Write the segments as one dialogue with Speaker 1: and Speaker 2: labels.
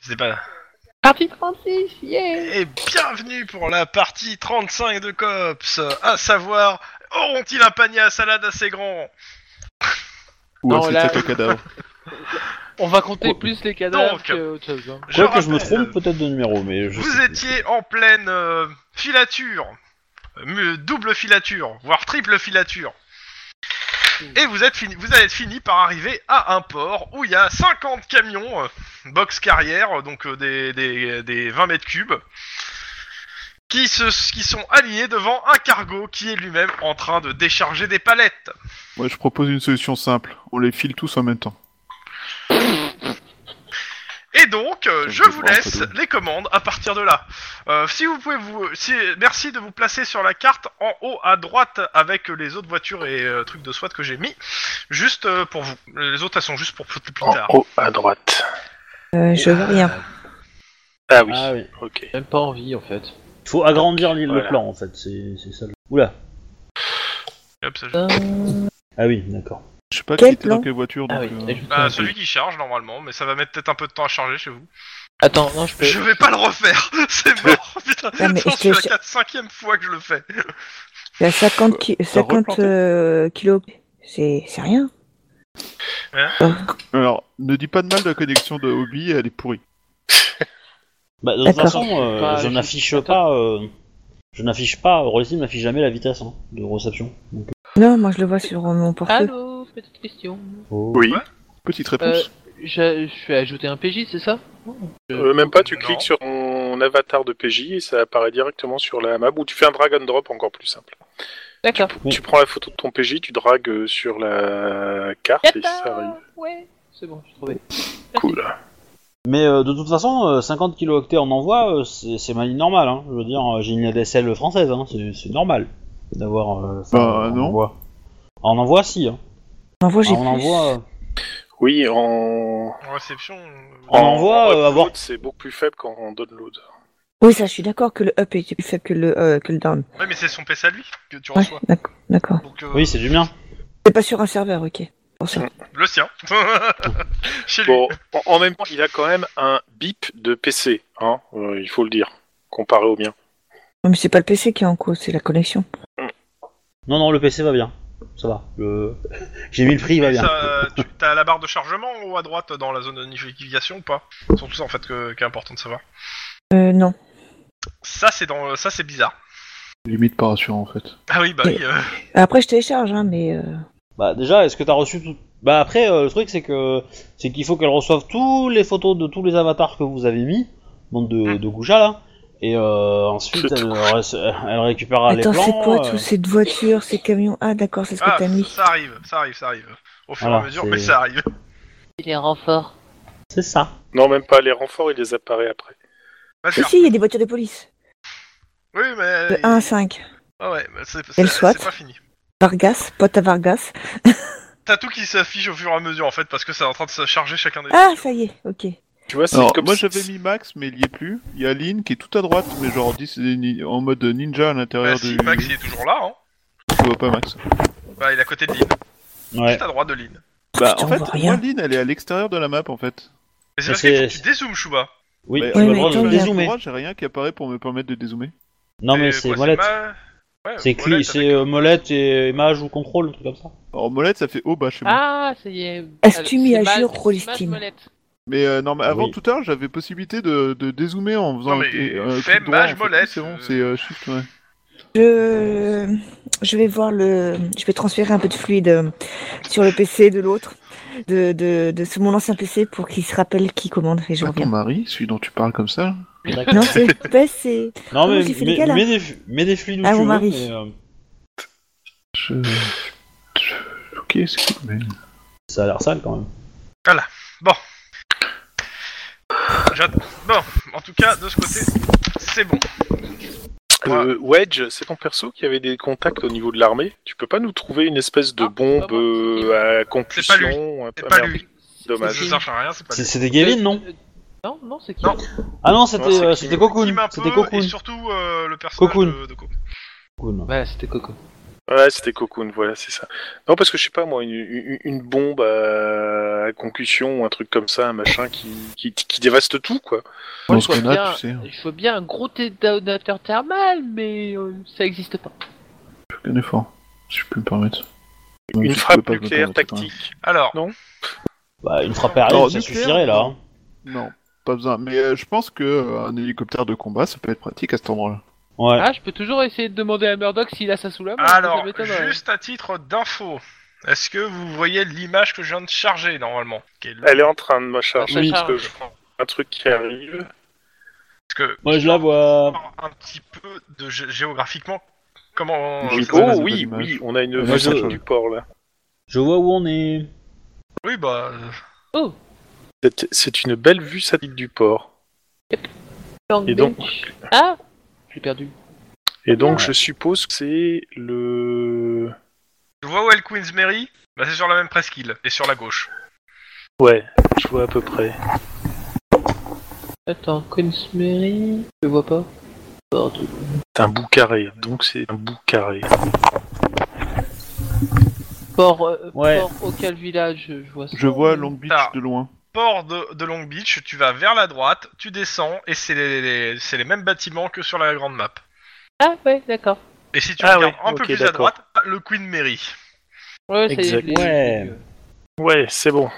Speaker 1: C'est pas.
Speaker 2: Partie 36, yeah
Speaker 1: Et bienvenue pour la partie 35 de Cops, à savoir, auront-ils un panier à salade assez grand
Speaker 3: Ou
Speaker 2: Non,
Speaker 3: est-ce que
Speaker 2: là-
Speaker 3: c'est un cadavre
Speaker 2: On va compter plus les cadavres
Speaker 1: Donc.
Speaker 2: que autre chose. hein.
Speaker 1: Je
Speaker 4: Quoi que je me
Speaker 1: rappelle,
Speaker 4: trompe peut-être de numéro, mais je
Speaker 1: Vous
Speaker 4: sais plus.
Speaker 1: étiez en pleine euh, filature, Euh, mu- double filature, voire triple filature. Et vous êtes fini, vous allez être fini par arriver à un port où il y a 50 camions, euh, box carrière, donc euh, des, des, des 20 mètres cubes, qui, se, qui sont alignés devant un cargo qui est lui-même en train de décharger des palettes.
Speaker 3: Moi, je propose une solution simple. On les file tous en même temps.
Speaker 1: Et donc, euh,
Speaker 3: Ça,
Speaker 1: je
Speaker 3: je
Speaker 1: vous
Speaker 3: vois un peu
Speaker 1: laisse les commandes à partir de là. Euh, si vous pouvez vous, si, merci de vous placer sur la carte en haut à droite avec les autres voitures et euh, trucs de SWAT que j'ai mis, juste euh, pour vous. Les autres, elles sont juste pour plus, plus
Speaker 5: En
Speaker 4: Oh,
Speaker 1: tard.
Speaker 5: haut à droite.
Speaker 6: Euh, je vois rien.
Speaker 5: Ah oui,
Speaker 4: Ah oui.
Speaker 5: ok.
Speaker 2: Même pas envie en fait.
Speaker 4: Faut agrandir l'île-
Speaker 5: Voilà.
Speaker 4: le plan en fait, c'est c'est ça. le- Oula. oh.
Speaker 1: Hop, ça, je-
Speaker 6: Euh,
Speaker 4: Ah oui, d'accord.
Speaker 3: Je sais pas
Speaker 6: Quel
Speaker 3: qui était dans
Speaker 6: plan
Speaker 3: quelle voiture.
Speaker 6: Ah
Speaker 3: Donc, euh,
Speaker 1: Bah, celui qui charge normalement, mais ça va mettre peut-être un peu de temps à charger chez vous.
Speaker 2: Attends, non, je
Speaker 4: Euh,
Speaker 2: peux.
Speaker 1: Je vais pas le refaire, c'est mort. Putain,
Speaker 6: Non, mais
Speaker 1: Attends,
Speaker 6: je
Speaker 1: c'est
Speaker 6: te-
Speaker 1: la 4 5 fois que je le fais.
Speaker 6: Il y a 50, ki- 50
Speaker 3: replanté
Speaker 6: euh, kilos. C'est c'est rien.
Speaker 3: Alors, ne dis pas de mal de la connexion de Hobby, elle est pourrie.
Speaker 4: Bah, de toute
Speaker 6: D'accord.
Speaker 4: façon, euh,
Speaker 2: Pas-
Speaker 4: je n'affiche pas. euh, je n'affiche pas. Rosie n'affiche jamais la vitesse hein, de réception. Donc, euh,
Speaker 6: Non, moi je le vois sur euh, mon portefeuille.
Speaker 2: Allô, petite question.
Speaker 4: faut-
Speaker 3: Oui.
Speaker 1: Ouais.
Speaker 3: Petite
Speaker 2: Euh,
Speaker 3: réponse.
Speaker 2: je, je vais ajouter un PJ, c'est ça
Speaker 5: Euh, même pas, tu
Speaker 1: Non.
Speaker 5: cliques sur ton avatar de PJ et ça apparaît directement sur la map ou tu fais un drag and drop encore plus simple.
Speaker 2: D'accord.
Speaker 4: Oui.
Speaker 5: Tu prends la photo de ton PJ, tu dragues euh, sur la carte et ça arrive.
Speaker 2: Ouais. C'est bon, j'ai trouvé.
Speaker 5: Cool.
Speaker 4: Mais euh, de toute façon, euh, 50 kilooctets en envoi, euh, c'est c'est ma ligne normale. Hein. Je veux dire, euh, j'ai une ADSL française, hein. c'est c'est normal d'avoir. euh, ça
Speaker 3: Bah,
Speaker 4: en
Speaker 3: non.
Speaker 4: Envoi. En envoi, si. Hein.
Speaker 6: On envoie, j'ai
Speaker 4: En
Speaker 6: plus.
Speaker 4: envoi, euh,
Speaker 5: Oui, en.
Speaker 1: En réception.
Speaker 4: En envoi, euh,
Speaker 5: upload,
Speaker 4: avoir-
Speaker 5: C'est beaucoup plus faible qu'en download.
Speaker 6: Oui, ça, je suis d'accord que le up est plus faible que le, euh, que le down.
Speaker 1: Ouais, mais c'est son PC à lui que tu
Speaker 6: Ouais,
Speaker 1: reçois.
Speaker 6: d'accord, d'accord.
Speaker 1: Donc, euh,
Speaker 4: Oh. Oui, c'est du mien.
Speaker 6: C'est pas sur un serveur, ok. Pour ça.
Speaker 1: le sien. chez lui.
Speaker 5: Bon, en, en même temps, il a quand même un bip de PC, hein, euh, il faut le dire, comparé au mien.
Speaker 6: Non, mais c'est pas le PC qui est en cause, c'est la connexion.
Speaker 4: Non, non, le PC va bien. Ça va. Le... j'ai mis le prix, il va bien.
Speaker 1: Ça, tu- T'as la barre de chargement en haut à droite dans la zone de nidification ou pas Surtout ça en fait que, qui est important de savoir.
Speaker 6: Euh, non.
Speaker 1: Ça c'est dans ça c'est bizarre.
Speaker 3: Limite pas rassurant, en fait.
Speaker 1: Ah oui bah oui. euh,
Speaker 6: Après, je télécharge, hein, mais. euh,
Speaker 4: Bah déjà, est-ce que t'as reçu tout Bah après, euh, le truc c'est que c'est qu'il faut qu'elle reçoive tous les photos de tous les avatars que vous avez mis, bande de, de goujats, là, et euh, ensuite
Speaker 5: C'est
Speaker 4: elle, re- elle récupérera
Speaker 6: Attends,
Speaker 4: les plans.
Speaker 6: c'est quoi
Speaker 4: euh,
Speaker 6: tous ces voitures, ces camions Ah, d'accord, c'est ce que
Speaker 1: Ah
Speaker 6: t'as mis.
Speaker 1: ça arrive, ça arrive, ça arrive. Au fur et à
Speaker 4: Voilà,
Speaker 1: mesure,
Speaker 4: c'est-
Speaker 1: mais ça arrive.
Speaker 2: Il est renfort.
Speaker 4: C'est ça.
Speaker 5: Non, même pas, les renforts, il les apparaît après.
Speaker 1: Va le
Speaker 6: Si,
Speaker 1: faire.
Speaker 6: si, il y a des voitures de police.
Speaker 1: Oui mais.
Speaker 6: De 1 à 5.
Speaker 1: Ah ouais, mais c'est
Speaker 6: Et
Speaker 1: c'est-
Speaker 6: le SWAT
Speaker 1: c'est pas fini.
Speaker 6: Vargas, pote à Vargas.
Speaker 1: T'as tout qui s'affiche au fur et à mesure en fait parce que c'est en train de se charger chacun des.
Speaker 6: Ah, ça y est, ok.
Speaker 5: Tu vois, c'est
Speaker 3: Alors,
Speaker 5: comme
Speaker 3: moi
Speaker 5: si-
Speaker 3: j'avais mis Max, mais il y est plus. Il y a Lynn qui est tout à droite, mais genre 10 ni- en mode ninja à
Speaker 4: Euh,
Speaker 1: Bah,
Speaker 3: l'intérieur
Speaker 1: si
Speaker 3: du.
Speaker 1: Max il est toujours là, hein.
Speaker 3: Je vois pas Max.
Speaker 1: Bah il est à côté de Lynn,
Speaker 4: Ouais.
Speaker 1: juste à droite de Lynn.
Speaker 3: Bah, en
Speaker 6: Putain, on
Speaker 3: fait,
Speaker 6: voit rien.
Speaker 3: moi, Lynn, elle est à l'extérieur de la map, en fait.
Speaker 1: Mais c'est
Speaker 4: Mais
Speaker 1: parce qu'il faut que
Speaker 4: c'est-
Speaker 1: tu dézoomes Chouba.
Speaker 4: Oui.
Speaker 3: Bah,
Speaker 4: tu as
Speaker 6: Ouais,
Speaker 4: le
Speaker 6: mais
Speaker 4: droit de
Speaker 6: attends, il y a-
Speaker 4: dézoomer.
Speaker 3: Moi, j'ai rien qui apparaît pour me permettre de dézoomer.
Speaker 4: Non mais
Speaker 1: Et
Speaker 4: c'est
Speaker 1: quoi,
Speaker 4: molette.
Speaker 1: ma- Ouais,
Speaker 4: C'est cli-
Speaker 1: molette avec-
Speaker 4: c'est euh, molette et image ou contrôle, un truc comme ça.
Speaker 3: Alors, molette, ça fait oh, bah, haut bas chez moi.
Speaker 2: Ah, ça y est.
Speaker 6: Est-ce que tu
Speaker 2: C'est
Speaker 6: m'y as
Speaker 2: mal-
Speaker 6: jour,
Speaker 2: c'est mal
Speaker 6: Rolestine
Speaker 2: molette.
Speaker 3: Mais euh, non, mais avant
Speaker 4: Oui.
Speaker 3: tout à l'heure, j'avais possibilité de, de dézoomer en faisant
Speaker 1: Non, mais
Speaker 3: et,
Speaker 1: fais
Speaker 3: clic
Speaker 1: mage
Speaker 3: en fait.
Speaker 1: molette,
Speaker 3: C'est bon,
Speaker 1: euh.
Speaker 3: c'est euh, shift, ouais.
Speaker 6: Je... je vais voir le. Je vais transférer un peu de fluide euh, sur le PC de l'autre, de, de, de sur mon ancien PC pour qu'il se rappelle qui commande et je
Speaker 3: Ah, ton
Speaker 6: reviens.
Speaker 3: mari, celui dont tu parles comme ça.
Speaker 4: D'accord.
Speaker 6: Non, c'est le PC.
Speaker 4: Non mais
Speaker 6: j'ai fait
Speaker 4: mets
Speaker 6: des gars, là.
Speaker 4: mets des fu- mets des fluides où
Speaker 6: Ah,
Speaker 4: tu
Speaker 6: mon
Speaker 4: veux,
Speaker 6: mari.
Speaker 4: mais, euh,
Speaker 3: Je... je- Ok, c'est cool, mais.
Speaker 4: ça a l'air sale quand même.
Speaker 1: J'attends. Bon, en tout cas, de ce côté, c'est bon.
Speaker 5: Euh, Wedge, c'est ton perso qui avait des contacts au niveau de l'armée. Tu peux pas nous trouver une espèce de
Speaker 1: Ah,
Speaker 2: Non,
Speaker 5: bombe
Speaker 2: pas moi.
Speaker 5: euh, à concussion
Speaker 1: C'est pas
Speaker 5: un peu
Speaker 1: C'est pas
Speaker 5: merde.
Speaker 1: lui.
Speaker 5: Dommage.
Speaker 1: Je cherche à rien, Bah, c'est pas
Speaker 4: C'est-
Speaker 1: lui.
Speaker 4: C'était Gavin, non
Speaker 2: Euh, Non, non, c'est qui
Speaker 1: Non.
Speaker 4: Ah non, c'était
Speaker 5: Non, c'est
Speaker 4: euh,
Speaker 5: Kim.
Speaker 4: c'était Cocoon.
Speaker 1: Kim un peu,
Speaker 4: C'était Cocoon.
Speaker 1: Et surtout euh, le personnage
Speaker 4: Cocoon.
Speaker 1: de, de Cocoon.
Speaker 4: Cocoon.
Speaker 2: Voilà, c'était Coco.
Speaker 7: Ouais, c'était Cocoon, voilà, c'est ça. Non, parce que je sais pas, moi, une, une- une bombe à, à concussion ou un truc comme ça, un machin qui, qui, qui dévaste tout, quoi.
Speaker 3: Dans
Speaker 2: Moi, je,
Speaker 3: ce qu'on
Speaker 2: vois
Speaker 3: a,
Speaker 2: bien,
Speaker 3: tu sais.
Speaker 2: je vois bien un gros détonateur thermal, mais euh, ça n'existe pas.
Speaker 3: Un effort, si je peux me permettre. Même
Speaker 7: Une
Speaker 3: si je pouvais
Speaker 7: frappe
Speaker 3: pas me le
Speaker 7: nucléaire
Speaker 3: permettre, quand même.
Speaker 7: tactique.
Speaker 1: Alors,
Speaker 4: Bah, une frappe aérienne,
Speaker 3: Non,
Speaker 4: ça
Speaker 3: nucléaire,
Speaker 4: suffirait là. hein.
Speaker 3: Non, pas besoin. Mais euh, je pense que euh, un hélicoptère de combat, ça peut être pratique à cet endroit-là.
Speaker 4: Ouais.
Speaker 2: Ah, je peux toujours essayer de demander à Murdoch s'il a ça sous la main. ça
Speaker 1: alors
Speaker 2: m'étonnerait.
Speaker 1: juste à titre d'info, est-ce que vous voyez l'image que je viens de charger normalement qui est là
Speaker 7: Elle est en train de me charger,
Speaker 2: Oui.
Speaker 7: parce que je prends un truc qui arrive.
Speaker 1: Parce que
Speaker 4: Moi, je la vois.
Speaker 1: un petit peu de gé- géographiquement comment.
Speaker 3: Oui,
Speaker 7: Oh
Speaker 3: voilà, c'est pas
Speaker 7: oui,
Speaker 3: l'image.
Speaker 7: oui, on a une
Speaker 4: Moi,
Speaker 7: vue
Speaker 4: je-
Speaker 7: sur du port, là.
Speaker 4: Je vois où on est.
Speaker 1: Oui, bah. euh,
Speaker 7: C'est- C'est une belle vue satellite du port.
Speaker 2: Long
Speaker 7: Et donc-
Speaker 2: Beach. Ah J'ai perdu.
Speaker 7: Et donc, je suppose que c'est le...
Speaker 1: Tu vois où est le Queen's Mary Bah, c'est sur la même presqu'île et sur la gauche.
Speaker 7: Ouais, je vois à peu près.
Speaker 2: Attends, Queensmary Je vois pas. Bordel.
Speaker 7: C'est un bout carré, donc c'est un bout carré.
Speaker 2: Port, euh,
Speaker 4: Ouais.
Speaker 2: port auquel village je vois ça.
Speaker 3: Je vois Long Beach
Speaker 1: Ah.
Speaker 3: de loin.
Speaker 1: Port de, de Long Beach, tu vas vers la droite, tu descends et c'est les, les- c'est les mêmes bâtiments que sur la grande map.
Speaker 2: Ah ouais, d'accord.
Speaker 1: Et si tu
Speaker 7: Ah
Speaker 1: regardes
Speaker 7: oui,
Speaker 1: un
Speaker 7: ok,
Speaker 1: peu plus à
Speaker 7: d'accord.
Speaker 1: droite, le Queen Mary.
Speaker 2: Ouais, ça y est, je
Speaker 7: Exact.
Speaker 2: l'ai- je l'ai
Speaker 4: Ouais.
Speaker 2: vu.
Speaker 7: Ouais, c'est bon.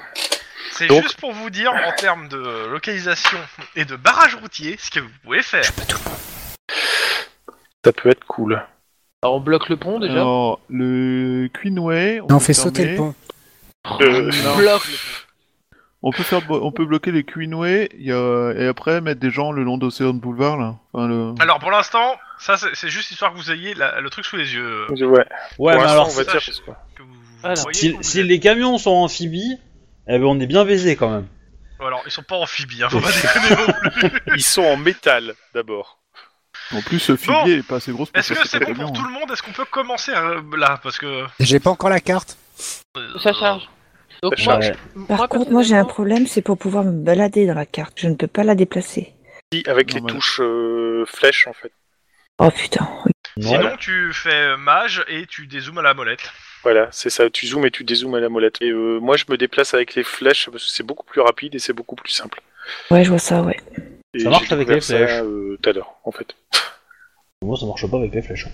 Speaker 1: C'est
Speaker 7: Donc-
Speaker 1: juste pour vous dire en termes de localisation et de barrage routier ce que vous pouvez faire.
Speaker 7: Ça peut être cool.
Speaker 2: Alors, on bloque le pont déjà.
Speaker 3: Alors, le Queenway.
Speaker 8: On
Speaker 3: peut
Speaker 8: fait sauter
Speaker 3: fermer.
Speaker 8: le pont.
Speaker 7: Euh,
Speaker 2: On bloque le pont.
Speaker 3: On peut, faire, bo- on peut bloquer les Queenway il y a- et après mettre des gens le long d'Océan Boulevard là. Enfin, le...
Speaker 1: Alors pour l'instant, ça c'est c'est juste histoire que vous ayez la- le truc sous les yeux. euh,
Speaker 7: Je- Ouais,
Speaker 4: Ouais,
Speaker 7: Pour
Speaker 4: mais
Speaker 7: l'instant,
Speaker 4: alors,
Speaker 7: on va
Speaker 1: c'est-
Speaker 7: dire. parce que-
Speaker 1: Que vous, vous
Speaker 2: Alors,
Speaker 1: voyez
Speaker 4: si,
Speaker 1: où vous
Speaker 4: si
Speaker 1: êtes.
Speaker 4: les camions sont amphibies, eh ben on est bien baisé quand même.
Speaker 1: Alors ils sont pas amphibies, hein, faut pas déconner non plus.
Speaker 7: Ils sont en métal, d'abord.
Speaker 3: En plus, ce
Speaker 1: Bon.
Speaker 3: filet est pas assez gros pour
Speaker 1: Est-ce
Speaker 3: faire
Speaker 1: que
Speaker 3: sauter
Speaker 1: c'est
Speaker 3: le
Speaker 1: bon
Speaker 3: camion,
Speaker 1: pour tout
Speaker 3: hein.
Speaker 1: le monde Est-ce qu'on peut commencer euh, là Parce que.
Speaker 8: J'ai pas encore la carte.
Speaker 1: euh,
Speaker 2: Ça charge. Donc,
Speaker 7: Ça
Speaker 2: moi,
Speaker 7: charge.
Speaker 6: Par contre, moi j'ai un
Speaker 2: personnellement,
Speaker 6: problème, c'est pour pouvoir me balader dans la carte. Je ne peux pas la déplacer.
Speaker 7: Si, avec les
Speaker 3: Normal.
Speaker 7: touches euh, flèches, en fait.
Speaker 6: Oh putain.
Speaker 1: Sinon,
Speaker 7: Voilà.
Speaker 1: tu fais mage et tu dézoomes à la molette.
Speaker 7: Voilà, c'est ça. Tu zoomes et tu dézoomes à la molette. Et euh, moi, je me déplace avec les flèches parce que c'est beaucoup plus rapide et c'est beaucoup plus simple.
Speaker 6: Ouais, je vois ça, ouais.
Speaker 7: Et
Speaker 4: Ça marche
Speaker 7: j'ai
Speaker 4: avec
Speaker 7: découvert
Speaker 4: les flèches.
Speaker 7: ça, euh, Tout à l'heure, en fait.
Speaker 4: Moi, ça marche pas avec les flèches.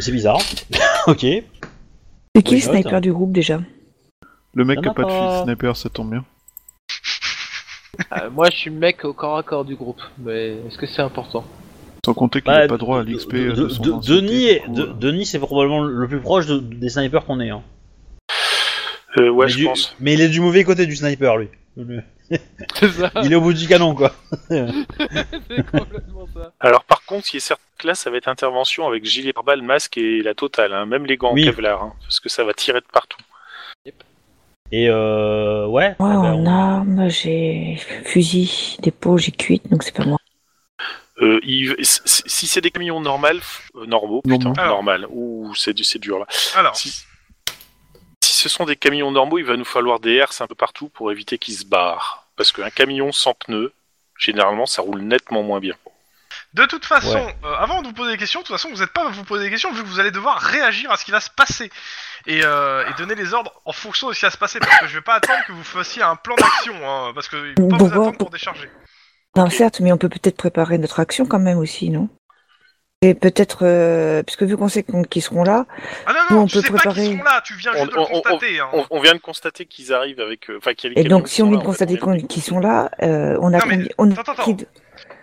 Speaker 4: C'est bizarre. ok. Oui,
Speaker 6: C'est qui le
Speaker 4: j'arrête, hein.
Speaker 6: sniper du groupe déjà
Speaker 3: Le mec
Speaker 4: Ça
Speaker 3: qui a
Speaker 4: va
Speaker 3: pas de
Speaker 4: pas.
Speaker 3: fusil sniper, ça tombe bien.
Speaker 2: euh, moi, je suis mec au corps à corps du groupe, mais est-ce que c'est important
Speaker 3: Sans compter qu'il
Speaker 4: Bah,
Speaker 3: a pas droit à euh,
Speaker 4: de-
Speaker 3: l'XP.
Speaker 4: de- de- de- Denis, est- de-
Speaker 3: euh.
Speaker 4: Denis, c'est probablement le plus proche de- des snipers qu'on ait. hein.
Speaker 7: Euh, ouais,
Speaker 4: mais,
Speaker 7: je
Speaker 4: du-
Speaker 7: pense.
Speaker 4: mais il est du mauvais côté du sniper, lui. Le-
Speaker 2: C'est ça
Speaker 4: Il est au bout du canon, quoi.
Speaker 2: C'est complètement ça.
Speaker 7: Alors, par contre, ce qui est certain que là, ça va être intervention avec gilet pare-balles, masque et la totale. hein, Même les gants
Speaker 4: Oui.
Speaker 7: en Kevlar, hein, parce que ça va tirer de partout.
Speaker 4: Et euh, ouais.
Speaker 6: Moi
Speaker 4: eh ben,
Speaker 6: en
Speaker 4: on-
Speaker 6: armes, j'ai fusil, dépôt, j'ai cuite, donc c'est pas moi.
Speaker 7: Euh, il- si- Si c'est des camions normaux, euh, normaux, putain,
Speaker 3: Normaux.
Speaker 4: Ah.
Speaker 1: Alors.
Speaker 7: normal. Ouh, c'est du- c'est dur là.
Speaker 1: Alors,
Speaker 7: Si, si ce sont des camions normaux, il va nous falloir des herses un peu partout pour éviter qu'ils se barrent. Parce qu'un camion sans pneus, généralement, ça roule nettement moins bien.
Speaker 1: de toute façon,
Speaker 4: Ouais.
Speaker 1: euh, avant de vous poser des questions, de toute façon, vous n'êtes pas à vous poser des questions vu que vous allez devoir réagir à ce qui va se passer et, euh, et donner les ordres en fonction de ce qui va se passer. Parce que je vais pas attendre que vous fassiez un plan d'action, hein, parce que il faut pas vous
Speaker 6: Pourquoi
Speaker 1: attendre pour décharger.
Speaker 6: Non, certes, mais on peut peut-être préparer notre action quand même aussi, non Et peut-être, euh, puisque vu qu'on sait qu'on- qu'ils seront là,
Speaker 1: Ah non,
Speaker 6: Nous,
Speaker 1: non,
Speaker 6: on
Speaker 1: tu
Speaker 6: peut
Speaker 1: sais pas
Speaker 6: préparer.
Speaker 1: qu'ils sont là, tu viens
Speaker 7: On-
Speaker 1: juste de le
Speaker 7: on- on-
Speaker 1: constater. hein.
Speaker 7: On, on vient de constater qu'ils arrivent avec. euh, Enfin, qu'il y a des
Speaker 6: et
Speaker 7: camions
Speaker 6: donc
Speaker 7: qui
Speaker 6: si on
Speaker 7: sont
Speaker 6: vient
Speaker 7: là, en
Speaker 6: de
Speaker 7: fait,
Speaker 6: constater
Speaker 7: on vient
Speaker 6: qu'on- qu'ils sont là, euh, on a
Speaker 1: Non, mais-
Speaker 6: on a-
Speaker 1: attends, attends.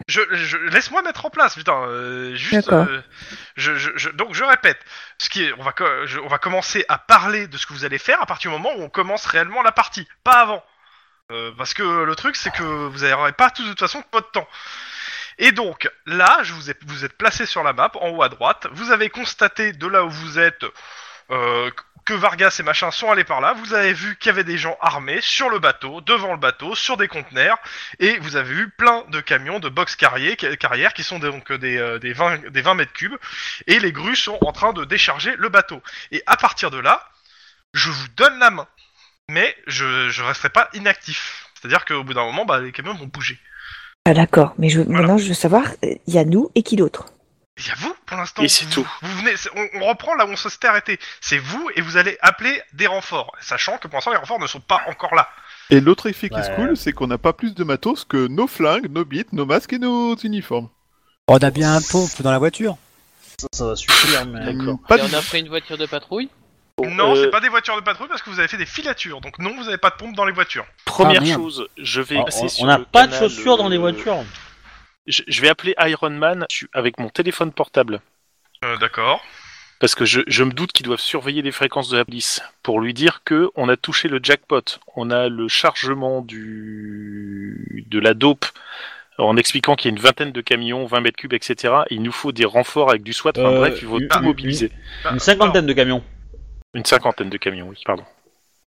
Speaker 1: Je, je- laisse-moi mettre en place, putain. euh, juste,
Speaker 6: D'accord.
Speaker 1: euh, je, je- je- donc je répète, ce qui est, on va, co- je- on va commencer à parler de ce que vous allez faire à partir du moment où on commence réellement la partie, pas avant. Euh, parce que le truc, c'est que vous n'aurez pas tous de toute façon pas de temps. Et donc là, je vous, ai, vous êtes placé sur la map, en haut à droite. Vous avez constaté de là où vous êtes euh, que Vargas et machin sont allés par là. Vous avez vu qu'il y avait des gens armés sur le bateau, devant le bateau, sur des conteneurs. Et vous avez eu plein de camions de box carrière, carrière qui sont donc des, euh, des, 20, des 20 mètres cubes. Et les grues sont en train de décharger le bateau. Et à partir de là, je vous donne la main. Mais je, je resterai pas inactif. C'est-à-dire qu'au bout d'un moment, bah, les camions vont bouger.
Speaker 6: Ah d'accord, mais je,
Speaker 1: Voilà.
Speaker 6: maintenant je veux savoir, euh, il y a nous et qui d'autre
Speaker 1: Il y a vous pour l'instant.
Speaker 7: Et c'est
Speaker 1: Vous-
Speaker 7: tout.
Speaker 1: Vous venez, c'est- on, on reprend là où on se s'était arrêté. C'est vous et vous allez appeler des renforts, sachant que pour l'instant les renforts ne sont pas encore là.
Speaker 3: Et l'autre effet qui
Speaker 4: Ouais.
Speaker 3: est cool, c'est qu'on n'a pas plus de matos que nos flingues, nos bits, nos masques et nos uniformes.
Speaker 8: Oh, On a bien un pompe dans la voiture.
Speaker 4: Ça, ça va suffire, mais.
Speaker 7: D'accord.
Speaker 3: Hum, Pas
Speaker 2: Et
Speaker 3: de-
Speaker 2: on a fait une voiture de patrouille.
Speaker 7: Bon,
Speaker 1: non,
Speaker 7: euh,
Speaker 1: c'est pas des voitures de patrouille parce que vous avez fait des filatures, donc non, vous n'avez pas de pompe dans les voitures.
Speaker 7: Première
Speaker 8: Ah, merde.
Speaker 7: chose, je vais
Speaker 4: Ah,
Speaker 7: passer
Speaker 4: on-
Speaker 7: sur
Speaker 4: on n'a
Speaker 7: le
Speaker 4: pas de
Speaker 7: canal,
Speaker 4: chaussures dans les
Speaker 7: euh,
Speaker 4: voitures.
Speaker 7: Je, je vais appeler Iron Man su- avec mon téléphone portable.
Speaker 1: Euh, D'accord.
Speaker 7: Parce que je, je me doute qu'ils doivent surveiller les fréquences de la police pour lui dire que on a touché le jackpot, on a le chargement du de la dope en expliquant qu'il y a une vingtaine de camions, 20 mètres cubes, etc. Il nous faut des renforts avec du SWAT. Enfin
Speaker 4: Euh,
Speaker 7: bref, il faut
Speaker 4: une-
Speaker 7: tout
Speaker 4: une-
Speaker 7: mobiliser.
Speaker 1: Bah,
Speaker 4: Une cinquantaine de camions.
Speaker 7: Une cinquantaine de camions, oui, pardon.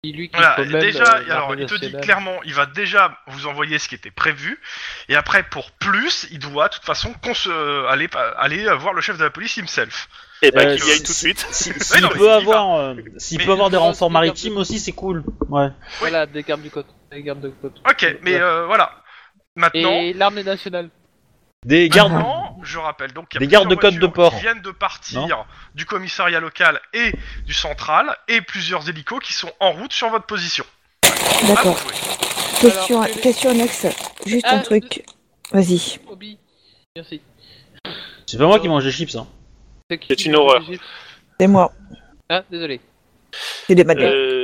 Speaker 2: Il lui qui
Speaker 1: Voilà,
Speaker 2: faut même,
Speaker 1: déjà,
Speaker 2: euh,
Speaker 1: alors,
Speaker 2: l'armée
Speaker 1: il te dit
Speaker 2: nationale.
Speaker 1: clairement, il va déjà vous envoyer ce qui était prévu, et après, pour plus, il doit de toute façon qu'on se- euh, aller, pa- aller euh, voir le chef de la police himself.
Speaker 7: Eh ben,
Speaker 4: Euh,
Speaker 7: qu'il y aille
Speaker 4: si-
Speaker 7: tout de suite.
Speaker 4: Si- S'il
Speaker 1: non, mais
Speaker 4: peut
Speaker 1: il y va.
Speaker 4: avoir, euh, s'il
Speaker 1: Mais-
Speaker 4: peut avoir des renforts
Speaker 2: Oui.
Speaker 4: maritimes aussi, c'est cool. Ouais.
Speaker 2: Voilà, des gardes du côte. Des gardes de côte.
Speaker 1: Ok, mais euh, voilà. Maintenant,
Speaker 2: Et l'armée nationale.
Speaker 4: Des gardes. hein.
Speaker 1: maintenant, je rappelle donc qu'il y a
Speaker 4: Des gardes
Speaker 1: plusieurs
Speaker 4: de code de
Speaker 1: voitures
Speaker 4: port.
Speaker 1: qui viennent de partir du commissariat local et du central, et plusieurs hélicos qui sont en route sur votre position. Ah, À vous
Speaker 6: D'accord.
Speaker 1: de jouer.
Speaker 6: Question,
Speaker 2: Alors, je vais-
Speaker 6: question annexe. Juste un
Speaker 2: Ah,
Speaker 6: truc. Vas-y.
Speaker 2: Obi. Merci.
Speaker 4: C'est pas moi qui mange des chips, hein.
Speaker 2: C'est qui
Speaker 7: C'est une
Speaker 2: le
Speaker 7: horreur.
Speaker 2: DG?
Speaker 6: C'est moi.
Speaker 2: Ah, désolé.
Speaker 6: C'est des madeleines.
Speaker 7: Euh,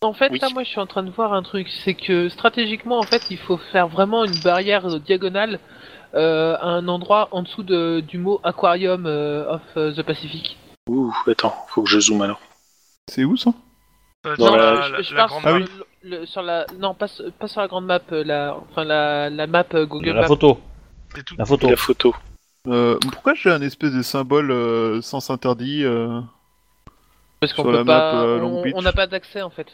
Speaker 2: En fait,
Speaker 7: Oui.
Speaker 2: là, moi, je suis en train de voir un truc. C'est que stratégiquement, en fait, il faut faire vraiment une barrière euh, diagonale euh, à un endroit en dessous de- du mot Aquarium euh, of euh, the Pacific.
Speaker 7: Ouh, attends, faut que je zoome alors.
Speaker 3: C'est où ça
Speaker 1: Euh,
Speaker 7: Non,
Speaker 1: dans
Speaker 7: la-
Speaker 1: la-
Speaker 2: je, je
Speaker 1: la
Speaker 2: parle
Speaker 1: grande
Speaker 4: Ah
Speaker 2: sur,
Speaker 1: map.
Speaker 2: le- le- sur la non pas, sur- pas sur la grande map, euh, la enfin la, la map euh, Google
Speaker 4: La
Speaker 2: Maps.
Speaker 4: photo.
Speaker 1: C'est tout.
Speaker 4: La photo.
Speaker 7: La photo.
Speaker 3: Euh, Pourquoi j'ai un espèce de symbole euh, sens interdit euh,
Speaker 2: parce qu'on
Speaker 3: sur
Speaker 2: peut
Speaker 3: la
Speaker 2: pas,
Speaker 3: map, euh, Long
Speaker 2: on-
Speaker 3: Beach.
Speaker 2: on n'a pas d'accès en fait.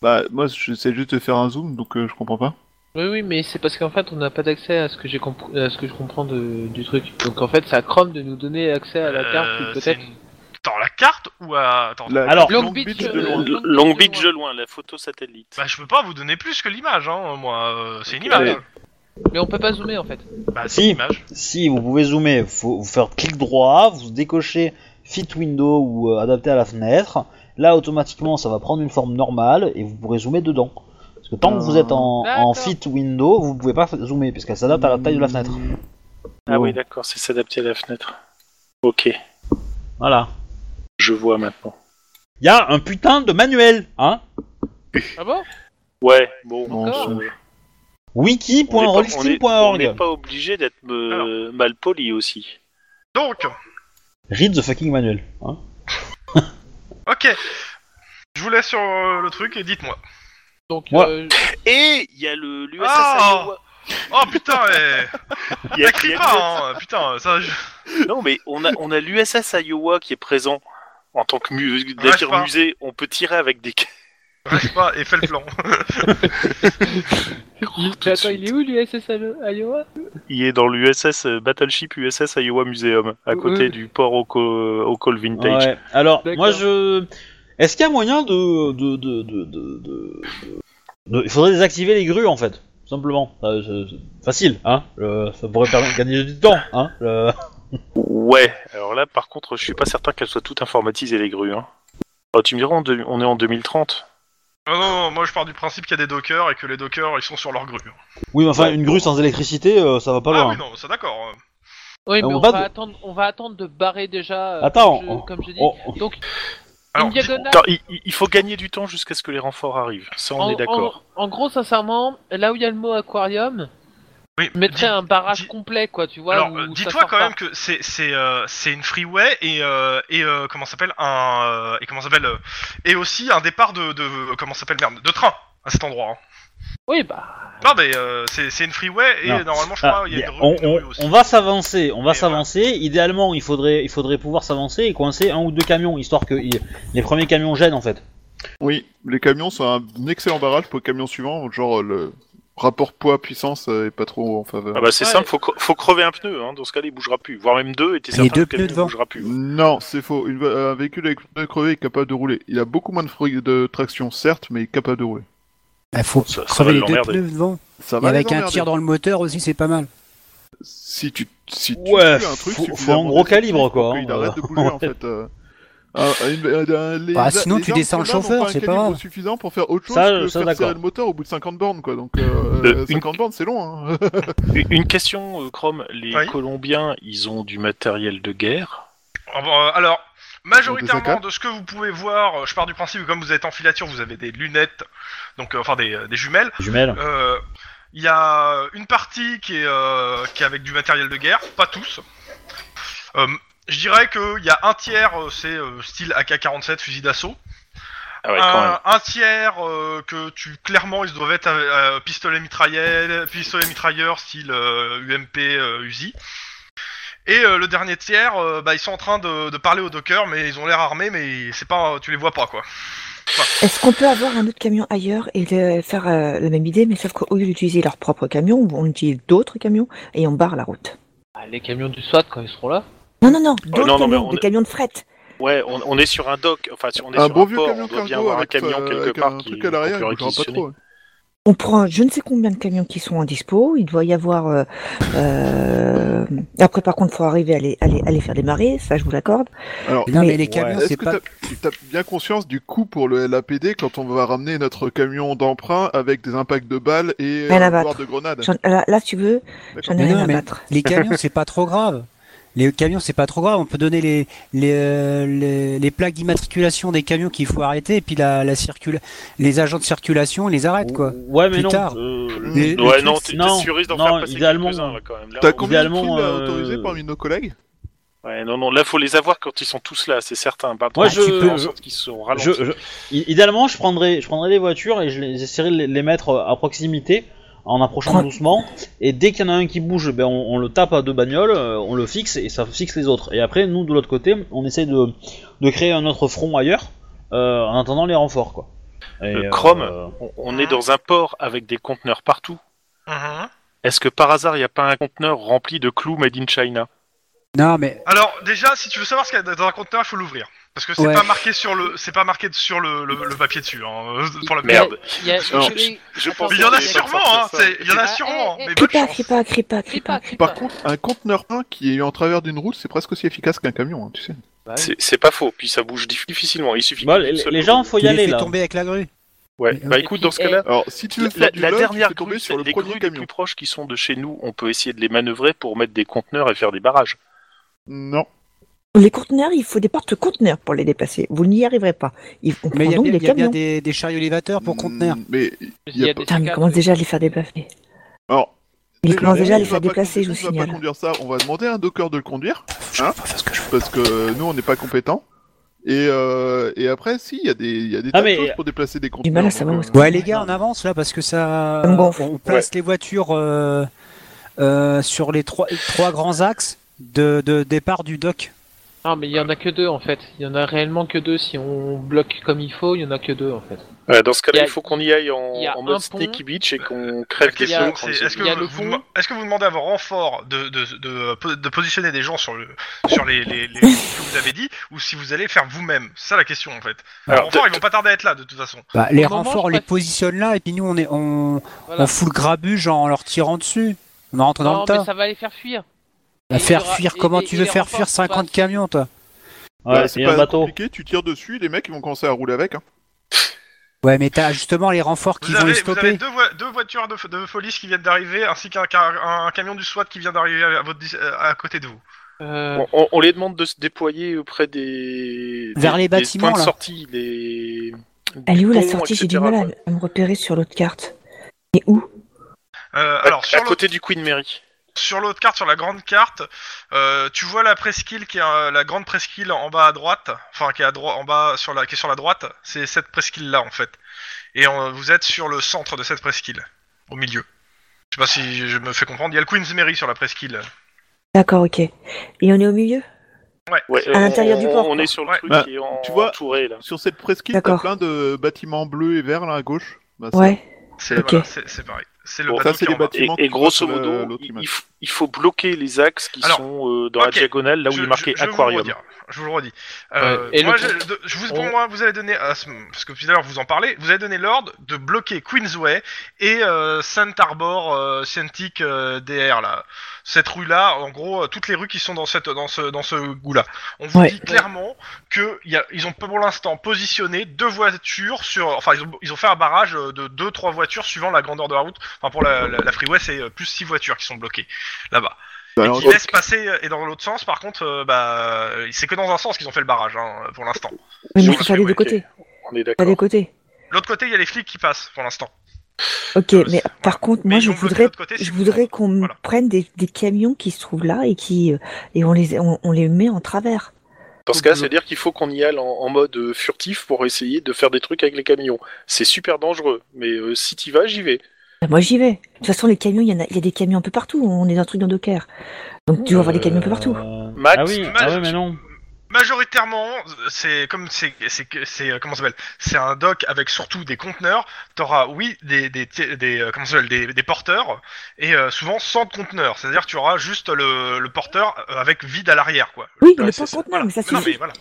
Speaker 3: Bah, moi, j'essaie juste de faire un zoom, donc euh, je comprends pas.
Speaker 2: Oui, oui, mais c'est parce qu'en fait, on n'a pas d'accès à ce que j'ai compr- à ce que je comprends de- du truc. Donc en fait, c'est à Chrome de nous donner accès à la carte,
Speaker 1: Euh, c'est
Speaker 2: peut-être.
Speaker 1: une- Dans la carte ou à... Attends,
Speaker 3: La-
Speaker 4: Alors,
Speaker 2: Long
Speaker 3: Long
Speaker 2: Beach,
Speaker 3: Beach de
Speaker 2: euh,
Speaker 3: loin.
Speaker 2: Long
Speaker 7: Long
Speaker 2: Beach de
Speaker 7: Beach de
Speaker 2: loin.
Speaker 7: loin, la photo satellite.
Speaker 1: Bah, je peux pas vous donner plus que l'image, hein, moi. euh, c'est une
Speaker 2: Ok.
Speaker 1: image.
Speaker 2: Mais on peut pas zoomer en fait.
Speaker 1: Bah,
Speaker 4: Si.
Speaker 1: c'est une image.
Speaker 4: Si vous pouvez zoomer, faut vous faire clic droit, vous décochez Fit Window ou euh, adapter à la fenêtre. Là, automatiquement, ça va prendre une forme normale et vous pourrez zoomer dedans. Parce que tant que vous êtes en, en
Speaker 2: D'accord.
Speaker 4: Fit Window, vous pouvez pas zoomer parce qu'elle s'adapte à la taille de la
Speaker 3: Hmm.
Speaker 4: fenêtre.
Speaker 7: Ah
Speaker 3: Bon.
Speaker 7: oui, d'accord, c'est s'adapter à la fenêtre. Ok,
Speaker 4: Voilà.
Speaker 7: je vois maintenant.
Speaker 4: Il y a un putain de manuel, hein
Speaker 2: Ah bon
Speaker 7: Ouais, bon,
Speaker 3: Bon,
Speaker 7: euh,
Speaker 2: ça-
Speaker 7: on est pas- on est- on n'est
Speaker 4: wiki.rollsteam.org.
Speaker 7: pas obligé d'être euh, mal poli aussi.
Speaker 1: Donc,
Speaker 4: Read the fucking manuel. Hein
Speaker 1: ok. Je vous laisse sur euh, le truc et dites-moi.
Speaker 2: Donc
Speaker 4: Moi-
Speaker 2: euh,
Speaker 7: Et il y a le l'USS
Speaker 1: Ah
Speaker 7: Iowa.
Speaker 1: Oh putain, eh
Speaker 7: Il y a- il
Speaker 1: Crie
Speaker 7: y a
Speaker 1: pas, hein Putain, ça. Je...
Speaker 7: l'USS Non, mais on a, on a l'USS Iowa qui est présent en tant que mu-
Speaker 1: Reste pas.
Speaker 7: musée. On peut tirer avec des.
Speaker 1: Reste pas et fais le plan.
Speaker 2: Mais attends, il est où l'USS à- Iowa
Speaker 7: Il est dans l'USS euh, Battleship USS Iowa Museum, à
Speaker 2: Oui.
Speaker 7: côté du port au, call vintage.
Speaker 4: Ouais. Alors,
Speaker 2: D'accord.
Speaker 4: moi je. Est-ce qu'il y a moyen de. de, de, de, de- de- de- Il faudrait désactiver les grues en fait, tout simplement. Euh, c'est- c'est facile, hein. Le- Ça pourrait permettre de gagner du temps, hein. Le-
Speaker 7: Ouais, alors là par contre, je suis pas certain qu'elles soient toutes informatisées les grues. Hein. Oh, tu me diras, on de- on est en 2030.
Speaker 1: Oh, non, non, moi je pars du principe qu'il y a des dockers et que les dockers ils sont sur leur grue.
Speaker 4: Oui, mais enfin,
Speaker 7: Ouais,
Speaker 4: une grue sans électricité, euh, ça va pas
Speaker 1: ah
Speaker 4: loin.
Speaker 1: oui, non, c'est d'accord.
Speaker 2: Oui, mais
Speaker 4: Ah, on
Speaker 2: Euh, on,
Speaker 4: va
Speaker 2: va
Speaker 4: de-
Speaker 2: attendre, on va attendre de barrer déjà. euh,
Speaker 4: Attends,
Speaker 2: comme je-
Speaker 4: on-
Speaker 2: comme je dis.
Speaker 4: on- on-
Speaker 2: Donc
Speaker 1: Alors,
Speaker 2: une diagonale.
Speaker 7: Attends, il, il- il faut gagner du temps jusqu'à ce que les renforts arrivent. Ça, on
Speaker 2: en,
Speaker 7: est d'accord.
Speaker 2: en- en gros, sincèrement, là où il y a le mot aquarium,
Speaker 1: Oui,
Speaker 2: je mettrais
Speaker 1: dis-
Speaker 2: un barrage
Speaker 1: dis-
Speaker 2: complet, quoi, tu vois.
Speaker 1: Alors,
Speaker 2: où
Speaker 1: euh,
Speaker 2: ça
Speaker 1: dis-toi
Speaker 2: sort
Speaker 1: quand
Speaker 2: pas.
Speaker 1: même que c'est c'est euh, c'est une freeway et euh, et euh, comment ça s'appelle un euh, et comment ça s'appelle euh, et aussi un départ de de comment ça s'appelle merde de train à cet endroit. hein.
Speaker 2: Oui, bah.
Speaker 1: Non mais euh, c'est c'est une freeway et
Speaker 4: Ah. Non.
Speaker 1: normalement je
Speaker 4: Ah,
Speaker 1: crois il y a une rue,
Speaker 4: on,
Speaker 1: une rue
Speaker 4: on-
Speaker 1: aussi.
Speaker 4: on va s'avancer, on va
Speaker 1: Et
Speaker 4: s'avancer. Idéalement, il faudrait, il faudrait pouvoir s'avancer et coincer un ou deux camions, histoire que il- les premiers camions gênent en fait.
Speaker 3: Oui, les camions sont un excellent barrage pour le camion suivant. Genre, le rapport poids-puissance euh, est pas trop en faveur.
Speaker 7: Ah bah c'est
Speaker 2: Ouais.
Speaker 7: simple, faut, cre- faut crever un pneu, hein. dans ce cas-là il bougera plus, voire même deux, et t'es
Speaker 8: Les
Speaker 7: certain
Speaker 8: deux
Speaker 7: que le camion
Speaker 8: pneus devant.
Speaker 7: bougera plus.
Speaker 3: Non, c'est faux. Une vo- un véhicule avec une crevé est capable de rouler. Il a beaucoup moins de, fri- de traction, certes, mais il est capable de rouler.
Speaker 8: Il Ah, faut
Speaker 7: Ça- ça va
Speaker 8: crever les deux
Speaker 7: l'emmerder.
Speaker 8: pneus devant.
Speaker 3: Ça
Speaker 8: Et
Speaker 3: va
Speaker 8: avec
Speaker 3: les
Speaker 8: un
Speaker 3: emmerder.
Speaker 8: tir dans le moteur aussi, c'est pas mal.
Speaker 3: si tu si tu
Speaker 4: Ouais,
Speaker 3: tues un truc
Speaker 4: faut- faut un
Speaker 3: suffisamment
Speaker 4: gros
Speaker 3: destructif
Speaker 4: calibre, quoi,
Speaker 3: pour
Speaker 4: hein.
Speaker 3: qu'il arrête de bouger en fait. euh. Ah, une- euh, les-
Speaker 8: Bah, sinon,
Speaker 3: les
Speaker 8: tu
Speaker 3: armes
Speaker 8: descends
Speaker 3: qu'on
Speaker 8: le
Speaker 3: a n'ont
Speaker 8: chauffeur,
Speaker 3: un
Speaker 8: c'est pas
Speaker 3: calibre
Speaker 8: grave.
Speaker 3: suffisant pour faire autre chose
Speaker 4: Ça,
Speaker 3: que
Speaker 4: ça,
Speaker 3: faire
Speaker 4: d'accord.
Speaker 3: serrer le moteur au bout de 50 bornes quoi. Donc euh,
Speaker 7: Euh, une-
Speaker 3: 50 bornes c'est long hein.
Speaker 7: Une une question, euh, Chrome. Les
Speaker 1: Oui.
Speaker 7: Colombiens, ils ont du matériel de guerre.
Speaker 1: Ah bon, euh, alors, majoritairement
Speaker 3: AK.
Speaker 1: de ce que vous pouvez voir, euh, je pars du principe que comme vous êtes en filature, vous avez des lunettes, donc euh, enfin des, euh, des jumelles.
Speaker 4: Jumelles.
Speaker 1: Euh, Il y a une partie qui est, euh, qui est avec du matériel de guerre, pas tous. Euh, je dirais qu'il y a un tiers, euh, c'est euh, style AK-47, fusil d'assaut.
Speaker 7: Ah ouais, quand même.
Speaker 1: un, un tiers euh, que tu clairement ils doivent être euh, pistolet mitrailleur, pistolet mitrailleur style euh, UMP euh, Uzi. Et euh, le dernier tiers, euh, bah, ils sont en train de, de parler au docker, mais ils ont l'air armés, mais c'est pas, tu les vois pas quoi.
Speaker 6: Est-ce qu'on peut avoir un autre camion ailleurs et le- faire euh, la même idée, mais sauf qu'au lieu d'utiliser leur propre camion, on utilise d'autres camions et on barre la route
Speaker 2: Ah, les camions du SWAT quand ils seront là.
Speaker 6: Non, non, non, d'autres
Speaker 7: non, non, mais
Speaker 6: camions,
Speaker 7: on
Speaker 6: des
Speaker 7: est-
Speaker 6: camions de fret.
Speaker 7: Ouais, on, on est sur un dock. Enfin, si on est
Speaker 3: Un
Speaker 7: sur
Speaker 3: bon
Speaker 7: un
Speaker 3: vieux
Speaker 7: port,
Speaker 3: camion
Speaker 7: on doit bien
Speaker 3: cargo
Speaker 7: avoir un
Speaker 3: avec,
Speaker 7: camion
Speaker 3: euh,
Speaker 7: quelque
Speaker 3: avec
Speaker 7: part
Speaker 3: un
Speaker 7: qui
Speaker 3: truc à l'arrière,
Speaker 7: qu'on peut
Speaker 3: il bougera pas
Speaker 7: réquisitionner.
Speaker 3: trop. hein.
Speaker 6: On prend je ne sais combien de camions qui sont à dispo. Il doit y avoir. euh, euh, Après, par contre, faut arriver à les, à les- à les faire démarrer. Ça, je vous l'accorde.
Speaker 3: Alors
Speaker 8: Non, mais les
Speaker 4: Ouais.
Speaker 8: camions,
Speaker 3: Oh, Est-ce
Speaker 8: c'est
Speaker 3: que
Speaker 8: pas.
Speaker 3: t'as- t'as bien conscience du coût pour le LAPD quand on va ramener notre camion d'emprunt avec des impacts de balles et
Speaker 6: Rien à
Speaker 3: euh, voire
Speaker 6: battre.
Speaker 3: de grenades
Speaker 6: J'en- Là, là, si tu veux, j'en ai
Speaker 8: Mais
Speaker 6: rien
Speaker 8: non,
Speaker 6: à
Speaker 8: mais-
Speaker 6: battre.
Speaker 8: Les camions, c'est pas trop grave. Les camions, c'est pas trop grave. On peut donner les, les, euh, les, les plaques d'immatriculation des camions qu'il faut arrêter, et puis la, la circula... les agents de circulation, ils les arrêtent, quoi.
Speaker 4: Ouais, mais
Speaker 8: Plus
Speaker 4: non.
Speaker 3: hein.
Speaker 8: tard.
Speaker 4: euh,
Speaker 8: Les-
Speaker 7: Ouais,
Speaker 8: les
Speaker 7: non,
Speaker 8: trucs,
Speaker 7: t'es
Speaker 4: non,
Speaker 7: t'es sûr risque d'en
Speaker 4: non,
Speaker 7: faire passer
Speaker 4: idéalement,
Speaker 7: quelques-uns, là, quand même. Là,
Speaker 3: T'as
Speaker 7: on-
Speaker 3: combien de
Speaker 4: idéalement,
Speaker 3: kills à
Speaker 4: euh,
Speaker 3: autoriser parmi nos collègues
Speaker 7: Ouais, non, non, là, faut les avoir quand ils sont tous là, c'est certain. Bah,
Speaker 4: Moi,
Speaker 7: tu
Speaker 4: je-
Speaker 7: fais en sorte qu'ils sont ralentis.
Speaker 4: Je, je- i- idéalement, je prendrais, je prendrais les voitures et je les- j'essaierais de les- les mettre euh, à proximité en approchant
Speaker 6: Prends-
Speaker 4: doucement. Et dès qu'il y en a un qui bouge, ben on, on le tape à deux bagnoles, euh, on le fixe et ça fixe les autres. Et après, nous de l'autre côté, on essaie de, de créer un autre front ailleurs euh, en attendant les renforts. Quoi. Et,
Speaker 7: Euh, Chrome.
Speaker 4: euh,
Speaker 7: On, on est dans un port avec des conteneurs partout.
Speaker 1: Mhm.
Speaker 7: Est-ce que par hasard, il n'y a pas un conteneur rempli de clous made in China
Speaker 8: Non, mais
Speaker 1: Alors déjà, si tu veux savoir ce qu'il y a dans un conteneur, il faut l'ouvrir parce que c'est
Speaker 8: Ouais.
Speaker 1: pas marqué sur le, c'est pas marqué sur le, le- le papier dessus. hein, euh, pour la
Speaker 7: Merde.
Speaker 2: Il y a-
Speaker 7: Je-
Speaker 2: je-
Speaker 7: je- je
Speaker 2: Attends,
Speaker 7: pense
Speaker 1: Mais il y en a
Speaker 7: qu'on est pas
Speaker 1: sûrement,
Speaker 7: sorti
Speaker 1: hein.
Speaker 7: de ça.
Speaker 1: c'est- Il y en a
Speaker 2: Ah,
Speaker 1: sûrement, hein,
Speaker 2: eh, eh,
Speaker 1: mais
Speaker 6: Crie
Speaker 1: bonne
Speaker 6: pas,
Speaker 1: chance.
Speaker 6: crie pas, crie pas,
Speaker 2: Crie
Speaker 6: crie
Speaker 2: pas,
Speaker 6: pas.
Speaker 2: crie
Speaker 3: Par
Speaker 4: Bah.
Speaker 2: pas.
Speaker 3: contre, un conteneur plein qui est en travers d'une route, c'est presque aussi efficace qu'un camion, hein, tu sais.
Speaker 2: Bah oui.
Speaker 7: C'est- C'est pas faux, puis ça bouge dif- difficilement. Il suffit
Speaker 4: bon,
Speaker 7: que
Speaker 4: bah, les,
Speaker 7: seul-
Speaker 4: les gens, faut
Speaker 8: tu
Speaker 4: y
Speaker 8: les
Speaker 4: aller
Speaker 8: fais
Speaker 4: là.
Speaker 8: tomber avec la grue.
Speaker 7: Ouais,
Speaker 8: Mais,
Speaker 7: bah
Speaker 8: euh,
Speaker 7: écoute, dans ce cas-là,
Speaker 3: Alors, si eh, tu veux
Speaker 7: la,
Speaker 3: faire du
Speaker 7: la
Speaker 3: log, tu
Speaker 7: dernière
Speaker 3: peux tomber
Speaker 7: grue,
Speaker 3: sur le
Speaker 7: les
Speaker 3: premier
Speaker 7: grues les plus
Speaker 3: camion.
Speaker 7: proches qui sont de chez nous, on peut essayer de les manœuvrer pour mettre des conteneurs et faire des barrages.
Speaker 3: Non.
Speaker 6: Les conteneurs, il faut des portes-conteneurs pour les déplacer. Vous n'y arriverez pas. Il- on
Speaker 8: Mais
Speaker 6: prend
Speaker 8: il y a
Speaker 6: donc
Speaker 8: bien,
Speaker 6: des
Speaker 8: il y a bien
Speaker 6: camions.
Speaker 8: des, des chariots
Speaker 6: Ah,
Speaker 8: élévateurs pour conteneurs.
Speaker 3: Mm, Mais
Speaker 2: Il y a des
Speaker 6: Putain, mais il
Speaker 2: C4,
Speaker 6: commence déjà à les faire débaffer.
Speaker 3: alors,
Speaker 6: Il commence déjà à les
Speaker 3: on
Speaker 6: faire
Speaker 3: va pas
Speaker 6: déplacer,
Speaker 3: conduire-
Speaker 6: je vous
Speaker 3: On va
Speaker 6: signale.
Speaker 3: pas conduire ça. On va demander à un docker de le conduire
Speaker 8: Je
Speaker 3: Hein
Speaker 8: peux pas faire ce que je veux.
Speaker 3: parce que nous, on n'est pas compétants. Et, euh, et après, si, il y a des, il y a des
Speaker 4: Ah,
Speaker 3: tas de
Speaker 4: mais-
Speaker 3: choses pour déplacer des conteneurs.
Speaker 6: mal à savoir
Speaker 3: donc,
Speaker 6: où est-ce
Speaker 3: euh,
Speaker 8: Ouais, les gars, on avance là parce que ça.
Speaker 6: Ça me gonfle.
Speaker 8: On place les voitures euh, euh, sur les trois, trois grands axes de, de départ du dock.
Speaker 2: Non, mais il y en a que deux en fait. Il y en a réellement que deux. Si on bloque comme il faut, il y en a que deux en fait.
Speaker 7: Ouais, dans ce cas-là,
Speaker 2: Il y a-
Speaker 7: il faut qu'on y aille en,
Speaker 2: il y a
Speaker 7: en mode
Speaker 2: un pont.
Speaker 7: Sneaky Beach et qu'on crève
Speaker 1: La
Speaker 7: les
Speaker 1: question,
Speaker 7: pneus.
Speaker 2: blocs,
Speaker 1: c'est,
Speaker 7: quand ils-
Speaker 1: est-ce que,
Speaker 2: Il y a le
Speaker 1: vous,
Speaker 2: pont.
Speaker 1: dema- est-ce que vous demandez à vos renforts de, de, de, de- de positionner des gens sur, le, sur les, les, les- ce que vous avez dit, ou si vous allez le faire vous-même C'est ça la question en fait. Les
Speaker 7: Alors,
Speaker 1: renforts,
Speaker 7: de-
Speaker 1: ils vont pas tarder à être là de toute façon.
Speaker 8: Bah, les
Speaker 2: Au moment,
Speaker 8: renforts, on
Speaker 2: je
Speaker 8: les
Speaker 2: passe-
Speaker 8: positionne là et puis nous, on, est, on,
Speaker 2: Voilà.
Speaker 8: on fout le grabuge en leur tirant dessus. On rentre dans
Speaker 2: Non,
Speaker 8: le tas.
Speaker 2: mais ça va les faire fuir.
Speaker 8: À
Speaker 2: Et il
Speaker 8: faire
Speaker 2: y aura-
Speaker 8: fuir,
Speaker 2: et-
Speaker 8: comment
Speaker 2: et-
Speaker 8: tu
Speaker 2: et
Speaker 8: veux
Speaker 2: les
Speaker 8: faire
Speaker 2: renforts
Speaker 8: fuir
Speaker 2: qui
Speaker 8: 50
Speaker 2: passent.
Speaker 8: camions, toi
Speaker 3: bah,
Speaker 4: Ouais,
Speaker 3: c'est
Speaker 4: et
Speaker 3: pas
Speaker 4: un bateau.
Speaker 3: compliqué, tu tires dessus, les mecs ils vont commencer à rouler avec. Hein.
Speaker 8: Ouais, mais t'as justement les renforts qui
Speaker 1: Vous
Speaker 8: vont
Speaker 1: avez,
Speaker 8: les
Speaker 1: vous avez
Speaker 8: stopper.
Speaker 1: deux, voi- deux voitures de, de police qui viennent d'arriver, ainsi qu'un car- un camion du SWAT qui vient d'arriver à, votre dis- à côté de vous.
Speaker 2: Euh,
Speaker 7: on, on- on les demande de se déployer auprès des,
Speaker 8: Vers
Speaker 7: des-
Speaker 8: les
Speaker 7: des
Speaker 8: bâtiments,
Speaker 7: points de
Speaker 8: là.
Speaker 7: sortie, des.
Speaker 6: Elle est où la
Speaker 7: ponts,
Speaker 6: sortie J'ai du
Speaker 7: etc.,
Speaker 6: mal à,
Speaker 7: quoi.
Speaker 6: à me repérer sur l'autre carte. Et où
Speaker 1: Euh,
Speaker 7: À-
Speaker 1: alors, sur
Speaker 7: à
Speaker 1: l'autre,
Speaker 7: côté du Queen Mary.
Speaker 1: sur l'autre carte, sur la grande carte, euh, tu vois la presqu'île qui est euh, la grande presqu'île en bas à droite, enfin qui est à droite, en bas sur la, qui est sur la droite. C'est cette presqu'île là en fait. Et euh, vous êtes sur le centre de cette presqu'île, au milieu. Je sais pas si je me fais comprendre. Il y a le Queen's Mary sur la presqu'île.
Speaker 6: D'accord, ok. Et on est au milieu
Speaker 1: Ouais.
Speaker 7: Ouais,
Speaker 6: À
Speaker 7: on-
Speaker 6: l'intérieur
Speaker 7: on-
Speaker 6: du port,
Speaker 7: On
Speaker 6: quoi.
Speaker 7: est sur le
Speaker 1: Ouais.
Speaker 7: truc
Speaker 3: Bah,
Speaker 7: qui est en-
Speaker 3: tu vois-
Speaker 7: entouré, là.
Speaker 3: Sur cette presqu'île, t'as
Speaker 6: D'accord.
Speaker 3: plein de bâtiments bleus et verts là à gauche. Bah, c'est-
Speaker 6: Ouais.
Speaker 1: C'est
Speaker 6: Ok.
Speaker 1: voilà, c'est- c'est pareil. C'est le
Speaker 7: Bon,
Speaker 1: bateau
Speaker 3: ça, c'est
Speaker 1: qui est en
Speaker 3: les
Speaker 1: bas.
Speaker 3: bâtiments
Speaker 7: Et, et
Speaker 3: qui
Speaker 7: grosso
Speaker 3: passent sur la-
Speaker 7: modo,
Speaker 3: l'autre
Speaker 7: il,
Speaker 3: image.
Speaker 7: il faut-
Speaker 5: il faut bloquer les axes qui
Speaker 1: Alors,
Speaker 5: sont euh, dans
Speaker 1: ok,
Speaker 5: la diagonale, là où il est marqué
Speaker 1: je vous le
Speaker 5: aquarium.
Speaker 1: redire, Je vous le redis. Euh,
Speaker 2: Ouais, et
Speaker 1: moi,
Speaker 2: le-
Speaker 1: je- de- je vous, pour
Speaker 2: on-
Speaker 1: moi, vous avez donné, à ce- parce que tout à l'heure vous en parlez, vous avez donné l'ordre de bloquer Queensway et euh, Saint Arbor euh, Scientific euh, DR là. Cette rue là, en gros, euh, toutes les rues qui sont dans cette, dans ce, dans ce goût là. On vous
Speaker 6: Ouais.
Speaker 1: dit clairement que y a- ils ont pour l'instant positionné deux voitures sur, enfin ils ont, ils ont fait un barrage euh, de deux trois voitures suivant la grandeur de la route. Enfin pour la, la- la freeway c'est euh, plus six voitures qui sont bloquées là-bas.
Speaker 3: Bah,
Speaker 1: Et
Speaker 3: alors,
Speaker 1: qui laisse passer, euh, et dans l'autre sens, par contre, euh, bah, euh, c'est que dans un sens qu'ils ont fait le barrage, hein, pour l'instant.
Speaker 6: Mais
Speaker 5: Sur
Speaker 6: il
Speaker 5: la
Speaker 6: faut faire les
Speaker 5: freeway,
Speaker 6: deux côtés.
Speaker 5: On est
Speaker 6: Pas
Speaker 5: d'accord.
Speaker 6: des côtés.
Speaker 1: L'autre côté, il y a les flics qui passent, pour l'instant.
Speaker 6: Ok,
Speaker 1: Euh,
Speaker 6: mais
Speaker 1: c'est-
Speaker 6: par contre,
Speaker 1: Mais
Speaker 6: moi,
Speaker 1: ils
Speaker 6: je
Speaker 1: ont bloqué
Speaker 6: voudrais,
Speaker 1: l'autre côté, si
Speaker 6: je
Speaker 1: vous-
Speaker 6: voudrais qu'on me
Speaker 1: voilà.
Speaker 6: prenne des, des camions qui se trouvent là et qui euh, et on les on, on les met en travers.
Speaker 5: Dans ce cas, c'est-à-dire qu'il faut qu'on y aille en, en mode euh, furtif pour essayer de faire des trucs avec les camions. C'est super dangereux, mais euh, si t'y vas, j'y vais.
Speaker 6: Bah, moi, j'y vais. De toute façon, les camions, il y en a, il y a des camions un peu partout. On est dans un truc dans Docker, donc tu vas avoir des camions un peu partout.
Speaker 4: Euh,
Speaker 5: Max,
Speaker 4: ah oui,
Speaker 1: Max.
Speaker 4: ah oui, mais non.
Speaker 1: Majoritairement, euh, c'est comme c'est c'est que- c'est euh, comment ça s'appelle C'est un dock avec surtout des conteneurs. T'auras oui des des des, des, euh, comment ça s'appelle, des, des porteurs et euh, souvent sans de conteneurs. C'est-à-dire tu auras juste le, le porteur euh, avec vide à l'arrière quoi.
Speaker 6: Oui,
Speaker 5: Ouais,
Speaker 6: le
Speaker 5: c'est ça.
Speaker 6: porte-conteneur, mais ça
Speaker 1: Non mais
Speaker 6: suffit.
Speaker 1: voilà.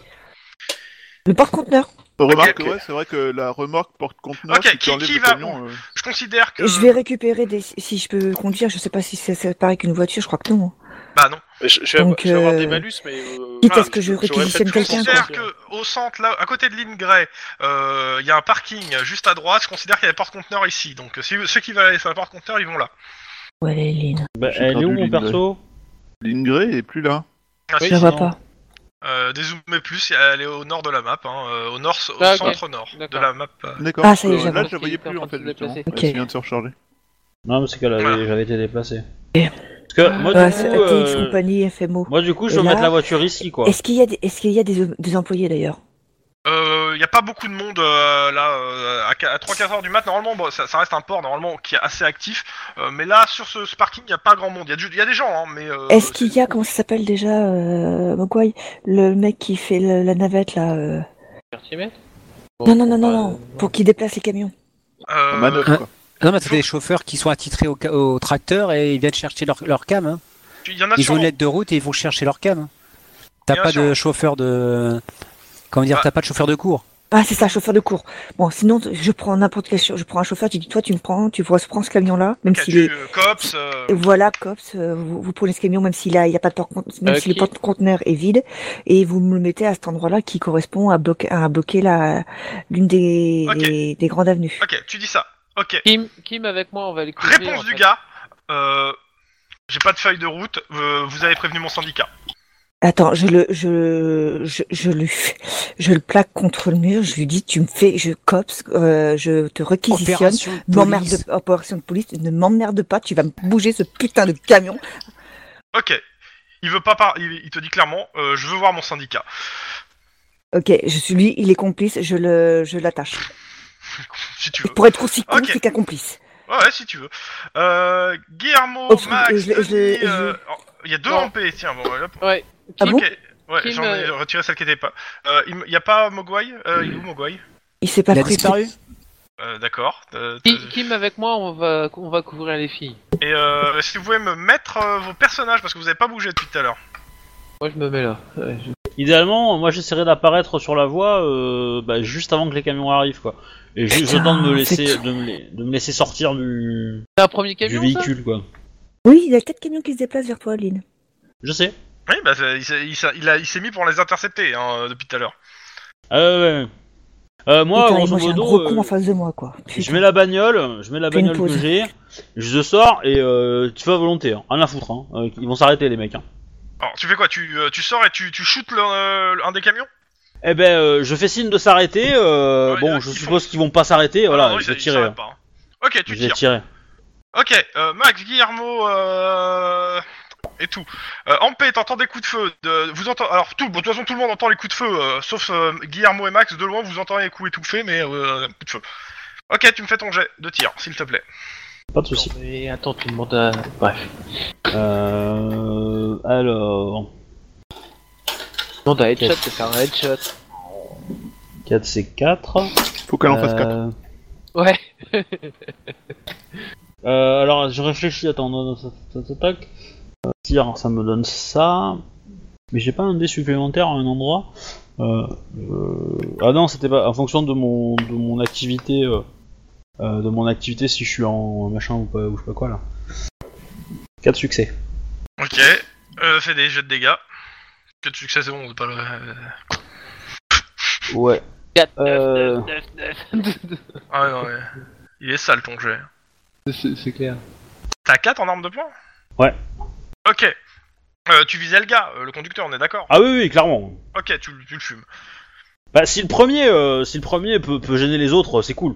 Speaker 6: Le porte-conteneur.
Speaker 3: Remarque,
Speaker 1: ok.
Speaker 3: ouais, c'est vrai que la remorque porte-conteneur,
Speaker 1: Ok,
Speaker 3: si tu
Speaker 1: qui-
Speaker 3: enlèves
Speaker 1: qui
Speaker 3: le
Speaker 1: va
Speaker 3: camion, euh,
Speaker 1: Je considère que
Speaker 6: Et je vais récupérer des, si je peux conduire. Je sais pas si c'est c'est pareil qu'une voiture. Je crois que non. hein.
Speaker 1: bah non.
Speaker 5: je, je vais avoir-
Speaker 6: Donc,
Speaker 5: je vais avoir
Speaker 6: euh,
Speaker 5: des malus, mais. euh,
Speaker 6: quitte
Speaker 1: à
Speaker 6: ce que je
Speaker 5: j'aurais
Speaker 6: réquisitionne
Speaker 5: peut-être pu
Speaker 1: Je
Speaker 6: quelqu'un,
Speaker 5: sortir.
Speaker 1: considère que au centre, là, à côté de l'île Grey, euh, il y a un parking euh, juste à droite. Je considère qu'il y a des porte-conteneurs ici. Donc euh, si, ceux qui veulent aller sur les porte-conteneurs, ils vont là.
Speaker 6: Ouais, les lignes.
Speaker 4: Bah,
Speaker 3: J'ai
Speaker 4: elle est où
Speaker 3: perdu
Speaker 4: mon
Speaker 3: l'une,
Speaker 4: perso
Speaker 3: Lingray est plus là.
Speaker 1: Ah,
Speaker 6: Je
Speaker 1: si,
Speaker 6: la
Speaker 1: si.
Speaker 6: vois
Speaker 4: non.
Speaker 6: pas.
Speaker 1: Euh, dézoomez plus, elle est au nord de la map, hein, euh, au nord, au
Speaker 2: Ah, ok.
Speaker 1: centre-nord de
Speaker 2: D'accord.
Speaker 1: la map. euh.
Speaker 3: D'accord.
Speaker 6: Ah, ça y est,
Speaker 3: Euh,
Speaker 6: je
Speaker 3: Là,
Speaker 6: vois.
Speaker 3: je la voyais plus en fait. hein.
Speaker 2: Ok.
Speaker 3: Justement.
Speaker 2: Ok.
Speaker 3: Elle vient de se recharger.
Speaker 4: Non, mais c'est qu'elle
Speaker 1: Voilà.
Speaker 4: avait, j'avais été déplacé.
Speaker 6: Et-
Speaker 4: Parce que moi,
Speaker 6: Ouais,
Speaker 4: du
Speaker 6: c'est
Speaker 4: coup,
Speaker 6: ATX
Speaker 4: euh,
Speaker 6: Company, FMO.
Speaker 4: moi, du coup, je
Speaker 6: Et
Speaker 4: veux
Speaker 6: là-
Speaker 4: mettre la voiture ici, quoi.
Speaker 6: Est-ce qu'il y a des, est-ce qu'il y a des, des employés d'ailleurs
Speaker 1: Euh, y a pas beaucoup de monde euh, là euh, à qua- à 3 4 heures du mat normalement bon, ça, ça reste un port normalement qui est assez actif euh, mais là sur ce, ce parking y a pas grand monde y a, du- y a des gens hein, mais euh,
Speaker 6: Est-ce qu'il y a comment ça s'appelle déjà euh, Mogwai, le mec qui fait le- la navette là euh, Non non non non non, pour qu'il déplace les camions.
Speaker 1: euh,
Speaker 3: En manœuvre,
Speaker 8: hein.
Speaker 3: quoi.
Speaker 8: Non, mais t'as des chauffeurs qui sont attitrés au, ca- au tracteur et ils viennent chercher leur, leur cam. hein.
Speaker 1: y en a
Speaker 8: Ils ont
Speaker 1: sûrement.
Speaker 8: une lettre de route et ils vont chercher leur cam. hein. T'as
Speaker 1: Bien
Speaker 8: pas
Speaker 1: sûr.
Speaker 8: de chauffeur de. Comment dire
Speaker 1: Bah.
Speaker 8: T'as pas de chauffeur de cours.
Speaker 6: Ah c'est ça, chauffeur de cours. Bon sinon t- je prends n'importe quel, chau- je prends un chauffeur, tu dis toi tu me prends, tu vois, prends ce camion là, même
Speaker 1: Y a
Speaker 6: s'il est
Speaker 1: du, euh, cops euh,
Speaker 6: Et Voilà, cops, euh, vous, vous prenez ce camion, même s'il a, il a pas de porte même
Speaker 2: Ok.
Speaker 6: si le porte-conteneur est vide, et vous me le mettez à cet endroit-là qui correspond à bloquer, à bloquer la, l'une des,
Speaker 1: Ok.
Speaker 6: des, des grandes avenues.
Speaker 1: ok tu dis ça ok
Speaker 2: Kim, Kim avec moi, on va les couvrir.
Speaker 1: réponse
Speaker 2: en
Speaker 1: du
Speaker 2: fait.
Speaker 1: gars euh, j'ai pas de feuille de route euh, vous avez prévenu mon syndicat
Speaker 6: Attends, je le, je, je, je le, je le plaque contre le mur, je lui dis, tu me fais, je cops, euh, je te réquisitionne,
Speaker 8: Opération
Speaker 6: m'emmerde,
Speaker 8: police.
Speaker 6: opération de police, ne m'emmerde pas, tu vas me bouger ce putain de camion.
Speaker 1: ok il veut pas par... il, il te dit clairement euh, je veux voir mon syndicat
Speaker 6: Ok, je suis lui, il est complice, je le, je l'attache.
Speaker 1: si tu veux
Speaker 6: Pour être aussi con,
Speaker 1: Ok.
Speaker 6: c'est qu'un complice.
Speaker 1: Ouais, ouais, si tu veux. Euh, Guillermo,
Speaker 6: Oh,
Speaker 1: Max,
Speaker 6: je l'ai- je l'ai-
Speaker 1: Denis, euh, oh, il y a deux
Speaker 2: Non.
Speaker 1: en P, tiens, bon, hop.
Speaker 2: Ouais.
Speaker 6: Ah
Speaker 2: Kim,
Speaker 6: bon
Speaker 1: Ok, ouais,
Speaker 2: Kim,
Speaker 1: j'en ai
Speaker 2: euh,
Speaker 1: retiré celle qui était pas. Euh, il m- il y a pas Mogwai euh, Il est où Mogwai
Speaker 6: Il s'est pas
Speaker 8: Il a
Speaker 6: pris.
Speaker 8: disparu
Speaker 1: euh, D'accord. Euh,
Speaker 2: Kim, Kim avec moi, on va, on va couvrir les filles.
Speaker 1: et euh, si vous pouvez me mettre euh, vos personnages, parce que vous avez pas bougé depuis tout à l'heure.
Speaker 2: Moi, je me mets là. Ouais, je-
Speaker 4: Idéalement, moi, j'essaierai d'apparaître sur la voie euh, bah, juste avant que les camions arrivent, quoi. Et juste
Speaker 6: Putain,
Speaker 4: le temps de me
Speaker 6: c'est
Speaker 4: laisser,
Speaker 6: con.
Speaker 4: de me, la- de me laisser sortir du,
Speaker 2: C'est un premier
Speaker 4: du
Speaker 2: camion, ça
Speaker 4: véhicule, quoi.
Speaker 6: Oui, il y a quatre camions qui se déplacent vers toi, Lynn.
Speaker 4: Je sais.
Speaker 1: Oui, bah, c'est- il s'est- il s'est il a- il s'est mis pour les intercepter hein, depuis tout à l'heure.
Speaker 4: Ah ouais, ouais. Euh, moi,
Speaker 6: Putain, et
Speaker 4: grosso
Speaker 6: moi, j'ai un
Speaker 4: modo,
Speaker 6: gros
Speaker 4: euh,
Speaker 6: con en face de moi, quoi.
Speaker 4: je
Speaker 6: Putain.
Speaker 4: mets la bagnole, je mets la
Speaker 6: Fais une
Speaker 4: bagnole que
Speaker 6: pause.
Speaker 4: j'ai, je sors et euh, tu fais à volonté, hein. rien à foutre, hein. Euh, ils vont s'arrêter les mecs. Hein.
Speaker 1: Alors, tu fais quoi tu, euh, tu sors et tu, tu shootes le- euh, un des camions
Speaker 4: Eh ben, euh, je fais signe de s'arrêter. euh,
Speaker 1: Ouais,
Speaker 4: bon,
Speaker 1: là,
Speaker 4: je
Speaker 1: ils
Speaker 4: suppose qu'ils vont pas s'arrêter.
Speaker 1: Ah
Speaker 4: Voilà,
Speaker 1: non,
Speaker 4: je
Speaker 1: il-
Speaker 4: vais
Speaker 1: il
Speaker 4: tirer.
Speaker 1: s'arrête pas, hein. Ok, tu
Speaker 4: Je vais
Speaker 1: tires.
Speaker 4: tirer.
Speaker 1: Ok, euh, Max, Guillermo euh, et tout. Euh, en paix, t'entends des coups de feu. De, vous entend, alors tout, bon, de toute façon tout le monde entend les coups de feu, euh, sauf euh, Guillermo et Max. De loin, vous entendez les coups étouffés, mais euh, coups de feu. Ok, tu me fais ton jet de tir, s'il te plaît.
Speaker 4: Pas de souci.
Speaker 2: Non, mais attends, tu demandes à... Bref.
Speaker 4: Euh, alors,
Speaker 2: Tu demandes à headshot, c'est un headshot.
Speaker 4: 4 c'est 4.
Speaker 3: Faut qu'elle en fasse 4.
Speaker 4: Euh,
Speaker 2: Ouais.
Speaker 4: euh, alors, je réfléchis. Attends, non, non, ça- ça- ça- tac. Tiens, ça me donne ça. Mais j'ai pas un dé supplémentaire à un endroit. Euh, euh, Ah non, c'était pas en fonction de mon de mon activité euh, euh, de mon activité si je suis en machin ou pas ou je sais pas quoi là. 4 succès.
Speaker 1: Ok, euh, fais des jets de dégâts. Que de succès, c'est bon, c'est pas le...
Speaker 4: Ouais.
Speaker 2: 4,
Speaker 4: Euh.
Speaker 2: 9, 9, 9, 9.
Speaker 1: Ah ouais, non, ouais. Il est sale ton jet.
Speaker 2: C'est c'est clair.
Speaker 1: T'as 4 en arme de poing
Speaker 4: Ouais.
Speaker 1: Ok. Euh, tu visais le gars, euh, le conducteur, on est d'accord
Speaker 4: Ah oui oui, clairement.
Speaker 1: Ok, tu, le- tu le fumes.
Speaker 4: Bah si le premier euh, si le premier peut, peut gêner les autres, c'est cool.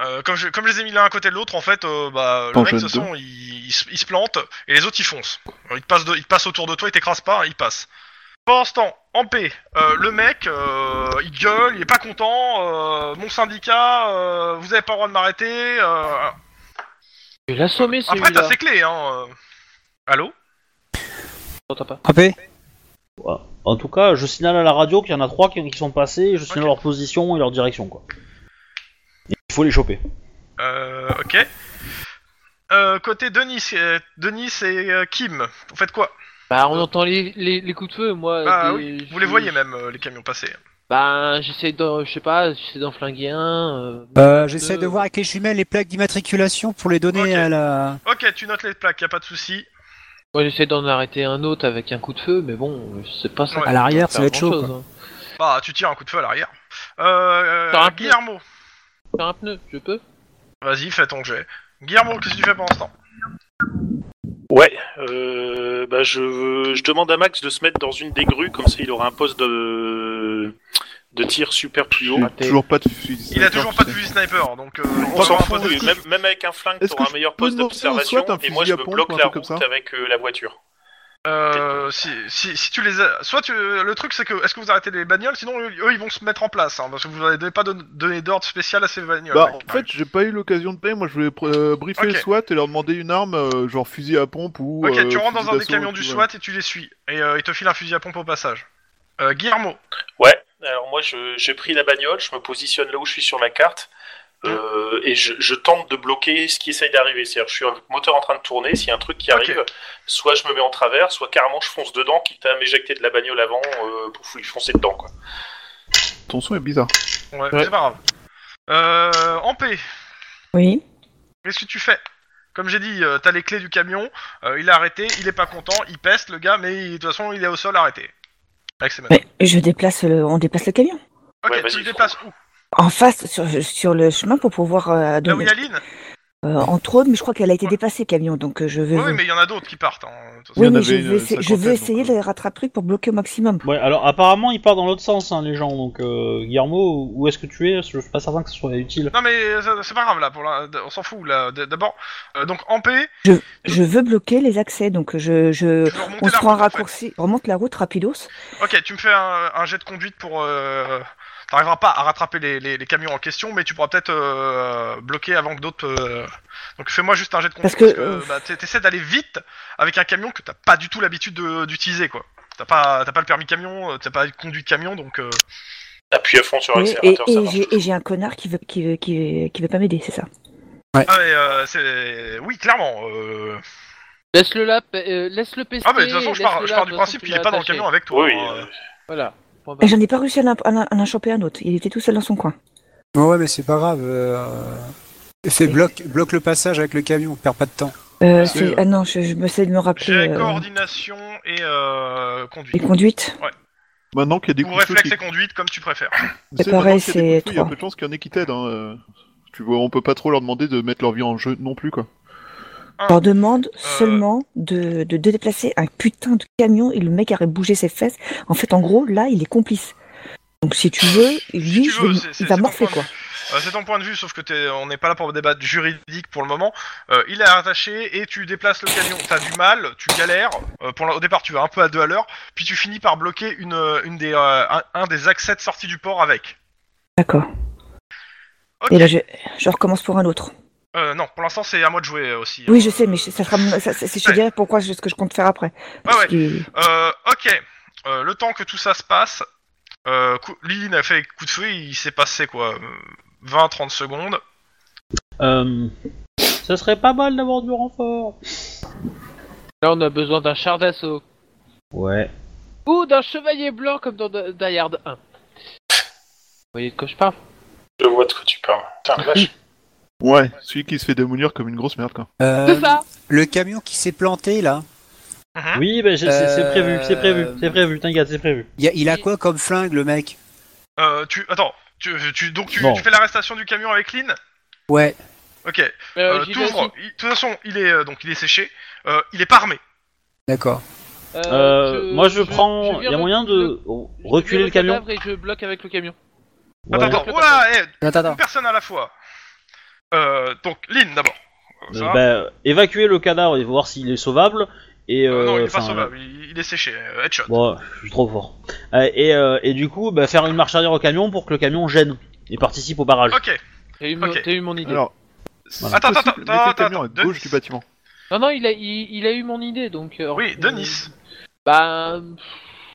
Speaker 1: Euh, comme, je, comme je les ai mis l'un à côté de l'autre, en fait, euh, bah, le
Speaker 3: En
Speaker 1: mec, de
Speaker 3: jette
Speaker 1: toute façon, il, il se- il se plante et les autres, ils foncent. Euh, Ils te passent, de- ils te passent autour de toi, ils t'écrasent pas, ils passent. Pendant ce temps, en paix, euh, le mec, euh, il gueule, il est pas content, euh, mon syndicat, euh, vous avez pas le droit de m'arrêter. euh.
Speaker 2: Je vais l'assommer celui-là.
Speaker 1: Après, t'as ses clés, hein. euh. Allô
Speaker 2: T'entends pas.
Speaker 8: Frappé
Speaker 4: En tout cas, je signale à la radio qu'il y en a trois qui, qui sont passés, et je signale
Speaker 1: Ok.
Speaker 4: leur position et leur direction quoi. Il faut les choper.
Speaker 1: Euh, ok. Euh, côté Denis, euh, Denis et euh, Kim, vous faites quoi
Speaker 2: Bah, on entend les, les, les coups de feu, moi.
Speaker 1: Bah
Speaker 2: des-
Speaker 1: oui,
Speaker 2: je-
Speaker 1: Vous les voyez même, euh, les camions passer.
Speaker 2: Bah, j'essaie d'en, je sais pas, j'essaie d'en flinguer un. euh,
Speaker 8: euh, J'essaie de
Speaker 2: deux.
Speaker 8: voir avec les jumelles les plaques d'immatriculation pour les donner
Speaker 1: Ok.
Speaker 8: à la.
Speaker 1: Ok, tu notes les plaques, y a pas de souci.
Speaker 2: Moi, j'essaie d'en arrêter un autre avec un coup de feu, mais bon, c'est pas ça.
Speaker 1: Ouais.
Speaker 2: qui
Speaker 8: À l'arrière, ça
Speaker 2: faire
Speaker 8: va être chaud.
Speaker 2: grand-chose,
Speaker 8: quoi.
Speaker 2: hein.
Speaker 1: Bah, tu tires un coup de feu à l'arrière. Euh,
Speaker 2: T'as
Speaker 1: euh,
Speaker 2: un pied.
Speaker 1: Guillermo,
Speaker 2: Faire un pneu, je peux
Speaker 1: vas-y, fais ton jet. Guillermo, qu'est-ce que tu fais pendant ce temps
Speaker 5: Ouais, euh, bah je, je demande à Max de se mettre dans une des grues, comme ça il aura un poste de, de tir super plus haut.
Speaker 3: J'ai toujours pas de fusil.
Speaker 1: Il a toujours pas de fusil sniper, donc euh, il
Speaker 5: On
Speaker 1: va
Speaker 5: s'en
Speaker 1: avoir un
Speaker 5: fout,
Speaker 1: poste de
Speaker 5: et
Speaker 1: tir.
Speaker 5: même, même avec un flingue,
Speaker 3: Est-ce
Speaker 5: t'auras
Speaker 3: que
Speaker 5: un meilleur
Speaker 3: je peux
Speaker 5: poste
Speaker 3: demander au
Speaker 5: d'observation,
Speaker 3: SWAT un
Speaker 5: et moi
Speaker 3: fusil
Speaker 5: je
Speaker 3: à
Speaker 5: me
Speaker 3: pompe ou
Speaker 5: bloque
Speaker 3: un
Speaker 5: la
Speaker 3: truc comme
Speaker 5: route
Speaker 3: ça
Speaker 5: avec euh, la voiture.
Speaker 1: Euh, si, si, si tu les as... Soit tu... le truc c'est que est-ce que vous arrêtez les bagnoles sinon eux eux, ils vont se mettre en place hein, parce que vous n'avez pas don- donné d'ordre spécial à ces bagnoles.
Speaker 3: Bah,
Speaker 1: hein,
Speaker 3: en
Speaker 1: qui paraît.
Speaker 3: fait, j'ai pas eu l'occasion de payer. Moi, je voulais euh, briefer
Speaker 1: Ok.
Speaker 3: le SWAT et leur demander une arme, euh, genre fusil à pompe ou.
Speaker 1: Ok,
Speaker 3: euh,
Speaker 1: tu rentres
Speaker 3: fusil
Speaker 1: dans un des
Speaker 3: d'assaut,
Speaker 1: camions
Speaker 3: tu
Speaker 1: du
Speaker 3: vois.
Speaker 1: SWAT et tu les suis. Et euh, ils te filent un fusil à pompe au passage. Euh, Guillermo,
Speaker 5: Ouais, alors moi je- j'ai pris la bagnole, je me positionne là où je suis sur la carte,
Speaker 3: Hein
Speaker 5: euh, et je, je tente de bloquer ce qui essaye d'arriver. C'est-à-dire je suis avec le moteur en train de tourner, s'il y a un truc qui
Speaker 1: Ok.
Speaker 5: arrive, soit je me mets en travers, soit carrément je fonce dedans, quitte à m'éjecter de la bagnole avant euh, pour fou- foncer dedans. Quoi.
Speaker 3: Ton son est bizarre.
Speaker 1: ouais,
Speaker 2: Ouais.
Speaker 1: c'est pas grave. Euh, en paix,
Speaker 6: Oui.
Speaker 1: qu'est-ce que tu fais Comme j'ai dit, euh, t'as les clés du camion, euh, il est arrêté, il est pas content, il peste le gars, mais il- de toute façon il est au sol arrêté. Avec ses mains.
Speaker 6: Mais je déplace le, on déplace le camion.
Speaker 1: Ok,
Speaker 5: Ouais, vas-y,
Speaker 1: tu le
Speaker 5: faut-
Speaker 1: déplaces où
Speaker 6: En face, sur, sur le chemin pour pouvoir.
Speaker 4: Ah
Speaker 1: Là où
Speaker 6: euh, donner-
Speaker 1: il y a Lynn
Speaker 6: euh, entre autres, mais je crois qu'elle a été
Speaker 1: Ouais.
Speaker 6: dépassée, camion, donc euh, je vais.
Speaker 1: Oui, oui, mais il y en a d'autres qui partent. hein, de toute façon.
Speaker 3: Il y
Speaker 6: Oui,
Speaker 3: en
Speaker 6: mais je
Speaker 3: avait
Speaker 6: veux,
Speaker 3: une
Speaker 6: essa- je veux
Speaker 3: cinquantaine,
Speaker 6: essayer
Speaker 3: donc,
Speaker 6: de les rattraper pour bloquer au maximum.
Speaker 4: Ouais, alors apparemment il part dans l'autre sens hein, les gens, donc euh, Guillermo, où est-ce que tu es Je suis pas certain que ce soit utile.
Speaker 1: Non, mais euh, c'est pas grave là, pour la- on s'en fout là. D- D'abord, euh, donc en paix,
Speaker 6: Je veux bloquer les accès, donc euh, je, je...
Speaker 1: tu veux remonter
Speaker 6: on se
Speaker 1: la
Speaker 6: prend un
Speaker 1: route, en fait.
Speaker 6: raccourci, on remonte la route rapidos.
Speaker 1: Ok, tu me fais un, un jet de conduite pour. Euh... T'arriveras pas à rattraper les, les- les camions en question, mais tu pourras peut-être euh, bloquer avant que d'autres. euh, Donc fais-moi juste un jet de conduite.
Speaker 6: Parce que, euh,
Speaker 1: bah, t'es- t'essaies d'aller vite avec un camion que t'as pas du tout l'habitude de- d'utiliser, quoi. T'as pas, t'as pas le permis camion, euh, t'as pas conduit de camion, donc. euh,
Speaker 5: Appuie à fond sur
Speaker 6: Oui, et,
Speaker 5: l'accélérateur, ça
Speaker 6: et
Speaker 5: marche.
Speaker 6: j'ai- et j'ai un connard qui veut, qui veut, qui veut, qui veut pas m'aider, c'est ça.
Speaker 1: Ah, mais, euh, c'est. Oui, clairement. euh,
Speaker 2: Laisse-le là, pe- euh, laisse-le pester.
Speaker 1: Ah, mais de toute façon, je pars,
Speaker 2: laisse-le
Speaker 1: je
Speaker 2: là,
Speaker 1: pars
Speaker 2: de
Speaker 1: du
Speaker 2: toute
Speaker 1: principe
Speaker 2: façon,
Speaker 1: qu'il
Speaker 2: tu
Speaker 1: est
Speaker 2: l'as
Speaker 1: pas dans le
Speaker 2: attaché.
Speaker 1: camion avec toi.
Speaker 5: Oui,
Speaker 1: hein.
Speaker 5: euh,
Speaker 2: Voilà. bah, Point
Speaker 6: Et
Speaker 2: barre.
Speaker 6: J'en ai pas réussi à l'en- à l'en à l'en choper un autre. Il était tout seul dans son coin.
Speaker 8: Ouais, mais c'est pas grave. euh, Fais bloc, bloque le passage avec le camion, perds pas de temps.
Speaker 6: Euh,
Speaker 3: Ah,
Speaker 6: c'est-
Speaker 3: oui.
Speaker 6: ah non, je, je me sais de me rappeler
Speaker 1: J'ai
Speaker 6: euh,
Speaker 1: coordination et euh,
Speaker 6: les
Speaker 1: conduite.
Speaker 6: conduites.
Speaker 3: Maintenant qu'il y a des
Speaker 1: Ou
Speaker 3: coups de feu
Speaker 1: réflexe
Speaker 3: qui-
Speaker 1: et conduite, comme tu préfères.
Speaker 3: Tu sais, maintenant qu'il y
Speaker 6: pareil,
Speaker 3: a des
Speaker 6: c'est
Speaker 3: coups de feu, Il y a
Speaker 6: trois.
Speaker 3: peu de chances qu'il y en ait qui t'aident. Hein. euh. Tu vois, on peut pas trop leur demander de mettre leur vie en jeu non plus, quoi.
Speaker 6: On leur
Speaker 1: Euh,
Speaker 6: demande seulement de, de, de déplacer un putain de camion et le mec aurait bougé ses fesses. En fait, en gros, là, il est complice. Donc si tu veux, lui,
Speaker 1: tu
Speaker 6: je
Speaker 1: veux,
Speaker 6: vais-
Speaker 1: c'est- c'est-
Speaker 6: il va
Speaker 1: c'est
Speaker 6: morfler
Speaker 1: ton point
Speaker 6: quoi.
Speaker 1: de Euh, c'est ton point de vue, sauf que t'es- on n'est pas là pour débattre juridique pour le moment. Euh, il est attaché et tu déplaces le camion. T'as du mal, tu galères. Euh, pour la- au départ, tu vas un peu à deux à l'heure, puis tu finis par bloquer une, euh, une des, euh, un, un des accès de sortie du port avec.
Speaker 6: D'accord.
Speaker 1: Ok.
Speaker 6: Et là, je, je recommence pour un autre.
Speaker 1: Euh, non, pour l'instant, c'est à moi de jouer euh, aussi.
Speaker 6: Oui,
Speaker 1: Euh,
Speaker 6: je sais, mais je- ça sera, mon- ça, ça- je te
Speaker 1: Ouais.
Speaker 6: dirai pourquoi je- ce que je compte faire après. Parce
Speaker 1: ouais.
Speaker 6: qu'il-
Speaker 1: Euh, ok. Euh, le temps que tout ça se passe, euh, cou- Lily a fait les coups de feu, il s'est passé quoi 20-30 secondes.
Speaker 4: Euh, ça serait pas mal d'avoir du renfort.
Speaker 2: Là, on a besoin d'un char d'assaut.
Speaker 4: Ouais.
Speaker 2: Ou d'un chevalier blanc comme dans Da- Die Hard 1. Vous voyez de quoi je parle
Speaker 5: Je vois de quoi tu parles. Putain, la vache.
Speaker 3: Ouais, celui qui se fait démolir comme une grosse merde, quoi.
Speaker 8: Euh,
Speaker 2: C'est ça
Speaker 8: le camion qui s'est planté là,
Speaker 1: Hein
Speaker 4: Oui, bah, j'ai- c'est c'est
Speaker 8: Euh,
Speaker 4: prévu, c'est prévu, c'est prévu, t'inquiète, c'est prévu.
Speaker 8: il y a- il a quoi comme flingue le mec
Speaker 1: Euh, tu... Attends, tu, tu- donc tu,
Speaker 4: Bon.
Speaker 1: tu fais l'arrestation du camion avec Lynn
Speaker 8: Ouais,
Speaker 1: Ok,
Speaker 2: Euh,
Speaker 1: euh,
Speaker 2: j'y vais
Speaker 1: t'ouvres. Il- De toute façon, il est, euh, donc, il est séché, Euh, il est pas armé.
Speaker 8: d'accord.
Speaker 2: aussi. Euh,
Speaker 4: Euh,
Speaker 2: je-
Speaker 4: moi je
Speaker 2: je- je
Speaker 4: prends.
Speaker 2: viens
Speaker 4: Il y a
Speaker 2: le-
Speaker 4: moyen
Speaker 2: le-
Speaker 4: de reculer le camion
Speaker 2: cadavre Et je bloque avec le camion.
Speaker 1: Attends,
Speaker 4: Ouais.
Speaker 1: attends, oula, eh,
Speaker 8: Attends, attends.
Speaker 1: une personne à la fois. Euh, donc, Lynn d'abord. Euh, ça
Speaker 4: Euh,
Speaker 1: va
Speaker 4: bah, Évacuer le cadavre et voir s'il est sauvable. Et,
Speaker 1: Euh, Non, il est pas
Speaker 4: enfin,
Speaker 1: sauvable, il, il est séché, euh, headshot.
Speaker 4: Bon, je suis trop fort. Euh, et, euh, et du coup, bah, faire une marche arrière au camion pour que le camion gêne et participe au barrage.
Speaker 1: Ok,
Speaker 2: T'as eu, mon-
Speaker 1: Ok.
Speaker 2: t'as eu mon idée.
Speaker 3: Alors,
Speaker 4: Voilà.
Speaker 1: Attends,
Speaker 3: possible,
Speaker 1: attends,
Speaker 3: mettez
Speaker 1: attends,
Speaker 3: le camion à
Speaker 1: attends,
Speaker 3: gauche
Speaker 1: Denis.
Speaker 3: du bâtiment.
Speaker 2: Non, non, il a, il, il a eu mon idée donc. euh,
Speaker 1: oui,
Speaker 2: euh,
Speaker 1: Denis.
Speaker 2: Bah.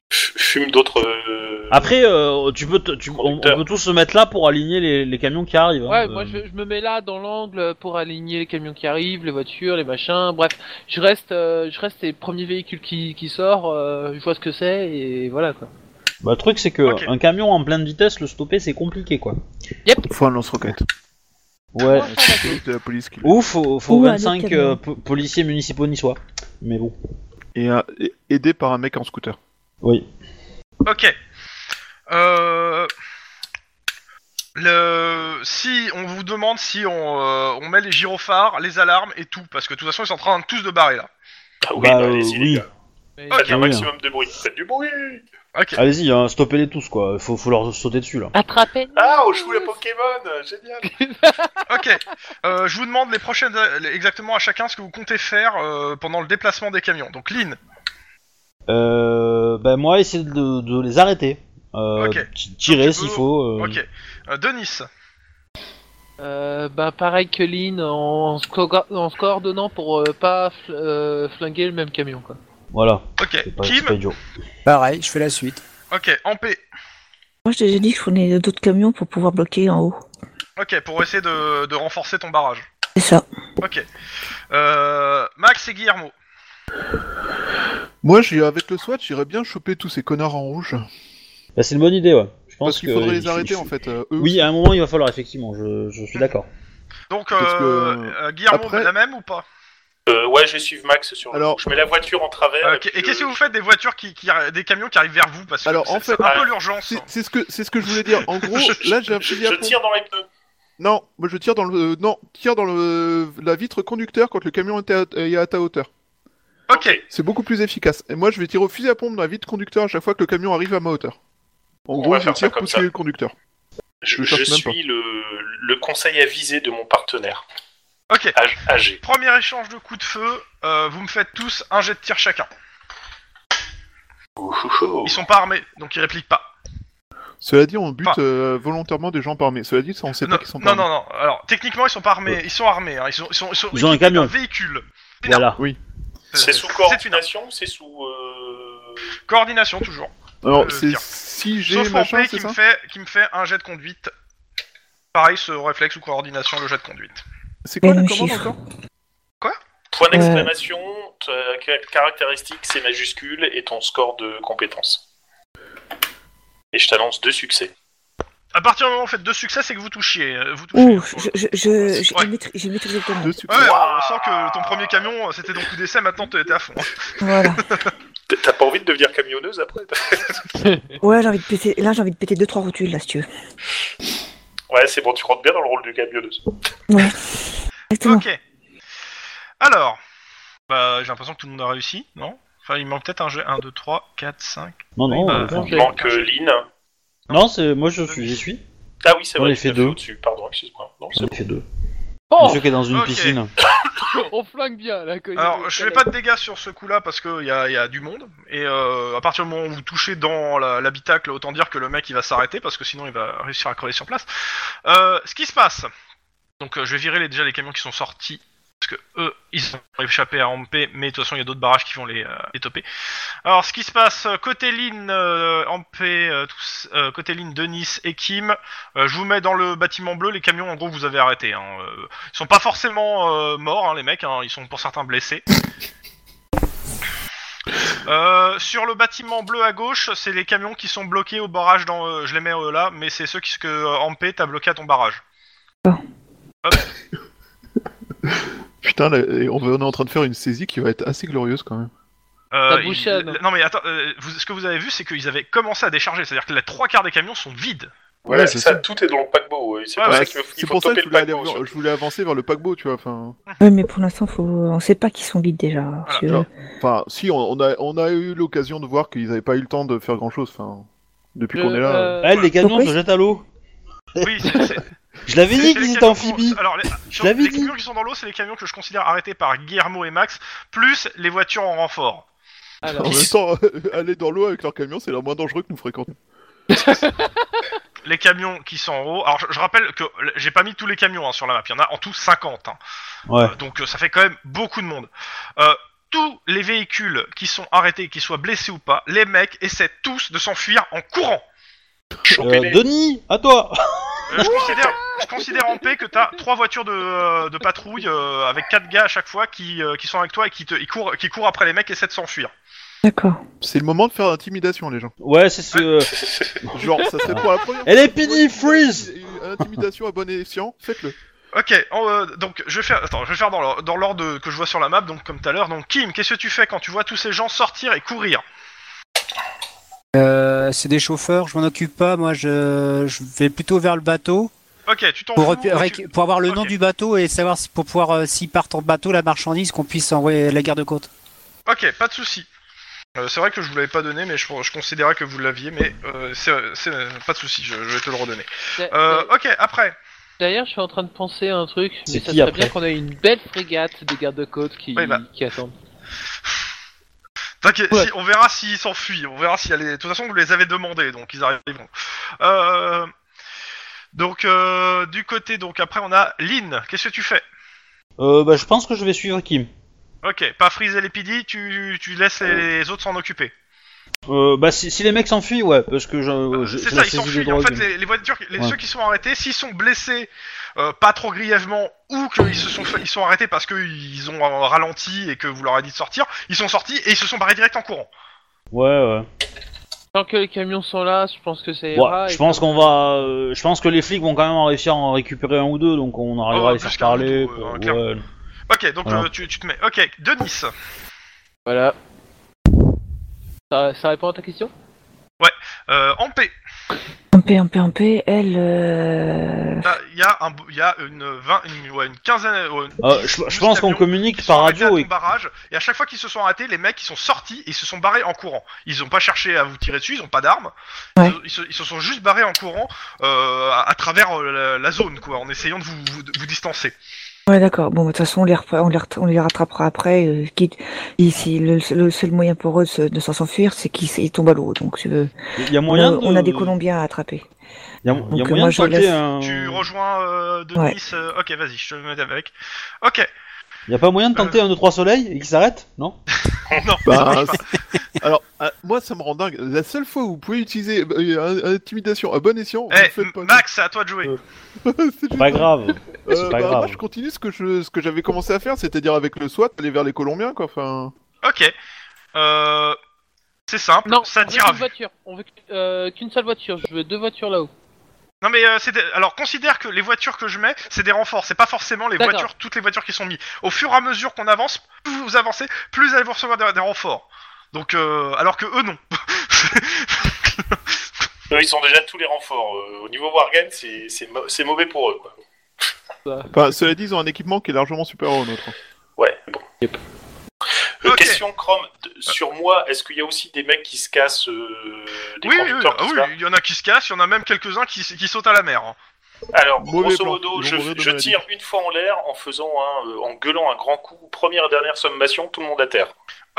Speaker 5: Fume d'autres. euh,
Speaker 4: Après, euh, tu peux te- tu- on, on peut tous se mettre là pour aligner les, les camions qui arrivent. hein.
Speaker 2: Ouais,
Speaker 4: Euh,
Speaker 2: moi je, je me mets là dans l'angle pour aligner les camions qui arrivent, les voitures, les machins, bref. Je reste, euh, je reste les premiers véhicules qui, qui sortent, euh, je vois ce que c'est et voilà quoi.
Speaker 4: bah, le truc, c'est que
Speaker 1: Ok.
Speaker 4: un camion en pleine vitesse, le stopper, c'est compliqué, quoi.
Speaker 3: Faut un lance-roquette.
Speaker 4: Ouais.
Speaker 1: Ah,
Speaker 2: Ouais.
Speaker 3: C'est juste la police qui le-
Speaker 4: Ou faut, faut
Speaker 6: Ou un autre
Speaker 4: 25
Speaker 6: camion.
Speaker 4: euh, po- policiers municipaux niçois. Mais bon.
Speaker 3: Et, euh, et- aidé par un mec en scooter.
Speaker 4: Oui.
Speaker 1: Ok. Euh... Le... Si on vous demande si on, euh, on met les gyrophares, les alarmes et tout, parce que de toute façon ils sont en train de tous de barrer là.
Speaker 5: Ah oui,
Speaker 4: bah,
Speaker 5: bah,
Speaker 4: euh,
Speaker 5: allez-y, les
Speaker 4: oui.
Speaker 5: gars.
Speaker 2: Mais-
Speaker 5: Faites un
Speaker 4: Oui, hein.
Speaker 5: maximum de bruit. Faites du bruit.
Speaker 1: Ok.
Speaker 4: Allez-y, hein, stoppez-les tous, quoi. Faut, faut leur sauter dessus, là.
Speaker 2: Attrapez
Speaker 5: Ah, on joue à Pokémon. Génial.
Speaker 1: Ok. Euh, je vous demande les prochaines les- exactement à chacun ce que vous comptez faire euh, pendant le déplacement des camions. Donc Lynn,
Speaker 4: Euh, bah, moi, essayer de, de les arrêter. Euh,
Speaker 1: Ok.
Speaker 4: t- Tirer
Speaker 1: Donc, tu
Speaker 4: s'il
Speaker 1: peux-
Speaker 4: faut. euh,
Speaker 1: ok. Euh, Denis,
Speaker 2: Euh, bah pareil que Lynn en, se co- en se coordonnant pour euh, pas fl- euh, flinguer le même camion quoi.
Speaker 4: Voilà. C'est
Speaker 1: ok.
Speaker 4: pas, c'est
Speaker 1: Kim,
Speaker 4: pas idiot.
Speaker 8: Pareil, je fais la suite.
Speaker 1: ok. Ampé,
Speaker 6: Moi, je t'ai déjà dit que je prenais d'autres camions pour pouvoir bloquer en haut.
Speaker 1: ok, pour essayer de, de renforcer ton barrage.
Speaker 6: C'est ça.
Speaker 1: Ok. Euh, Max et Guillermo.
Speaker 3: Moi, j'ai- avec le SWAT, j'irais bien choper tous ces connards en rouge.
Speaker 4: Bah, c'est une bonne idée, ouais. Je pense
Speaker 3: Parce qu'il
Speaker 4: que-
Speaker 3: faudrait
Speaker 4: il
Speaker 3: les
Speaker 4: faut-
Speaker 3: arrêter,
Speaker 4: il faut-
Speaker 3: en fait. euh, eux.
Speaker 4: Oui, à un moment, il va falloir, effectivement. Je, je suis d'accord.
Speaker 1: Donc
Speaker 3: Parce que,
Speaker 1: euh, euh, Guillermo,
Speaker 3: après-
Speaker 1: la même ou pas
Speaker 5: Euh, ouais, je vais suivre Max sur. le-
Speaker 3: Alors-
Speaker 5: je mets la voiture en travers.
Speaker 1: Euh,
Speaker 5: et puis,
Speaker 1: Et qu'est-ce que
Speaker 5: euh,
Speaker 1: vous faites des voitures qui, qui des camions qui arrivent vers vous parce que
Speaker 3: Alors,
Speaker 1: c'est
Speaker 3: en fait-
Speaker 1: c'est un peu l'urgence. hein.
Speaker 3: C'est c'est ce que c'est ce que je voulais dire. En gros,
Speaker 5: je-
Speaker 3: là j'ai un
Speaker 5: je,
Speaker 3: fusil à
Speaker 5: je
Speaker 3: pompe.
Speaker 5: tire dans les pneus.
Speaker 3: Non, moi je tire dans le euh, non, tire dans le la vitre conducteur quand le camion est à, est à ta hauteur.
Speaker 1: Ok.
Speaker 3: C'est beaucoup plus efficace. Et moi je vais tirer au fusil à pompe dans la vitre conducteur à chaque fois que le camion arrive à ma hauteur. En
Speaker 5: On
Speaker 3: gros,
Speaker 5: va
Speaker 3: je
Speaker 5: faire ça
Speaker 3: tire
Speaker 5: comme
Speaker 3: pour
Speaker 5: ça.
Speaker 3: tuer le conducteur.
Speaker 5: Je,
Speaker 3: le cherche
Speaker 5: je
Speaker 3: même
Speaker 5: suis le, le conseil avisé de mon partenaire.
Speaker 1: Ok.
Speaker 5: Ag- Âgé.
Speaker 1: Premier échange de coups de feu. euh, vous me faites tous un jet de tir chacun.
Speaker 5: Ouh, ouh, ouh.
Speaker 1: Ils sont pas armés, donc ils répliquent pas.
Speaker 3: Cela dit, on bute
Speaker 1: Enfin.
Speaker 3: euh, volontairement des gens par armés. Cela dit, ça, on sait
Speaker 1: Non,
Speaker 3: pas qu'ils sont
Speaker 1: non,
Speaker 3: pas
Speaker 1: non, non. Alors techniquement ils sont pas armés, ils sont armés. hein. Ils, sont, ils, sont, ils, sont
Speaker 4: Ils ont un
Speaker 1: équipés
Speaker 4: camion.
Speaker 1: d'un véhicule.
Speaker 4: Voilà.
Speaker 5: C'est sous
Speaker 1: C'est une
Speaker 5: coordination ou c'est sous. euh,
Speaker 1: coordination toujours.
Speaker 3: Alors
Speaker 1: Euh,
Speaker 3: c'est
Speaker 1: tiens.
Speaker 3: si j'ai
Speaker 1: Sauf Ampé
Speaker 3: machin,
Speaker 1: qui
Speaker 3: c'est
Speaker 1: me
Speaker 3: ça
Speaker 1: fait qui me fait un jet de conduite. Pareil, ce réflexe ou coordination, le jet de conduite.
Speaker 3: C'est quoi
Speaker 6: Et
Speaker 3: la
Speaker 6: le
Speaker 3: commande
Speaker 6: chiffre.
Speaker 3: encore
Speaker 5: Point
Speaker 6: Ouais.
Speaker 5: d'exclamation, ta ca- caractéristique, c'est majuscule et ton score de compétence. Et je t'annonce deux succès.
Speaker 1: À partir du moment où vous faites deux succès, c'est que vous touchiez. euh, Vous touchez.
Speaker 6: Ouh,
Speaker 1: Pour
Speaker 6: je,
Speaker 1: le-
Speaker 6: je, je, j'ai
Speaker 1: Ouais.
Speaker 6: maîtri- j'ai maîtrisé le camion.
Speaker 3: Deux succès.
Speaker 1: Ouais, on sent que ton premier camion, euh, c'était ton coup d'essai, maintenant t'es t'es à fond.
Speaker 6: Voilà.
Speaker 5: T- T'as pas envie de devenir camionneuse après
Speaker 6: Ouais, j'ai envie de péter. Là, j'ai envie de péter deux trois rotules, là, si tu veux.
Speaker 5: Ouais, c'est bon, tu rentres bien dans le rôle de camionneuse.
Speaker 6: Exactement.
Speaker 1: Ok. Alors, bah, j'ai l'impression que tout le monde a réussi, non Enfin, il manque peut-être un jet. 1, 2, 3, 4, 5.
Speaker 4: Non, non.
Speaker 1: bah,
Speaker 4: euh, enfin,
Speaker 5: Il manque euh, Lynn.
Speaker 4: non, c'est moi, je suis, j'y suis.
Speaker 5: Ah oui, c'est
Speaker 4: On
Speaker 5: vrai,
Speaker 4: les
Speaker 5: tu
Speaker 4: fait
Speaker 5: t'as
Speaker 4: deux.
Speaker 5: au-dessus. Pardon, excuse-moi. Non, c'est
Speaker 4: Ça fait deux.
Speaker 2: Bon,
Speaker 4: Monsieur qui est dans une
Speaker 1: ok.
Speaker 4: piscine.
Speaker 2: on flingue bien là. quand il-
Speaker 1: Alors, je fais pas de dégâts sur ce coup-là parce qu'il y a, y a du monde. Et euh, à partir du moment où vous touchez dans la- l'habitacle, autant dire que le mec il va s'arrêter parce que sinon il va réussir à crever sur place. Euh, ce qui se passe. Donc, euh, je vais virer les- déjà les camions qui sont sortis. Parce que eux, ils ont échappé à Ampé, mais de toute façon, il y a d'autres barrages qui vont les, euh, les toper. Alors, ce qui se passe, euh, côté Lynn, euh, Ampé, euh, tous, euh, côté Lynn, Denis et Kim, euh, je vous mets dans le bâtiment bleu, les camions, en gros, vous avez arrêté. Hein, euh, ils sont pas forcément euh, morts, hein, les mecs, hein, ils sont pour certains blessés. Euh, sur le bâtiment bleu à gauche, c'est les camions qui sont bloqués au barrage. Dans, euh, je les mets euh, là, mais c'est ceux qui, ce que euh, Ampé t'as bloqué à ton barrage.
Speaker 3: Putain, là, et on va- on est en train de faire une saisie qui va être assez glorieuse quand même.
Speaker 1: Euh,
Speaker 2: La bouchonne.
Speaker 1: il- Non mais attends, euh, vous- ce que vous avez vu, c'est qu'ils avaient commencé à décharger. C'est-à-dire que les trois quarts des camions sont vides.
Speaker 3: Ouais,
Speaker 7: Ouais,
Speaker 3: c'est
Speaker 7: c'est ça,
Speaker 3: ça.
Speaker 7: tout est dans le paquebot. Ah ouais. C'est
Speaker 1: Ouais, bah,
Speaker 7: pour
Speaker 1: ouais,
Speaker 7: ça qu'il faut, il
Speaker 3: C'est
Speaker 7: faut
Speaker 3: pour ça que
Speaker 7: toper
Speaker 3: je
Speaker 7: le
Speaker 3: voulais, aller
Speaker 7: paquebot.
Speaker 3: voir-
Speaker 7: surtout.
Speaker 3: je voulais avancer vers le paquebot, tu vois. Enfin,
Speaker 6: Ouais, mais pour l'instant, faut... on sait pas qu'ils sont vides déjà.
Speaker 1: Voilà.
Speaker 6: Tu vois.
Speaker 3: enfin, si, on, on a, on a eu l'occasion de voir qu'ils n'avaient pas eu le temps de faire grand chose. Enfin, depuis
Speaker 2: Je-
Speaker 3: qu'on est là.
Speaker 2: euh,
Speaker 4: Elle, Eh, les camions
Speaker 6: Pourquoi
Speaker 4: se jettent à l'eau.
Speaker 1: Oui, c'est- c'est-
Speaker 4: Je l'avais
Speaker 1: c'est-
Speaker 4: dit
Speaker 1: c'est
Speaker 4: qu'ils
Speaker 1: les camions
Speaker 4: étaient
Speaker 1: qu'on-
Speaker 4: amphibies.
Speaker 1: Alors, les, sur-
Speaker 4: l'avais
Speaker 1: les
Speaker 4: dit.
Speaker 1: camions qui sont dans l'eau, c'est les camions que je considère arrêtés par Guillermo et Max, plus les voitures en renfort.
Speaker 3: En
Speaker 2: alors,
Speaker 3: même temps, aller dans l'eau avec leur camion, c'est leur moins dangereux que nous fréquenter.
Speaker 1: Les camions qui sont en haut. Alors, je, je rappelle que l- j'ai pas mis tous les camions hein, sur la map. Il y en a en tout 50. hein.
Speaker 4: Ouais.
Speaker 1: Euh, Donc euh, ça fait quand même beaucoup de monde. Euh, tous les véhicules qui sont arrêtés, qu'ils soient blessés ou pas, les mecs essaient tous de s'enfuir en courant.
Speaker 4: Euh,
Speaker 7: Chopez-les.
Speaker 4: Denis, à toi
Speaker 1: Euh, je, considère, je considère en paix que t'as trois voitures de, euh, de patrouille euh, avec quatre gars à chaque fois qui, euh, qui sont avec toi et qui, te, ils courent, qui courent après les mecs et essaient de s'enfuir.
Speaker 6: D'accord.
Speaker 3: C'est le moment de faire l'intimidation, les gens.
Speaker 4: Ouais, c'est ce. euh,
Speaker 3: Genre, ça serait pour la première
Speaker 4: Elle est
Speaker 3: fois.
Speaker 4: PD, freeze
Speaker 3: Intimidation à bon escient, faites-le.
Speaker 1: Ok, en, euh, donc je vais faire, attends, je vais faire dans l'or- dans l'ordre de- que je vois sur la map, donc comme tout à l'heure. Donc Kim, qu'est-ce que tu fais quand tu vois tous ces gens sortir et courir
Speaker 8: Euh, c'est des chauffeurs, je m'en occupe pas. Moi, je, je vais plutôt vers le bateau
Speaker 1: Ok, tu t'en
Speaker 8: pour,
Speaker 1: fous,
Speaker 8: repu-
Speaker 1: tu-
Speaker 8: récu- pour avoir le nom
Speaker 1: Ok.
Speaker 8: du bateau et savoir si, pour pouvoir, euh, s'ils partent en bateau, la marchandise, qu'on puisse envoyer à la garde côte.
Speaker 1: Ok, pas de souci. Euh, c'est vrai que je vous l'avais pas donné, mais je, je considérais que vous l'aviez, mais euh, c'est c'est- euh, pas de souci, je, je vais te le redonner.
Speaker 2: d'a-
Speaker 1: Euh,
Speaker 2: d'a-
Speaker 1: ok, après.
Speaker 2: d'ailleurs, je suis en train de penser à un truc.
Speaker 4: C'est
Speaker 2: Mais ça
Speaker 4: qui
Speaker 2: serait
Speaker 4: après
Speaker 2: bien qu'on ait une belle frégate des gardes-côtes qui,
Speaker 1: Oui, bah.
Speaker 2: qui attendent.
Speaker 1: T'inquiète,
Speaker 2: Ouais.
Speaker 1: si- on verra s'ils s'enfuient, on verra s'il y a les... De toute façon, vous les avez demandés, donc ils arriveront. Euh, donc, euh, du côté, donc après, on a Lynn. Qu'est-ce que tu fais
Speaker 4: Euh, bah, je pense que je vais suivre Kim.
Speaker 1: Ok, pas friser les PD, tu, tu laisses les autres s'en occuper.
Speaker 4: Euh, bah, si, si les mecs s'enfuient, ouais, parce que je. Euh, je-
Speaker 1: C'est
Speaker 4: je
Speaker 1: ça,
Speaker 4: la
Speaker 1: ils
Speaker 4: saisis de
Speaker 1: s'enfuient. En
Speaker 4: drogue.
Speaker 1: fait, les, les voitures, les,
Speaker 4: Ouais.
Speaker 1: ceux qui sont arrêtés, s'ils sont blessés, euh, pas trop grièvement, ou qu'ils se sont, fait- ils sont arrêtés parce qu'ils ont euh, ralenti et que vous leur avez dit de sortir, ils sont sortis et ils se sont barrés direct en courant.
Speaker 4: Ouais,
Speaker 2: Tant que les camions sont là, je pense que ça
Speaker 4: ouais.
Speaker 2: ira.
Speaker 4: ouais
Speaker 2: et
Speaker 4: je pense qu'on va. euh, je pense que les flics vont quand même en réussir à en récupérer un ou deux, donc on arrivera
Speaker 1: Oh,
Speaker 4: à les
Speaker 1: plus
Speaker 4: faire
Speaker 1: qu'un
Speaker 4: parler.
Speaker 1: ou deux,
Speaker 4: pour-
Speaker 1: euh, clairement.
Speaker 4: ouais.
Speaker 1: Ok, donc
Speaker 4: Voilà.
Speaker 1: euh, tu, tu te mets. Ok, Denis.
Speaker 2: Voilà. Ça, ça répond à ta question
Speaker 1: Euh, en paix.
Speaker 6: En paix, en paix, en paix. Elle. euh,
Speaker 1: Là, Ah, Il y a, un, il y a une, vingt- une, ouais, une quinzaine. ouais, une
Speaker 4: Euh,
Speaker 1: dix,
Speaker 4: je, je
Speaker 1: douze
Speaker 4: pense qu'on
Speaker 1: camions qui
Speaker 4: communique
Speaker 1: sont
Speaker 4: par
Speaker 1: arrêtés à
Speaker 4: radio
Speaker 1: ton
Speaker 4: et
Speaker 1: barrage, et à chaque fois qu'ils se sont arrêtés, les mecs ils sont sortis et ils se sont barrés en courant. Ils ont pas cherché à vous tirer dessus, ils ont pas d'armes. Ils
Speaker 6: Ouais.
Speaker 1: se- Ils, se, ils se sont juste barrés en courant euh, à, à travers euh, la, la zone, quoi, en essayant de vous, vous, vous distancer.
Speaker 6: Ouais, d'accord. Bon, bah, de toute façon, on les, repre- on les, ret- on les rattrapera après. euh, quitte. Et si le, le seul moyen pour eux de se- de s'en s'enfuir, c'est qu'ils s- ils tombent à l'eau. Donc, tu veux.
Speaker 4: Il y a
Speaker 6: On
Speaker 4: moyen
Speaker 6: a,
Speaker 4: de...
Speaker 6: on a des Colombiens à attraper.
Speaker 4: Il y a, il y a
Speaker 6: Donc,
Speaker 4: moyen
Speaker 6: moi,
Speaker 4: de
Speaker 6: je
Speaker 4: plaquer
Speaker 6: laisse.
Speaker 4: un...
Speaker 1: Tu rejoins euh, Denis.
Speaker 6: Ouais.
Speaker 1: euh, ok, vas-y, je te mets avec. Ok,
Speaker 4: Il y a pas moyen de
Speaker 1: Euh.
Speaker 4: tenter un 2 3 soleil et qu'il s'arrête Non
Speaker 1: non,
Speaker 3: Bah,
Speaker 1: je sais pas.
Speaker 3: c'est- Alors, ah, moi, ça me rend dingue. La seule fois où vous pouvez utiliser euh, un- intimidation à bon escient,
Speaker 1: Eh,
Speaker 3: vous le faites pas.
Speaker 1: Max, c'est à toi de jouer.
Speaker 3: Euh, C'est
Speaker 4: Pas
Speaker 3: juste-
Speaker 4: grave. pas
Speaker 3: Euh, bah,
Speaker 4: grave.
Speaker 3: Moi, je continue ce que je, ce que j'avais commencé à faire, c'est-à-dire avec le SWAT, aller vers les Colombiens, quoi. Enfin,
Speaker 1: Ok. Euh, c'est simple,
Speaker 2: Non,
Speaker 1: ça
Speaker 2: on veut
Speaker 1: tire à
Speaker 2: qu'une
Speaker 1: vue.
Speaker 2: voiture. On veut que- euh, qu'une seule voiture. Je veux deux voitures là-haut.
Speaker 1: Non mais euh, c'est des- alors considère que les voitures que je mets, c'est des renforts, c'est pas forcément les
Speaker 2: D'accord.
Speaker 1: voitures toutes les voitures qui sont mises. Au fur et à mesure qu'on avance, plus vous avancez, plus vous allez vous recevoir des, des renforts. Donc euh, alors que eux non. euh,
Speaker 7: Eux, ils ont déjà tous les renforts. Euh, au niveau Wargame, c'est c'est mau- c'est mauvais pour eux. Quoi.
Speaker 3: enfin, cela dit, ils ont un équipement qui est largement supérieur au nôtre.
Speaker 7: Ouais, bon.
Speaker 2: Yep.
Speaker 7: Euh,
Speaker 1: Ok.
Speaker 7: Question Chrome, de- sur moi, est-ce qu'il y a aussi des mecs qui se cassent euh, des
Speaker 1: oui, oui, oui,
Speaker 7: conducteurs
Speaker 1: ah
Speaker 7: qui se
Speaker 1: oui, il y en a qui se cassent, il y en a même quelques-uns qui, s- qui sautent à la mer. hein.
Speaker 7: Alors,
Speaker 3: Mauvais
Speaker 7: grosso
Speaker 3: plan.
Speaker 7: modo,
Speaker 3: Ils
Speaker 7: je,
Speaker 3: vont mourir de
Speaker 7: je
Speaker 3: maladie.
Speaker 7: tire une fois en l'air en faisant un, euh, en gueulant un grand coup, première et dernière sommation, tout le monde à terre.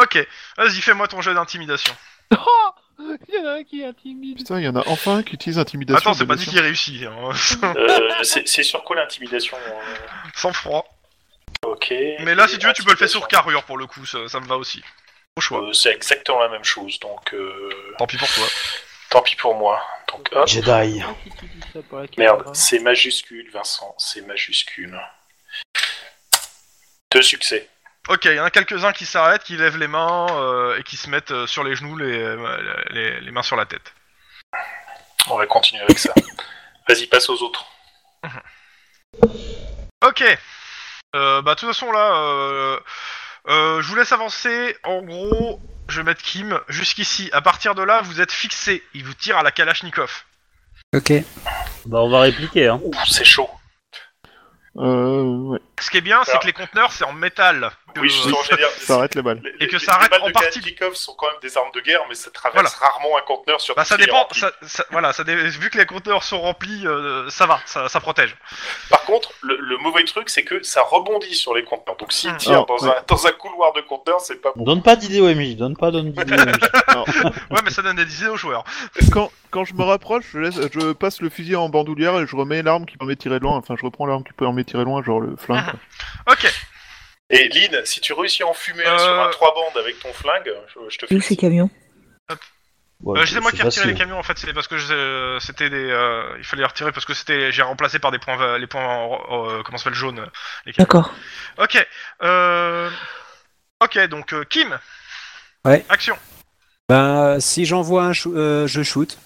Speaker 1: Ok, vas-y fais-moi ton jeu d'intimidation.
Speaker 2: Oh Il y en a un qui est intimide.
Speaker 3: Putain, il y en a enfin un qui utilise intimidation.
Speaker 1: Attends,
Speaker 3: à
Speaker 1: c'est
Speaker 3: bon
Speaker 1: pas dit
Speaker 3: escient.
Speaker 1: qu'il réussit. Hein.
Speaker 7: Euh, c'est c'est sur quoi l'intimidation euh,
Speaker 1: Sans froid.
Speaker 7: Ok.
Speaker 1: Mais là, si tu veux, tu peux le faire sur
Speaker 7: Intimidation.
Speaker 1: carrure pour le coup, ça, ça me va aussi. Au choix.
Speaker 7: Euh, c'est exactement la même chose, donc euh,
Speaker 1: Tant pis pour toi.
Speaker 7: tant pis pour moi. Donc,
Speaker 1: Bah,
Speaker 7: hop.
Speaker 4: Jedi.
Speaker 2: Ah, si tu dis ça pour la caméra.
Speaker 7: Merde, c'est majuscule, Vincent, c'est majuscule. Deux succès.
Speaker 1: Ok, il y en a quelques-uns qui s'arrêtent, qui lèvent les mains euh, et qui se mettent euh, sur les genoux, les, euh, les- les mains sur la tête.
Speaker 7: On va continuer avec ça. Vas-y, passe aux autres.
Speaker 1: Ok. Euh, bah, de toute façon, là, euh, euh, je vous laisse avancer. En gros, je vais mettre Kim jusqu'ici. À partir de là, vous êtes fixé. Il vous tire à la Kalachnikov.
Speaker 8: Ok.
Speaker 4: Bah, on va répliquer, hein.
Speaker 7: Ouh, c'est chaud.
Speaker 3: Euh, ouais.
Speaker 1: Ce qui est bien, c'est
Speaker 7: Alors.
Speaker 1: que les conteneurs, c'est en métal. Que,
Speaker 7: Oui, je suis
Speaker 1: euh,
Speaker 7: en train de dire.
Speaker 3: Ça arrête les balles.
Speaker 7: les-
Speaker 1: Et que
Speaker 7: les-
Speaker 1: ça arrête
Speaker 7: les balles
Speaker 1: en
Speaker 7: de
Speaker 1: partie.
Speaker 7: Kalachnikov sont quand même des armes de guerre, mais ça traverse rarement un conteneur sur
Speaker 1: Bah,
Speaker 7: tout
Speaker 1: ça
Speaker 7: ce qui est
Speaker 1: dépend.
Speaker 7: rempli.
Speaker 1: Ça, ça- voilà, ça dé- vu que les conteneurs sont remplis, euh, ça va, ça, ça protège.
Speaker 7: Par contre, le, le mauvais truc, c'est que ça rebondit sur les conteneurs. Donc s'il
Speaker 1: Mm.
Speaker 7: tire
Speaker 3: Oh,
Speaker 7: dans,
Speaker 3: ouais.
Speaker 7: un, dans un couloir de conteneurs, c'est pas bon.
Speaker 4: Donne pas d'idée au MJ, donne pas donne d'idée au MJ.
Speaker 1: Ouais, mais ça donne des idées aux joueurs.
Speaker 3: Quand, quand je me rapproche, je, laisse- je passe le fusil en bandoulière et je remets l'arme qui permet de tirer de loin. Enfin, je reprends l'arme qui permet de tirer de loin, genre le flingue.
Speaker 8: Ah.
Speaker 3: quoi.
Speaker 1: Ok.
Speaker 7: Et Lynn, si tu réussis à en fumer un
Speaker 1: Euh.
Speaker 7: sur un 3 bandes avec ton flingue, je, je te
Speaker 6: Où
Speaker 7: fais.
Speaker 6: ces camions
Speaker 4: Ouais,
Speaker 1: Euh, c'est moi qui ai retiré
Speaker 4: facile.
Speaker 1: les camions en fait, c'est parce que je- euh, c'était des, euh, il fallait les retirer parce que c'était, j'ai remplacé par des points, va- les points, en- euh, comment ça s'appelle jaune. euh, Les camions.
Speaker 6: D'accord.
Speaker 1: Ok. Euh... Ok, donc euh, Kim.
Speaker 8: Ouais.
Speaker 1: Action.
Speaker 8: Ben, si j'envoie un, shoo- euh, je shoot.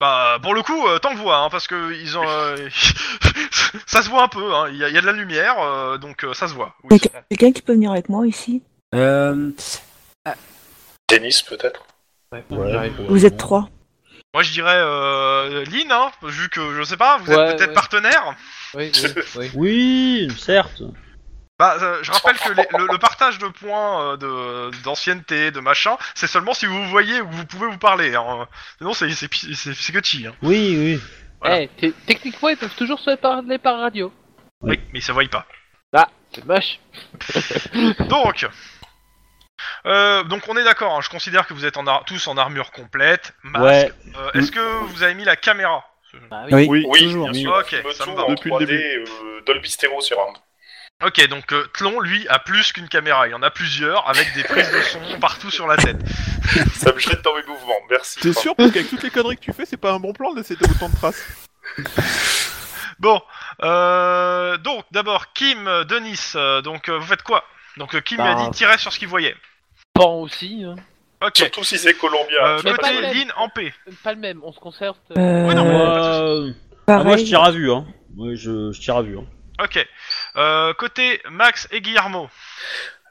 Speaker 1: Bah pour le coup, euh, t'en vois, hein, parce que ils ont, euh, ça se voit un peu. hein, Il y, a- il y a de la lumière, euh, donc euh, ça se voit. Oui,
Speaker 6: Ok. Quelqu'un qui peut venir avec moi ici
Speaker 8: Euh,
Speaker 7: Tennis, peut-être.
Speaker 4: Ouais,
Speaker 2: J'arrive.
Speaker 4: ouais,
Speaker 6: Vous êtes
Speaker 4: ouais.
Speaker 6: trois.
Speaker 1: Moi je dirais euh, Lynn, hein, vu que je sais pas, vous
Speaker 2: Ouais,
Speaker 1: êtes peut-être
Speaker 2: ouais.
Speaker 1: partenaire.
Speaker 2: Oui, oui, oui.
Speaker 4: Oui, certes.
Speaker 1: Bah, euh, je rappelle que les- le, le partage de points euh, de d'ancienneté, de machin, c'est seulement si vous vous voyez ou vous pouvez vous parler. Hein. Sinon, c'est c'est pi- c'est c'est que chi. Hein.
Speaker 4: Oui, oui.
Speaker 1: Voilà.
Speaker 2: Eh, t- techniquement, ils peuvent toujours se parler par radio.
Speaker 1: Oui. mais ils se voient pas.
Speaker 2: C'est moche.
Speaker 1: Donc, euh, donc on est d'accord. hein, je considère que vous êtes en ar- tous en armure complète. Masque. Euh, Est-ce que vous avez mis la caméra
Speaker 2: Ah
Speaker 8: oui,
Speaker 3: Oui.
Speaker 7: Oui,
Speaker 8: toujours.
Speaker 7: bien
Speaker 8: oui.
Speaker 7: sûr.
Speaker 1: Ok,
Speaker 7: Filme
Speaker 1: ça me
Speaker 7: tout
Speaker 1: va.
Speaker 7: en
Speaker 3: Depuis le
Speaker 7: 3D, euh, Dolby Stereo sur un.
Speaker 1: Ok, donc euh, Tlon, lui, a plus qu'une caméra. Il en a plusieurs avec des prises de son partout sur la tête.
Speaker 7: Ça me jette dans mes mouvements, merci.
Speaker 3: T'es sûr parce qu'avec toutes les conneries que tu fais, c'est pas un bon plan de laisser autant de traces
Speaker 1: Bon, euh, donc d'abord Kim, euh, Denis, euh, donc euh, vous faites quoi Donc euh, Kim lui
Speaker 4: Bah.
Speaker 1: a dit tirer sur ce qu'il voyait.
Speaker 2: Pan aussi. hein.
Speaker 1: Ok.
Speaker 7: Surtout si c'est colombien.
Speaker 1: Euh,
Speaker 7: tu
Speaker 2: mais
Speaker 7: vois,
Speaker 2: pas
Speaker 1: côté
Speaker 2: le même.
Speaker 1: Lynn en paix.
Speaker 2: Pas le même, on se concerte.
Speaker 6: Euh,
Speaker 1: Oui, non, mais-
Speaker 4: Euh, ah,
Speaker 6: Pareil.
Speaker 4: moi, je tire à vue, hein. Oui, je, je tire à vue. Hein.
Speaker 1: Ok. Euh, côté Max et Guillermo.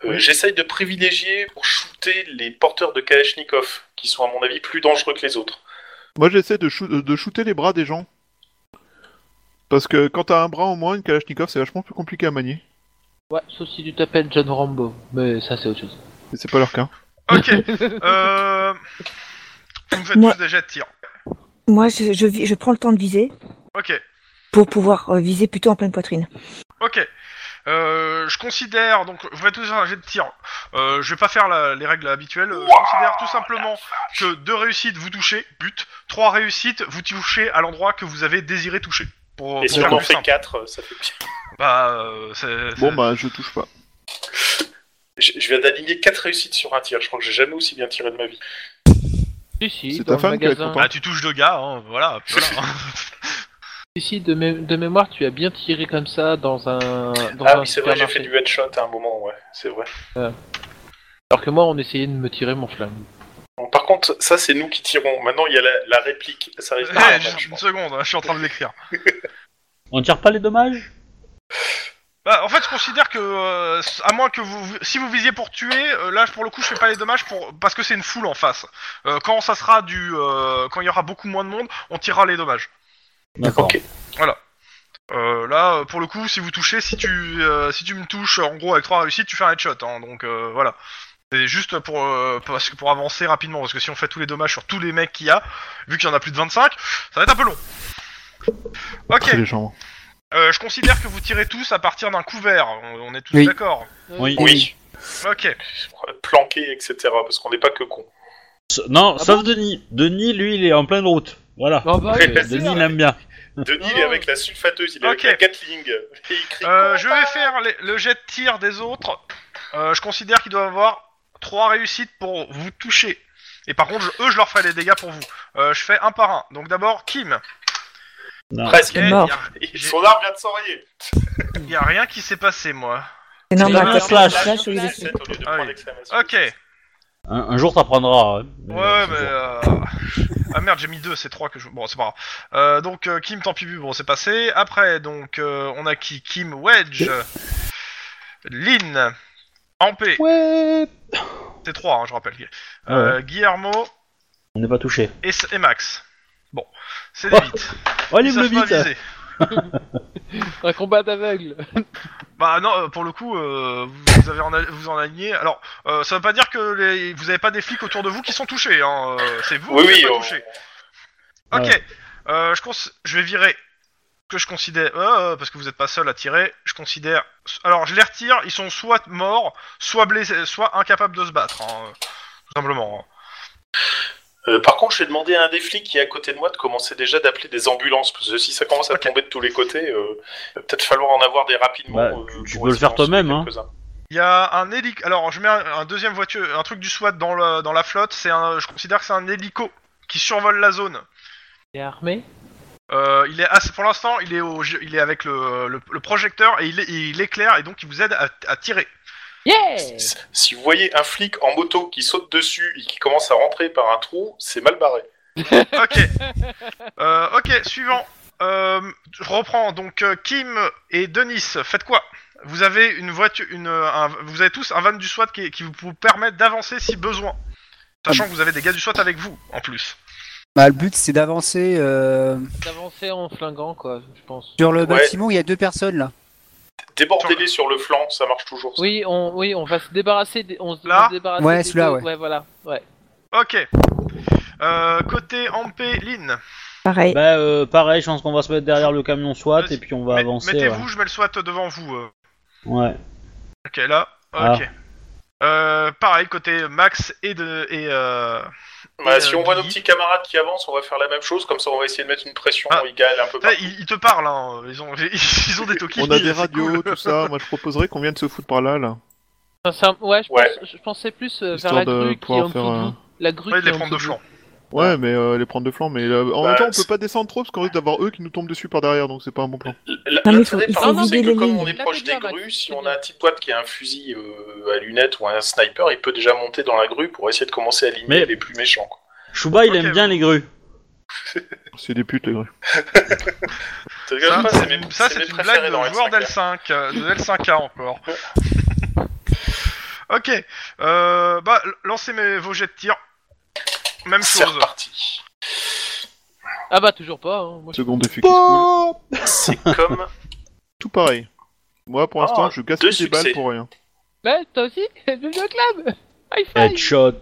Speaker 7: Euh, J'essaye de privilégier pour shooter les porteurs de Kalachnikov, qui sont à mon avis plus dangereux que les autres.
Speaker 3: Moi, j'essaie de, shoot- de shooter les bras des gens. Parce que quand t'as un bras en moins, une Kalachnikov, c'est vachement plus compliqué à manier.
Speaker 2: Ouais, sauf si tu t'appelles John Rambo, mais ça c'est autre chose.
Speaker 3: Et c'est pas leur cas.
Speaker 1: Ok. euh, vous me faites
Speaker 6: Moi-
Speaker 1: tous des jets de tir.
Speaker 6: Moi, je, je, vis- je prends le temps de viser
Speaker 1: Ok.
Speaker 6: pour pouvoir euh, viser plutôt en pleine poitrine.
Speaker 1: Ok. Euh, je considère donc vous faites tous un jet de tir. Euh, je vais pas faire la- les règles habituelles. Euh, Je considère tout simplement que deux réussites vous touchez, but. Trois réussites vous touchez à l'endroit que vous avez désiré toucher. Pour,
Speaker 3: Oh,
Speaker 7: Et
Speaker 1: pour
Speaker 7: si
Speaker 1: faire
Speaker 7: on en
Speaker 1: plus
Speaker 7: fait
Speaker 1: simple.
Speaker 7: 4, ça fait pire.
Speaker 1: Bah, euh, c'est- c'est-
Speaker 3: Bon, bah, je touche pas.
Speaker 7: Je, je viens d'aligner 4 réussites sur un tir, je crois que j'ai jamais aussi bien tiré de ma vie.
Speaker 2: Si, si,
Speaker 3: C'est
Speaker 2: dans
Speaker 3: ta
Speaker 2: le
Speaker 3: femme qui va être
Speaker 2: magasin.
Speaker 3: contente.
Speaker 1: bah, tu touches le gars, hein, voilà. puis voilà.
Speaker 2: Si, si, de, mé- de mémoire, tu as bien tiré comme ça dans un. Dans
Speaker 7: ah
Speaker 2: un
Speaker 3: euh,
Speaker 7: oui, c'est vrai, j'ai
Speaker 2: supermarché.
Speaker 7: fait du headshot à un moment, ouais, c'est vrai.
Speaker 2: Alors que moi, on essayait de me tirer mon flamme.
Speaker 7: Bon, par contre, ça c'est nous qui tirons. Maintenant, il y a la, la réplique. Ça
Speaker 3: Ah,
Speaker 7: risque
Speaker 1: Eh,
Speaker 7: d'être
Speaker 1: juste
Speaker 7: dommage, je
Speaker 1: une
Speaker 7: pense.
Speaker 1: seconde, hein, je suis en train de l'écrire.
Speaker 4: On tire pas les dommages
Speaker 1: Bah, en fait, je considère que, euh, à moins que vous, si vous visiez pour tuer, euh, là, pour le coup, je fais pas les dommages pour, parce que c'est une foule en face. Euh, quand ça sera du, euh, quand il y aura beaucoup moins de monde, on tirera les dommages.
Speaker 4: D'accord.
Speaker 7: Ok.
Speaker 1: Euh, là, euh, pour le coup, si vous touchez, si tu, euh, si tu me touches, en gros, avec trois réussites, tu fais un headshot. Hein, donc euh, voilà. C'est juste pour, euh, parce que pour avancer rapidement, parce que si on fait tous les dommages sur tous les mecs qu'il y a, vu qu'il y en a plus de 25, ça va être un peu long. Ok.
Speaker 3: Très légèrement.
Speaker 1: Euh, je considère que vous tirez tous à partir d'un couvert. On, on est tous
Speaker 8: Oui.
Speaker 1: d'accord.
Speaker 4: Oui.
Speaker 7: Oui,
Speaker 1: Ok.
Speaker 7: planqué, etc. Parce qu'on n'est pas que con.
Speaker 4: S- Non,
Speaker 2: Ah
Speaker 4: sauf Denis. Denis, lui, il est en pleine route. Voilà.
Speaker 2: Non, bah,
Speaker 7: Très
Speaker 2: mais-
Speaker 7: facile.
Speaker 4: Denis, il aime bien.
Speaker 7: Denis,
Speaker 2: Non.
Speaker 7: il est avec la sulfateuse, il est
Speaker 1: Ok.
Speaker 7: avec la Gatling. Et il crie
Speaker 1: Euh,
Speaker 7: Corentin
Speaker 1: je vais faire les- le jet de tir des autres. Euh, je considère qu'ils doivent avoir trois réussites pour vous toucher. Et par contre, je- eux, je leur ferai les dégâts pour vous. Euh, je fais un par un. Donc d'abord, Kim. Eh,
Speaker 4: Non.
Speaker 7: Presque.
Speaker 1: Ok,
Speaker 6: mort.
Speaker 1: y a-
Speaker 7: Son arme vient de s'enrayer.
Speaker 1: y a rien qui s'est passé, moi.
Speaker 6: C'est
Speaker 4: un
Speaker 6: normal.
Speaker 4: peu slash.
Speaker 6: slash au lieu de
Speaker 7: Sept
Speaker 6: slash.
Speaker 7: au lieu de
Speaker 1: Ah
Speaker 7: point
Speaker 1: oui.
Speaker 7: d'exclamation.
Speaker 1: Ok. Ouais,
Speaker 4: Un, un jour t'apprendras. hein. Mais,
Speaker 1: ouais,
Speaker 4: euh,
Speaker 1: mais...
Speaker 4: c'est bon.
Speaker 1: euh, Ah merde, j'ai mis deux, c'est trois que je... Bon, c'est pas grave. Euh, donc, euh, Kim, tant pis, bu, bon, c'est passé. Après, donc, euh, on a qui Kim, Wedge, Lynn, Ampé,
Speaker 4: Ouais.
Speaker 1: c'est trois, hein, je rappelle. Euh, Guillermo
Speaker 4: On n'est pas touché.
Speaker 1: et, et Max. Bon, c'est des vite.
Speaker 4: Oh, livre le vite.
Speaker 2: Un combat d'aveugle.
Speaker 1: Bah non, euh, pour le coup, euh, vous vous avez en, a- vous en alignez. Alors, euh, ça veut pas dire que les, vous avez pas des flics autour de vous qui sont touchés. Hein. euh, C'est vous
Speaker 7: Oui,
Speaker 1: qui
Speaker 7: oui,
Speaker 1: êtes pas
Speaker 7: on-
Speaker 1: touchés.
Speaker 4: Ouais.
Speaker 1: Ok, euh, je, cons- je vais virer que je considère euh, euh, parce que vous êtes pas seul à tirer. Je considère. Alors, je les retire. Ils sont soit morts, soit blessés, soit incapables de se battre. Hein, euh, tout simplement. hein.
Speaker 7: Euh, par contre, je vais demander à un des flics qui est à côté de moi de commencer déjà d'appeler des ambulances, parce que si ça commence à tomber de tous les côtés, euh, va peut-être falloir en avoir des rapidement.
Speaker 4: Bah,
Speaker 7: euh,
Speaker 4: tu- tu
Speaker 7: pour
Speaker 4: peux le
Speaker 7: essayer
Speaker 4: faire
Speaker 7: d'en sauver
Speaker 4: toi-même, hein.
Speaker 7: quelques-uns.
Speaker 1: Il y a un hélico. Alors, je mets un, un deuxième voiture, un truc du SWAT dans, le, dans la flotte. C'est un. Je considère que c'est un hélico qui survole la zone.
Speaker 2: Il est armé.
Speaker 1: Euh, il est assez- pour l'instant, il est au, jeu- il est avec le, le- le projecteur et il, est- il éclaire et donc il vous aide à, à tirer.
Speaker 2: Yeah
Speaker 7: Si vous voyez un flic en moto qui saute dessus et qui commence à rentrer par un trou, c'est mal barré.
Speaker 1: Ok. Euh, ok. Suivant. Euh, je reprends donc euh, Kim et Denis. Faites quoi Vous avez une voiture, une, euh, un- vous avez tous un van du SWAT qui, est- qui vous, vous permet d'avancer si besoin, sachant que vous avez des gars du SWAT avec vous en plus.
Speaker 8: Bah, le but, c'est d'avancer euh,
Speaker 2: D'avancer en flinguant, quoi, je pense.
Speaker 8: sur le
Speaker 7: Ouais.
Speaker 8: bâtiment où il y a deux personnes là.
Speaker 7: Débordez-les sur le flanc, ça marche toujours. ça.
Speaker 2: Oui, on, oui, on va se débarrasser. des- on se
Speaker 1: Là
Speaker 2: on se débarrasser
Speaker 8: Ouais,
Speaker 2: des
Speaker 8: celui-là,
Speaker 2: deux.
Speaker 8: ouais.
Speaker 2: voilà. Ouais.
Speaker 1: Ok. Euh, côté Ampé, Lynn.
Speaker 6: Pareil.
Speaker 4: Bah, euh, pareil, je pense qu'on va se mettre derrière le camion SWAT
Speaker 1: Vas-y.
Speaker 4: et puis on va
Speaker 1: met-
Speaker 4: avancer. ouais.
Speaker 1: Mettez-vous, je mets le SWAT devant vous. euh.
Speaker 4: Ouais.
Speaker 1: Ok, là.
Speaker 4: Ah.
Speaker 1: Ok. Euh, pareil, côté Max et de. Et, euh...
Speaker 7: Bah,
Speaker 1: Euh,
Speaker 7: si on voit nos
Speaker 1: Guy.
Speaker 7: petits camarades qui avancent, on va faire la même chose, comme ça on va essayer de mettre une pression
Speaker 1: Ah.
Speaker 7: égale un peu
Speaker 1: putain,
Speaker 7: partout.
Speaker 1: ils, ils te parlent, hein. Ils ont, ils ont des tokens.
Speaker 3: On a des
Speaker 1: c'est
Speaker 3: radios,
Speaker 1: cool.
Speaker 3: tout ça. Moi, je proposerais qu'on vienne se foutre par là, là.
Speaker 2: Enfin, c'est un- ouais, je,
Speaker 7: Ouais.
Speaker 2: pense- je pensais plus euh, vers
Speaker 3: Histoire
Speaker 2: la
Speaker 3: de
Speaker 2: grue qui est
Speaker 3: pouvoir
Speaker 2: en dessous
Speaker 3: faire,
Speaker 2: de
Speaker 3: euh,
Speaker 2: vous. La grue
Speaker 1: Ouais,
Speaker 2: qui
Speaker 1: les
Speaker 2: est en
Speaker 1: prendre de
Speaker 2: dessous de
Speaker 1: flanc.
Speaker 2: vous.
Speaker 3: Ouais, mais euh, les prendre de flanc. Mais euh, en
Speaker 7: Bah,
Speaker 3: même temps, on peut
Speaker 7: c'est-
Speaker 3: pas descendre trop parce qu'on risque d'avoir eux qui nous tombent dessus par derrière, donc c'est pas un bon plan.
Speaker 7: L-
Speaker 6: Non, mais
Speaker 7: L'intérêt
Speaker 6: faut- il
Speaker 7: par
Speaker 6: faut
Speaker 7: contre, c'est
Speaker 6: vider
Speaker 7: que
Speaker 6: les
Speaker 7: comme
Speaker 6: lignes.
Speaker 7: on est
Speaker 2: Là,
Speaker 7: proche
Speaker 2: c'est
Speaker 7: des
Speaker 2: bien, Max,
Speaker 7: grues, si
Speaker 2: c'est
Speaker 7: on
Speaker 2: bien.
Speaker 7: a un type pote qui a un fusil euh, à lunettes ou un sniper, il peut déjà monter dans la grue pour essayer de commencer à aligner
Speaker 4: Mais-
Speaker 7: les plus méchants. quoi.
Speaker 4: Chouba, il
Speaker 1: Ok,
Speaker 4: aime bien les grues.
Speaker 3: C'est des putes, les gars.
Speaker 7: Te
Speaker 1: Ça,
Speaker 7: rigole pas,
Speaker 1: c'est-
Speaker 7: c'est mes-
Speaker 1: ça,
Speaker 7: mes
Speaker 1: c'est une blague
Speaker 7: préférés
Speaker 1: de
Speaker 7: dans
Speaker 1: joueur
Speaker 7: L5, hein.
Speaker 1: d'L5, euh, de L5A encore. ok. Euh, bah, lancez mes, vos jets de tir. Même
Speaker 7: C'est
Speaker 1: chose.
Speaker 7: reparti.
Speaker 2: Ah bah, toujours pas. hein. Moi, je-
Speaker 3: Seconde effet qui se coule.
Speaker 7: C'est comme
Speaker 3: Tout pareil. Moi, pour
Speaker 7: Ah,
Speaker 3: l'instant, je gaspille
Speaker 7: deux
Speaker 3: des
Speaker 7: succès.
Speaker 3: balles pour rien.
Speaker 2: Ouais, Bah, toi aussi Bienvenue au club High five
Speaker 4: Headshot.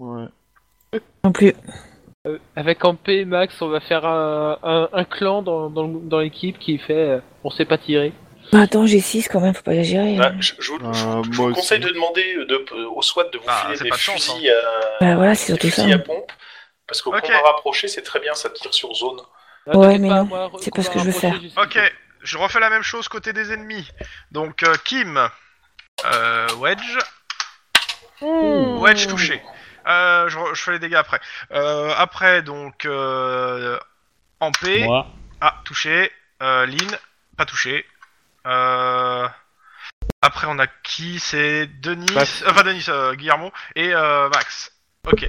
Speaker 3: Ouais.
Speaker 6: Non plus.
Speaker 2: Euh, Avec Ampé et Max, on va faire un, un- un clan dans, dans, le- dans l'équipe qui fait euh, on sait pas tirer.
Speaker 6: Ah, Attends, j'ai 6 quand même, faut pas hein. la gérer.
Speaker 7: Bah, je, je vous, je vous-
Speaker 3: Euh,
Speaker 7: je
Speaker 3: moi
Speaker 7: vous conseille
Speaker 3: aussi.
Speaker 7: de demander de, euh, au SWAT de vous
Speaker 1: Ah, c'est
Speaker 7: filer des
Speaker 1: pas de chance, hein.
Speaker 7: fusils, à,
Speaker 6: Bah voilà, c'est
Speaker 7: des
Speaker 6: surtout ça.
Speaker 7: fusils à pompe. Parce qu'au
Speaker 1: Ok.
Speaker 7: combat rapproché, c'est très bien, ça tire sur zone.
Speaker 2: Ah,
Speaker 6: Ouais,
Speaker 2: t'inquiète
Speaker 6: mais non,
Speaker 2: moi, re-
Speaker 6: c'est pas ce
Speaker 2: combat
Speaker 6: que je veux
Speaker 2: rapproché jusqu'au
Speaker 6: faire.
Speaker 1: Ok. Je refais la même chose côté des ennemis. Donc, euh, Kim. Euh, Wedge.
Speaker 2: bout.
Speaker 1: Wedge touché. Euh, je, re- je fais les dégâts après. Euh, après, donc, euh, Ampé.
Speaker 4: Moi.
Speaker 1: Ah, touché. Euh, Lynn, pas touché. Euh, Après, on a qui C'est Denis.
Speaker 3: Max.
Speaker 1: euh, pas Denis, euh, Guillermo. Et euh, Max. Ok.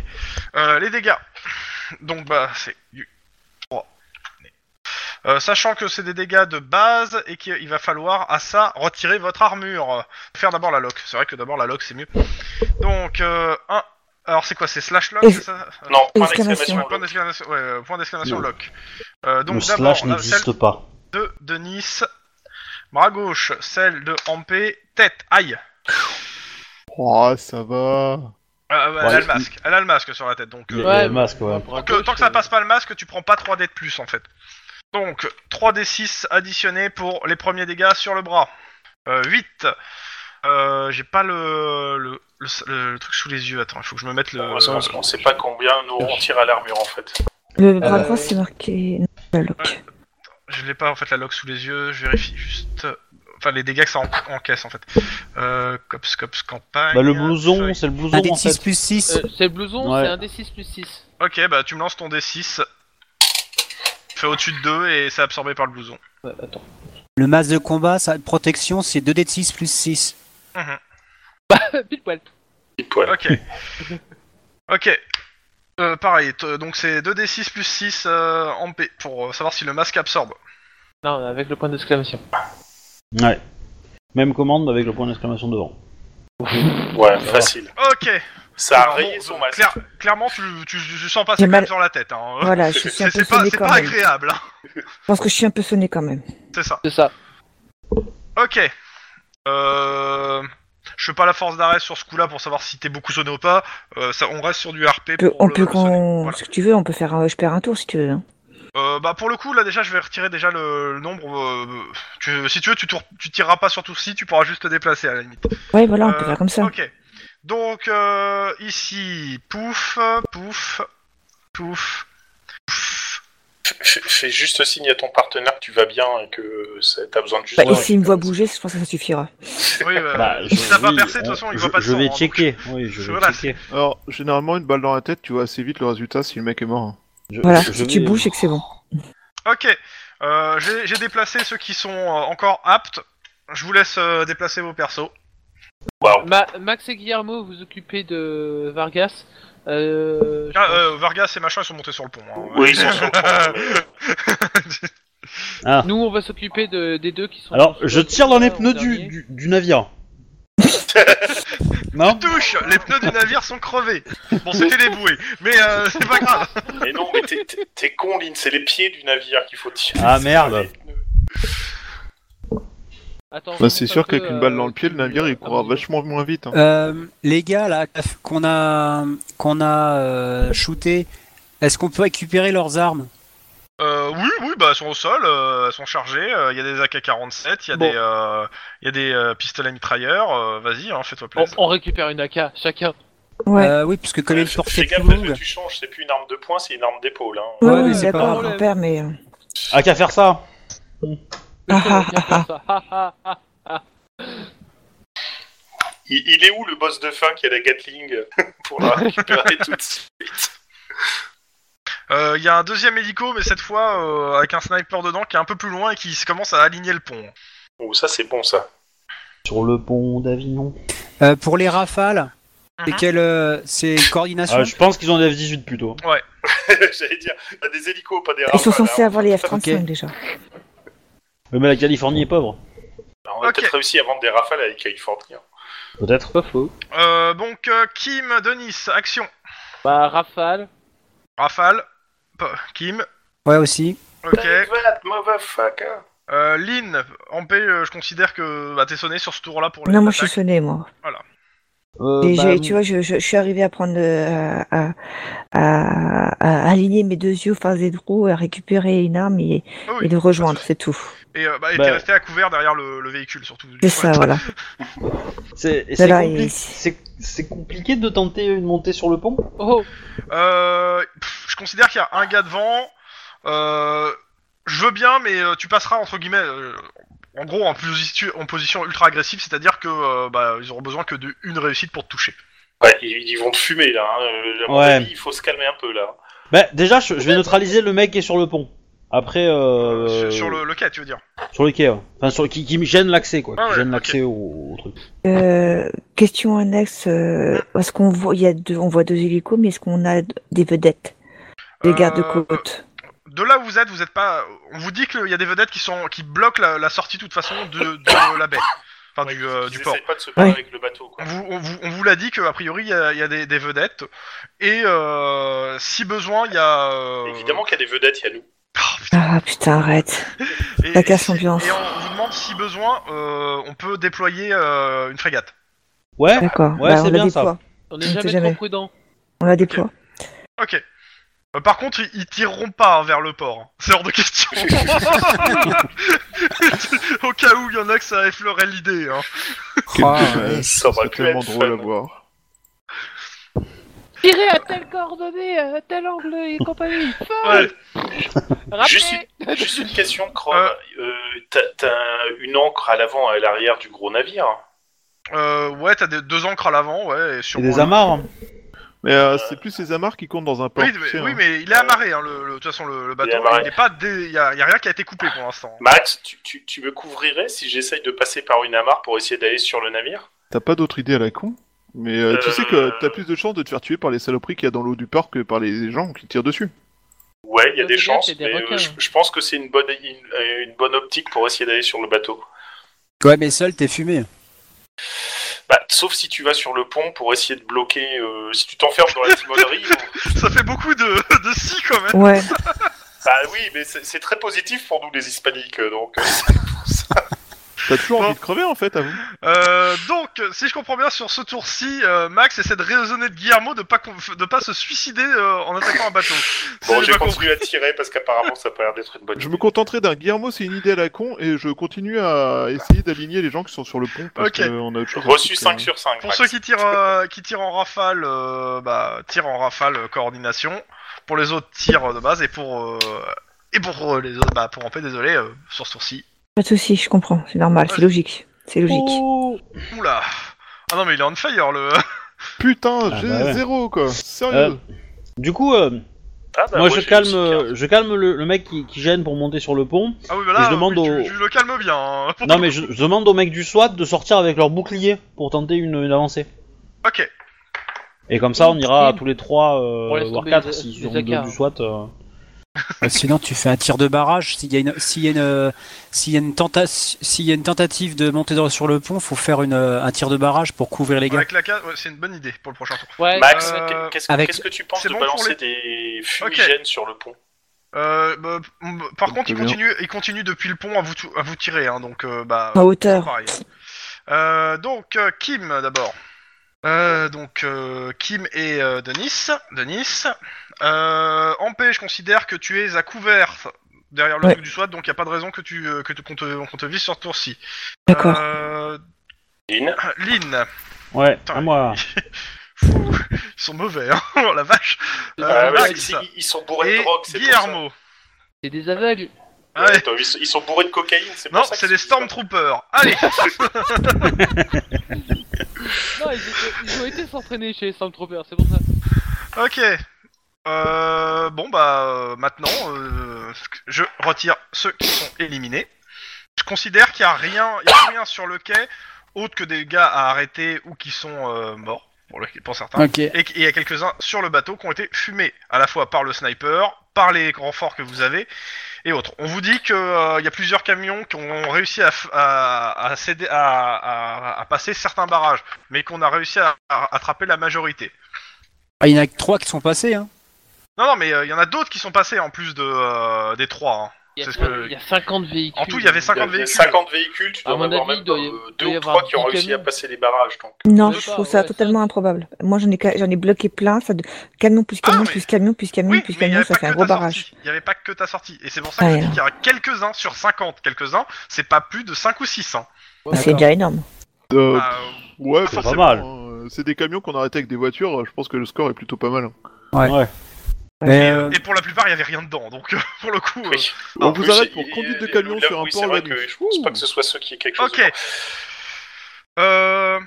Speaker 1: Euh, les dégâts. Donc, bah, c'est du 3. Euh, sachant que c'est des dégâts de base et qu'il va falloir à ça retirer votre armure. Faire d'abord la lock. C'est vrai que d'abord la lock c'est mieux. Donc, euh, un... alors c'est quoi C'est slash lock
Speaker 6: Et-
Speaker 1: c'est ça
Speaker 7: Non, point
Speaker 6: Exclamation.
Speaker 7: d'exclamation.
Speaker 1: Ouais, point d'exclamation ouais, euh, point d'exclamation
Speaker 4: Non.
Speaker 1: lock. Euh,
Speaker 4: le
Speaker 1: donc d'abord,
Speaker 4: slash
Speaker 1: euh, celle
Speaker 4: n'existe pas.
Speaker 1: de Denis, bras gauche, celle de Ampé, tête, aïe.
Speaker 3: Oh, ça va.
Speaker 1: Euh, ouais,
Speaker 4: Ouais,
Speaker 1: elle a le
Speaker 4: il-
Speaker 1: masque, elle a le masque sur la tête, donc euh,
Speaker 4: Il y a-
Speaker 2: Ouais,
Speaker 4: il y a le
Speaker 2: mais-
Speaker 4: masque, ouais.
Speaker 2: Bras
Speaker 1: que-
Speaker 2: gauche,
Speaker 1: tant que ça
Speaker 2: euh,
Speaker 1: passe pas le masque, tu prends pas 3D de plus en fait. Donc 3D6 additionné pour les premiers dégâts sur le bras. 8. J'ai pas le le, le- le- le truc sous les yeux, attends, il faut que je me mette le.
Speaker 7: Euh, ça, on sait pas combien nous on tire à l'armure en fait.
Speaker 4: Ah
Speaker 6: Le bras
Speaker 4: bah
Speaker 2: Euh,
Speaker 6: droit, c'est marqué. Non, la loque.
Speaker 1: Je l'ai pas en fait la log sous les yeux, je vérifie juste. Enfin les dégâts que ça en- encaisse en fait. Euh, cops, cops, campagne.
Speaker 4: Bah, le blouson,
Speaker 1: feuille.
Speaker 4: c'est le
Speaker 8: Un
Speaker 4: blouson
Speaker 8: des
Speaker 4: en
Speaker 8: 6
Speaker 4: fait.
Speaker 8: plus 6.
Speaker 2: Euh, c'est le blouson,
Speaker 4: Ouais.
Speaker 2: c'est un D6 plus 6.
Speaker 1: Ok, bah tu me lances ton D6. Fais au-dessus de 2 et c'est absorbé par le blouson.
Speaker 2: attends.
Speaker 8: Le masque de combat, sa protection, c'est 2D de 6 plus 6.
Speaker 2: Pile poil.
Speaker 7: Pile poil.
Speaker 1: Ok. ok. Euh, pareil, t- donc c'est 2d6 plus 6 euh, en P pour euh, savoir si le masque absorbe.
Speaker 2: Non, avec le point d'exclamation.
Speaker 4: Ouais. Même commande mais avec le point d'exclamation devant.
Speaker 7: Ouais, facile.
Speaker 1: Ok.
Speaker 7: Ça a
Speaker 1: Alors,
Speaker 7: rayé
Speaker 1: bon,
Speaker 7: son
Speaker 1: euh,
Speaker 7: masque.
Speaker 1: clair- clairement, tu, tu, tu sens pas
Speaker 6: J'ai
Speaker 1: ça
Speaker 6: mal-
Speaker 1: sur la tête. Hein.
Speaker 6: Voilà, je suis un
Speaker 1: c'est
Speaker 6: peu
Speaker 1: c'est pas,
Speaker 6: sonnée
Speaker 1: c'est
Speaker 6: quand
Speaker 1: pas
Speaker 6: même.
Speaker 1: agréable, hein.
Speaker 6: Je pense que je suis un peu sonnée quand même.
Speaker 1: c'est ça.
Speaker 2: C'est ça.
Speaker 1: Ok. Euh... Je fais pas la force d'arrêt sur ce coup-là pour savoir si t'es beaucoup sonné ou pas. Euh, ça, on reste sur du RP
Speaker 6: On peut,
Speaker 1: pour
Speaker 6: on
Speaker 1: le-
Speaker 6: peut
Speaker 1: le sonner.
Speaker 6: qu'on-
Speaker 1: Voilà.
Speaker 6: Ce que tu veux, on peut faire un... Je perds un tour si tu veux. hein.
Speaker 1: Euh, bah pour le coup là déjà je vais retirer déjà le, le nombre. euh, tu- si tu veux tu, tour- tu tireras pas sur tout si tu pourras juste te déplacer à la limite.
Speaker 6: Ouais, voilà, on peut
Speaker 1: Euh,
Speaker 6: faire comme ça.
Speaker 1: Ok. Donc euh, ici pouf pouf pouf.
Speaker 7: Fais- Fais juste signe à ton partenaire que tu vas bien et que euh, ça- t'as besoin de juste.
Speaker 6: Bah, et s'il me voit bouger, je pense que ça suffira.
Speaker 1: Oui, euh,
Speaker 4: Bah,
Speaker 1: si
Speaker 4: je-
Speaker 1: t'as pas
Speaker 4: oui,
Speaker 1: percé de toute
Speaker 4: on-
Speaker 1: façon il
Speaker 4: je-
Speaker 1: voit pas de
Speaker 4: Je
Speaker 1: sang,
Speaker 4: vais
Speaker 1: hein, donc
Speaker 4: checker. Oui,
Speaker 1: je-
Speaker 4: je vais
Speaker 1: voilà,
Speaker 4: checker.
Speaker 3: Alors, généralement, une balle dans la tête, tu vois assez vite le résultat si le mec est mort. hein.
Speaker 4: Je-
Speaker 6: Voilà,
Speaker 4: je euh,
Speaker 6: si tu
Speaker 4: vais-
Speaker 6: bouges, c'est que c'est bon.
Speaker 1: Ok, euh, j'ai j'ai déplacé ceux qui sont euh, encore aptes. Je vous laisse euh, déplacer vos persos.
Speaker 2: Ma- Max et Guillermo, vous occupez de Vargas. Euh, je
Speaker 1: Ah,
Speaker 2: pense-
Speaker 1: euh, Vargas et machin ils sont montés sur le pont. hein.
Speaker 7: Oui, ils sont sur le pont, mais-
Speaker 1: euh.
Speaker 2: Nous, on va s'occuper de, des deux qui sont.
Speaker 4: Ah. Alors,
Speaker 2: sur-
Speaker 4: je tire dans les
Speaker 2: en
Speaker 4: pneus du,
Speaker 2: dernier.
Speaker 4: du, du navire. non
Speaker 1: Touche Les pneus du navire sont crevés. Bon, c'était les bouées, mais euh, c'est pas grave.
Speaker 7: Mais non, mais t'es- t'es t'es con, Lynn, c'est les pieds du navire qu'il faut tirer.
Speaker 4: Ah merde
Speaker 2: Attends,
Speaker 3: Bah,
Speaker 2: je
Speaker 3: c'est
Speaker 2: monte un
Speaker 3: sûr
Speaker 2: peu,
Speaker 3: qu'avec une
Speaker 2: euh,
Speaker 3: balle dans le pied, le navire il
Speaker 2: euh,
Speaker 3: courra
Speaker 2: ah,
Speaker 3: vachement moins vite. hein.
Speaker 8: Euh, les gars là qu'on a qu'on a euh, shooté, est-ce qu'on peut récupérer leurs armes
Speaker 1: Euh, oui, oui, bah, elles sont au sol, euh, elles sont chargées. euh, Il y a des AK-47, il y a
Speaker 2: Bon.
Speaker 1: des, euh, il y a des euh, pistolets mitrailleurs. euh, Vas-y, hein, fais-toi
Speaker 2: On,
Speaker 1: plaisir.
Speaker 2: on récupère une AK chacun.
Speaker 6: Ouais.
Speaker 8: Euh, Oui, parce que comme il y a une
Speaker 7: Fais-
Speaker 8: portée
Speaker 7: Fais
Speaker 8: plus
Speaker 7: gaffe parce que
Speaker 8: longue.
Speaker 7: tu changes, c'est plus une arme de poing, c'est une arme d'épaule. Hein.
Speaker 6: Ouais,
Speaker 8: Ouais, mais
Speaker 6: ouais,
Speaker 8: c'est
Speaker 6: d'accord,
Speaker 2: pas-
Speaker 6: on perd, mais. euh,
Speaker 4: Ah qu'à faire ça
Speaker 6: Ah, ah,
Speaker 2: Bien
Speaker 6: ah,
Speaker 2: faire ça. Ah, ah, ah.
Speaker 7: Il, il est où le boss de fin qui a la Gatling pour la récupérer tout de suite
Speaker 1: Euh, Il y a un deuxième hélico, mais cette fois euh, avec un sniper dedans qui est un peu plus loin et qui se commence à aligner le pont.
Speaker 7: Oh, ça c'est bon ça.
Speaker 4: Sur le pont d'Avignon.
Speaker 8: Euh, pour les rafales, c'est
Speaker 1: Mhm.
Speaker 8: quelle euh, c'est coordination
Speaker 4: Ah, je pense qu'ils ont des F-18 plutôt.
Speaker 7: J'allais dire, t'as des hélicos, pas des rafales.
Speaker 1: bah,
Speaker 6: Ils sont censés
Speaker 7: hein.
Speaker 6: avoir les F-35
Speaker 8: Ok.
Speaker 6: déjà.
Speaker 4: Oui, mais la Californie est pauvre.
Speaker 7: On a
Speaker 1: Ok.
Speaker 7: peut-être réussi à vendre des rafales avec Californie. hein.
Speaker 4: Peut-être.
Speaker 2: Pas faux.
Speaker 1: Euh, donc, euh, Kim, Denis, action.
Speaker 2: Bah, Rafale.
Speaker 1: Rafale. P- Kim,
Speaker 8: Ouais aussi.
Speaker 1: ok.
Speaker 7: Private, motherfucker.
Speaker 1: Euh, Lynn, en paix, euh, je considère que bah, t'es sonné sur ce tour-là pour les
Speaker 6: Non, moi je suis
Speaker 1: attaques.
Speaker 6: sonnée, moi.
Speaker 4: Euh,
Speaker 6: Et
Speaker 4: bah,
Speaker 6: j'ai- tu vois, je, je- je suis arrivée à prendre, euh, à, à- à aligner mes deux yeux, faire des trous, à récupérer une arme et,
Speaker 1: Ah oui.
Speaker 6: et de rejoindre, c'est tout.
Speaker 1: Et, euh, bah, et
Speaker 4: Bah,
Speaker 1: t'es resté à couvert derrière le, le véhicule, surtout. du
Speaker 6: C'est
Speaker 1: coup.
Speaker 6: ça, voilà.
Speaker 4: c'est c'est
Speaker 6: là,
Speaker 4: compli-
Speaker 6: il-
Speaker 4: c'est- c'est compliqué de tenter une montée sur le pont
Speaker 2: Oh,
Speaker 1: Euh, pff, je considère qu'il y a un gars devant. Euh, je veux bien, mais euh, tu passeras entre guillemets. euh, en gros, en, positu- en position ultra agressive, c'est-à-dire que euh, bah, ils auront besoin que de une réussite pour te toucher.
Speaker 7: Ouais, ils, ils vont te fumer là. hein. Euh, à mon
Speaker 4: Ouais.
Speaker 7: avis, il faut se calmer un peu là.
Speaker 4: Bah déjà, je, je vais neutraliser le mec qui est sur le pont. Après, euh,
Speaker 1: Sur, sur le, le quai, tu veux dire.
Speaker 4: sur le quai, ouais. enfin sur qui, qui me gêne l'accès quoi,
Speaker 1: Ah
Speaker 4: qui
Speaker 1: ouais,
Speaker 4: gêne
Speaker 1: ok.
Speaker 4: l'accès au, au truc.
Speaker 6: Euh, question annexe, euh, est-ce qu'on voit, il y a deux, on voit deux hélicos, mais est-ce qu'on a des vedettes, des gardes
Speaker 1: Euh,
Speaker 6: côtes
Speaker 1: De là où vous êtes, vous êtes pas. On vous dit qu'il y a des vedettes qui sont qui bloquent la, la sortie de toute façon de, de la baie, enfin du, euh,
Speaker 7: ils
Speaker 1: du
Speaker 7: essayent
Speaker 1: port.
Speaker 7: pas de se battre
Speaker 6: Ouais.
Speaker 7: avec le bateau
Speaker 1: On
Speaker 7: quoi.
Speaker 1: vous, on vous- on vous l'a dit qu'a priori il y a, il y a des, des vedettes et euh, si besoin il y a. euh,
Speaker 7: Évidemment qu'il y a des vedettes, il y a nous.
Speaker 1: Ah, putain.
Speaker 6: Ah putain, arrête.
Speaker 1: Et,
Speaker 6: La casse
Speaker 1: et si-
Speaker 6: ambiance.
Speaker 1: et on vous demande si besoin euh, on peut déployer euh, une frégate.
Speaker 4: Ouais,
Speaker 6: D'accord.
Speaker 4: ouais,
Speaker 6: bah,
Speaker 4: c'est
Speaker 6: on la
Speaker 4: bien ça.
Speaker 6: déploie.
Speaker 2: on est
Speaker 6: On sait
Speaker 2: jamais,
Speaker 6: jamais.
Speaker 2: trop prudent.
Speaker 6: On la déploie.
Speaker 1: Ok. Euh, par contre ils, ils tireront pas hein, vers le port. C'est hors de question. Au cas où il y en a que ça effleurait l'idée. hein.
Speaker 3: Quel
Speaker 8: Ah,
Speaker 3: dommage,
Speaker 8: ouais,
Speaker 7: ça aurait
Speaker 3: c'est
Speaker 7: pu
Speaker 3: tellement
Speaker 7: être
Speaker 3: drôle à
Speaker 7: fun.
Speaker 3: voir.
Speaker 2: Tirez à telle coordonnée, à tel angle et compagnie.
Speaker 1: Ouais.
Speaker 2: Rappelez
Speaker 7: Juste une, juste une question, Chrome.
Speaker 1: Euh.
Speaker 7: Euh, t'as- T'as une ancre à l'avant et à l'arrière du gros navire.
Speaker 1: Euh, ouais t'as des, deux ancres à l'avant ouais. Et
Speaker 4: Et
Speaker 1: sur
Speaker 4: des amarres. hein.
Speaker 3: Mais euh, c'est plus les amarres qui comptent dans un port.
Speaker 1: Oui
Speaker 3: tu sais,
Speaker 1: mais, oui,
Speaker 3: hein.
Speaker 1: mais il est amarré hein, le, le- de toute façon le, le bateau.
Speaker 7: est amarré.
Speaker 1: Il est pas dé- il y a, il y a rien qui a été coupé pour l'instant.
Speaker 7: Max, tu, tu- tu me couvrirais si j'essaye de passer par une amarre pour essayer d'aller sur le navire
Speaker 3: T'as pas d'autre idée à la con Mais euh, tu
Speaker 7: Euh.
Speaker 3: sais que t'as plus de chances de te faire tuer par les saloperies qu'il y a dans l'eau du parc que par les gens qui tirent dessus.
Speaker 7: Ouais, il y a
Speaker 2: Ouais,
Speaker 7: des
Speaker 2: c'est
Speaker 7: chances,
Speaker 2: bien, c'est des
Speaker 7: mais euh,
Speaker 2: requins.
Speaker 7: je, je pense que c'est une bonne, une, une bonne optique pour essayer d'aller sur le bateau.
Speaker 8: Ouais, mais seul, t'es fumé.
Speaker 7: Bah, sauf si tu vas sur le pont pour essayer de bloquer, euh, si tu t'enfermes dans la timonerie. ou-
Speaker 1: Ça fait beaucoup de, de si quand même.
Speaker 6: Ouais.
Speaker 7: Bah oui, mais c'est c'est très positif pour nous les hispaniques, euh, donc. euh,
Speaker 3: T'as toujours
Speaker 1: Bon.
Speaker 3: envie de crever en fait, à vous.
Speaker 1: Euh, donc, si je comprends bien, sur ce tour-ci, euh, Max essaie de raisonner de Guillermo de pas con- de pas se suicider euh, en attaquant un bateau. Si
Speaker 7: Bon,
Speaker 1: j'ai
Speaker 7: j'ai
Speaker 1: pas compris.
Speaker 7: continué à tirer parce qu'apparemment ça a pas l'air d'être une bonne
Speaker 3: Je
Speaker 7: idée.
Speaker 3: me contenterai d'un Guillermo, c'est une idée à la con, et je continue à essayer d'aligner les gens qui sont sur le pont. Parce
Speaker 1: Ok.
Speaker 3: que on a autre chose à
Speaker 7: Reçu
Speaker 3: foutre,
Speaker 7: 5
Speaker 3: euh.
Speaker 7: sur 5.
Speaker 1: Pour ceux qui tirent, euh, qui tirent en rafale, euh, bah, tirent en rafale euh, coordination. Pour les autres, tirent euh, de base. Et pour, euh, et pour euh, les autres, bah, pour en paix, désolé, euh, sur ce tour-ci.
Speaker 6: Pas de soucis, je comprends. C'est normal, c'est logique. C'est logique.
Speaker 4: Euh,
Speaker 1: Oh, Oula Ah non, mais il est on fire, le...
Speaker 3: Putain,
Speaker 4: Ah
Speaker 3: j'ai
Speaker 4: bah ouais.
Speaker 3: zéro quoi. Sérieux.
Speaker 1: oh,
Speaker 4: Euh, Du coup, euh,
Speaker 7: Ah bah,
Speaker 1: Bah,
Speaker 4: moi, je calme, euh, je calme le, le mec qui, qui gêne pour monter sur le pont.
Speaker 1: Ah oui, bah là,
Speaker 4: Je demande
Speaker 1: oui, tu-
Speaker 4: au-
Speaker 1: tu, le calmes bien. hein.
Speaker 4: Non, mais je, je demande aux mecs du SWAT de sortir avec leur bouclier pour tenter une, une avancée.
Speaker 1: Ok.
Speaker 4: Et comme ça, on ira tous les trois,
Speaker 2: On
Speaker 4: euh,
Speaker 2: laisse
Speaker 4: voire
Speaker 2: tomber
Speaker 4: quatre,
Speaker 2: les-
Speaker 4: si
Speaker 2: les
Speaker 4: ils ont deux
Speaker 2: AK,
Speaker 4: du
Speaker 2: hein.
Speaker 4: SWAT. euh.
Speaker 8: Euh, Sinon, tu fais un tir de barrage. S'il y a une, s'il y a une, euh, s'il y a une, tenta- s'il y a une tentative de monter dans- sur le pont, faut faire une, euh, un tir de barrage pour couvrir les gars.
Speaker 1: Avec la case, ouais, c'est une bonne idée pour le prochain tour.
Speaker 2: Ouais,
Speaker 7: Max,
Speaker 1: Euh,
Speaker 7: qu'est- qu'est-ce
Speaker 8: avec-
Speaker 7: qu'est-ce que tu penses
Speaker 1: c'est
Speaker 7: de
Speaker 1: bon pour
Speaker 7: balancer
Speaker 1: les-
Speaker 7: des fumigènes sur le pont
Speaker 1: Euh, bah, m- par contre, il
Speaker 3: bien.
Speaker 1: continue, il continue depuis le pont à vous, tou- à vous tirer, hein, donc euh, bah,
Speaker 6: En hauteur.
Speaker 1: pareil. Euh, donc euh, Kim d'abord. Euh, donc euh, Kim et euh, Denis. Denis. Euh, en paix, je considère que tu es à couvert derrière le
Speaker 6: Ouais.
Speaker 1: truc du SWAT, donc il n'y a pas de raison que tu euh, que tu- qu'on te, qu'on te vise sur ce tour-ci.
Speaker 6: D'accord.
Speaker 1: Euh,
Speaker 7: Lynn
Speaker 1: Lynn.
Speaker 4: Ouais,
Speaker 1: Putain,
Speaker 4: à moi.
Speaker 1: Fou, Ils sont mauvais, hein, oh, la vache.
Speaker 2: Euh,
Speaker 7: Ah,
Speaker 1: Max.
Speaker 7: ouais, c'est- Ils sont bourrés
Speaker 1: Et
Speaker 7: de drogue, c'est pour ça.
Speaker 1: Guillermo. Ah
Speaker 2: c'est des aveugles.
Speaker 1: Ouais.
Speaker 7: Attends, ils, sont- ils sont bourrés de cocaïne, c'est pour
Speaker 1: Non,
Speaker 7: ça que
Speaker 1: c'est des Stormtroopers. Allez,
Speaker 2: Non, ils, étaient- ils ont été s'entraîner chez les Stormtroopers, c'est pour ça.
Speaker 1: ok. Euh, bon bah euh, maintenant, euh, je retire ceux qui sont éliminés. Je considère qu'il n'y a rien, il y a rien sur le quai autre que des gars à arrêter ou qui sont euh, morts pour, le- pour certains.
Speaker 8: Ok.
Speaker 1: Et qu'il y a quelques-uns sur le bateau qui ont été fumés, à la fois par le sniper, par les renforts que vous avez, et autres. On vous dit qu'il y a plusieurs camions qui ont réussi à, f- à, à céder- à- à- à passer certains barrages, mais qu'on a réussi à, à attraper la majorité.
Speaker 8: Ah, il y en a que trois qui sont passés. Hein.
Speaker 1: Non, non, mais euh, il y en a d'autres qui sont passés en plus de, euh, des trois. hein.
Speaker 2: Il y,
Speaker 1: C'est
Speaker 2: a,
Speaker 1: ce que-
Speaker 2: il y a 50 véhicules.
Speaker 1: En tout, il y avait 50
Speaker 7: Il y a
Speaker 1: véhicules.
Speaker 7: 50 véhicules, tu dois
Speaker 2: À
Speaker 7: en
Speaker 2: mon
Speaker 7: avoir
Speaker 2: avis, il
Speaker 7: même
Speaker 2: doit y-
Speaker 7: euh,
Speaker 2: il
Speaker 7: deux
Speaker 2: doit y
Speaker 7: ou
Speaker 2: avoir
Speaker 7: trois qui ont
Speaker 2: dix
Speaker 7: réussi à
Speaker 2: camions.
Speaker 7: passer les barrages. Donc.
Speaker 6: Non,
Speaker 2: je
Speaker 6: je
Speaker 2: sais
Speaker 6: trouve
Speaker 2: pas,
Speaker 6: ça
Speaker 2: ouais,
Speaker 6: totalement improbable. Moi, j'en ai, ca- j'en ai bloqué plein. Ça de... Camion plus
Speaker 1: Ah,
Speaker 6: camion
Speaker 1: mais-
Speaker 6: plus camion plus camion
Speaker 1: Oui, mais
Speaker 6: plus
Speaker 1: il n'y
Speaker 6: camion,
Speaker 1: avait,
Speaker 6: ça
Speaker 1: pas
Speaker 6: fait
Speaker 1: que
Speaker 6: un gros
Speaker 1: ta
Speaker 6: barrage.
Speaker 1: sortie. Il y avait pas que ta sortie. Et c'est pour ça que je
Speaker 6: Ouais.
Speaker 1: dis qu'il y a quelques-uns sur 50. Quelques-uns, c'est pas plus de 5 ou 6. Hein.
Speaker 2: Ouais,
Speaker 6: Ah, C'est
Speaker 2: d'accord.
Speaker 6: déjà énorme.
Speaker 3: Euh,
Speaker 1: Bah,
Speaker 3: ouais,
Speaker 4: c'est pas
Speaker 3: forcément,
Speaker 4: mal.
Speaker 3: hein. C'est des camions qu'on a arrêtés avec des voitures, je pense que le score est plutôt pas mal.
Speaker 8: Ouais.
Speaker 4: Ouais. Eh
Speaker 8: Mais, euh,
Speaker 1: Et pour la plupart, il y avait rien dedans, donc euh, pour le coup. euh,
Speaker 7: Oui.
Speaker 3: On
Speaker 7: En
Speaker 3: vous
Speaker 7: plus,
Speaker 3: arrête
Speaker 7: il-
Speaker 3: pour
Speaker 7: il-
Speaker 3: conduite de
Speaker 7: il-
Speaker 3: camion
Speaker 7: là,
Speaker 3: sur un
Speaker 7: oui,
Speaker 3: port
Speaker 7: C'est
Speaker 3: la
Speaker 7: vrai
Speaker 3: nuit.
Speaker 7: que je pense pas que ce soit ceux qui aient quelque chose.
Speaker 1: Ok. Euh,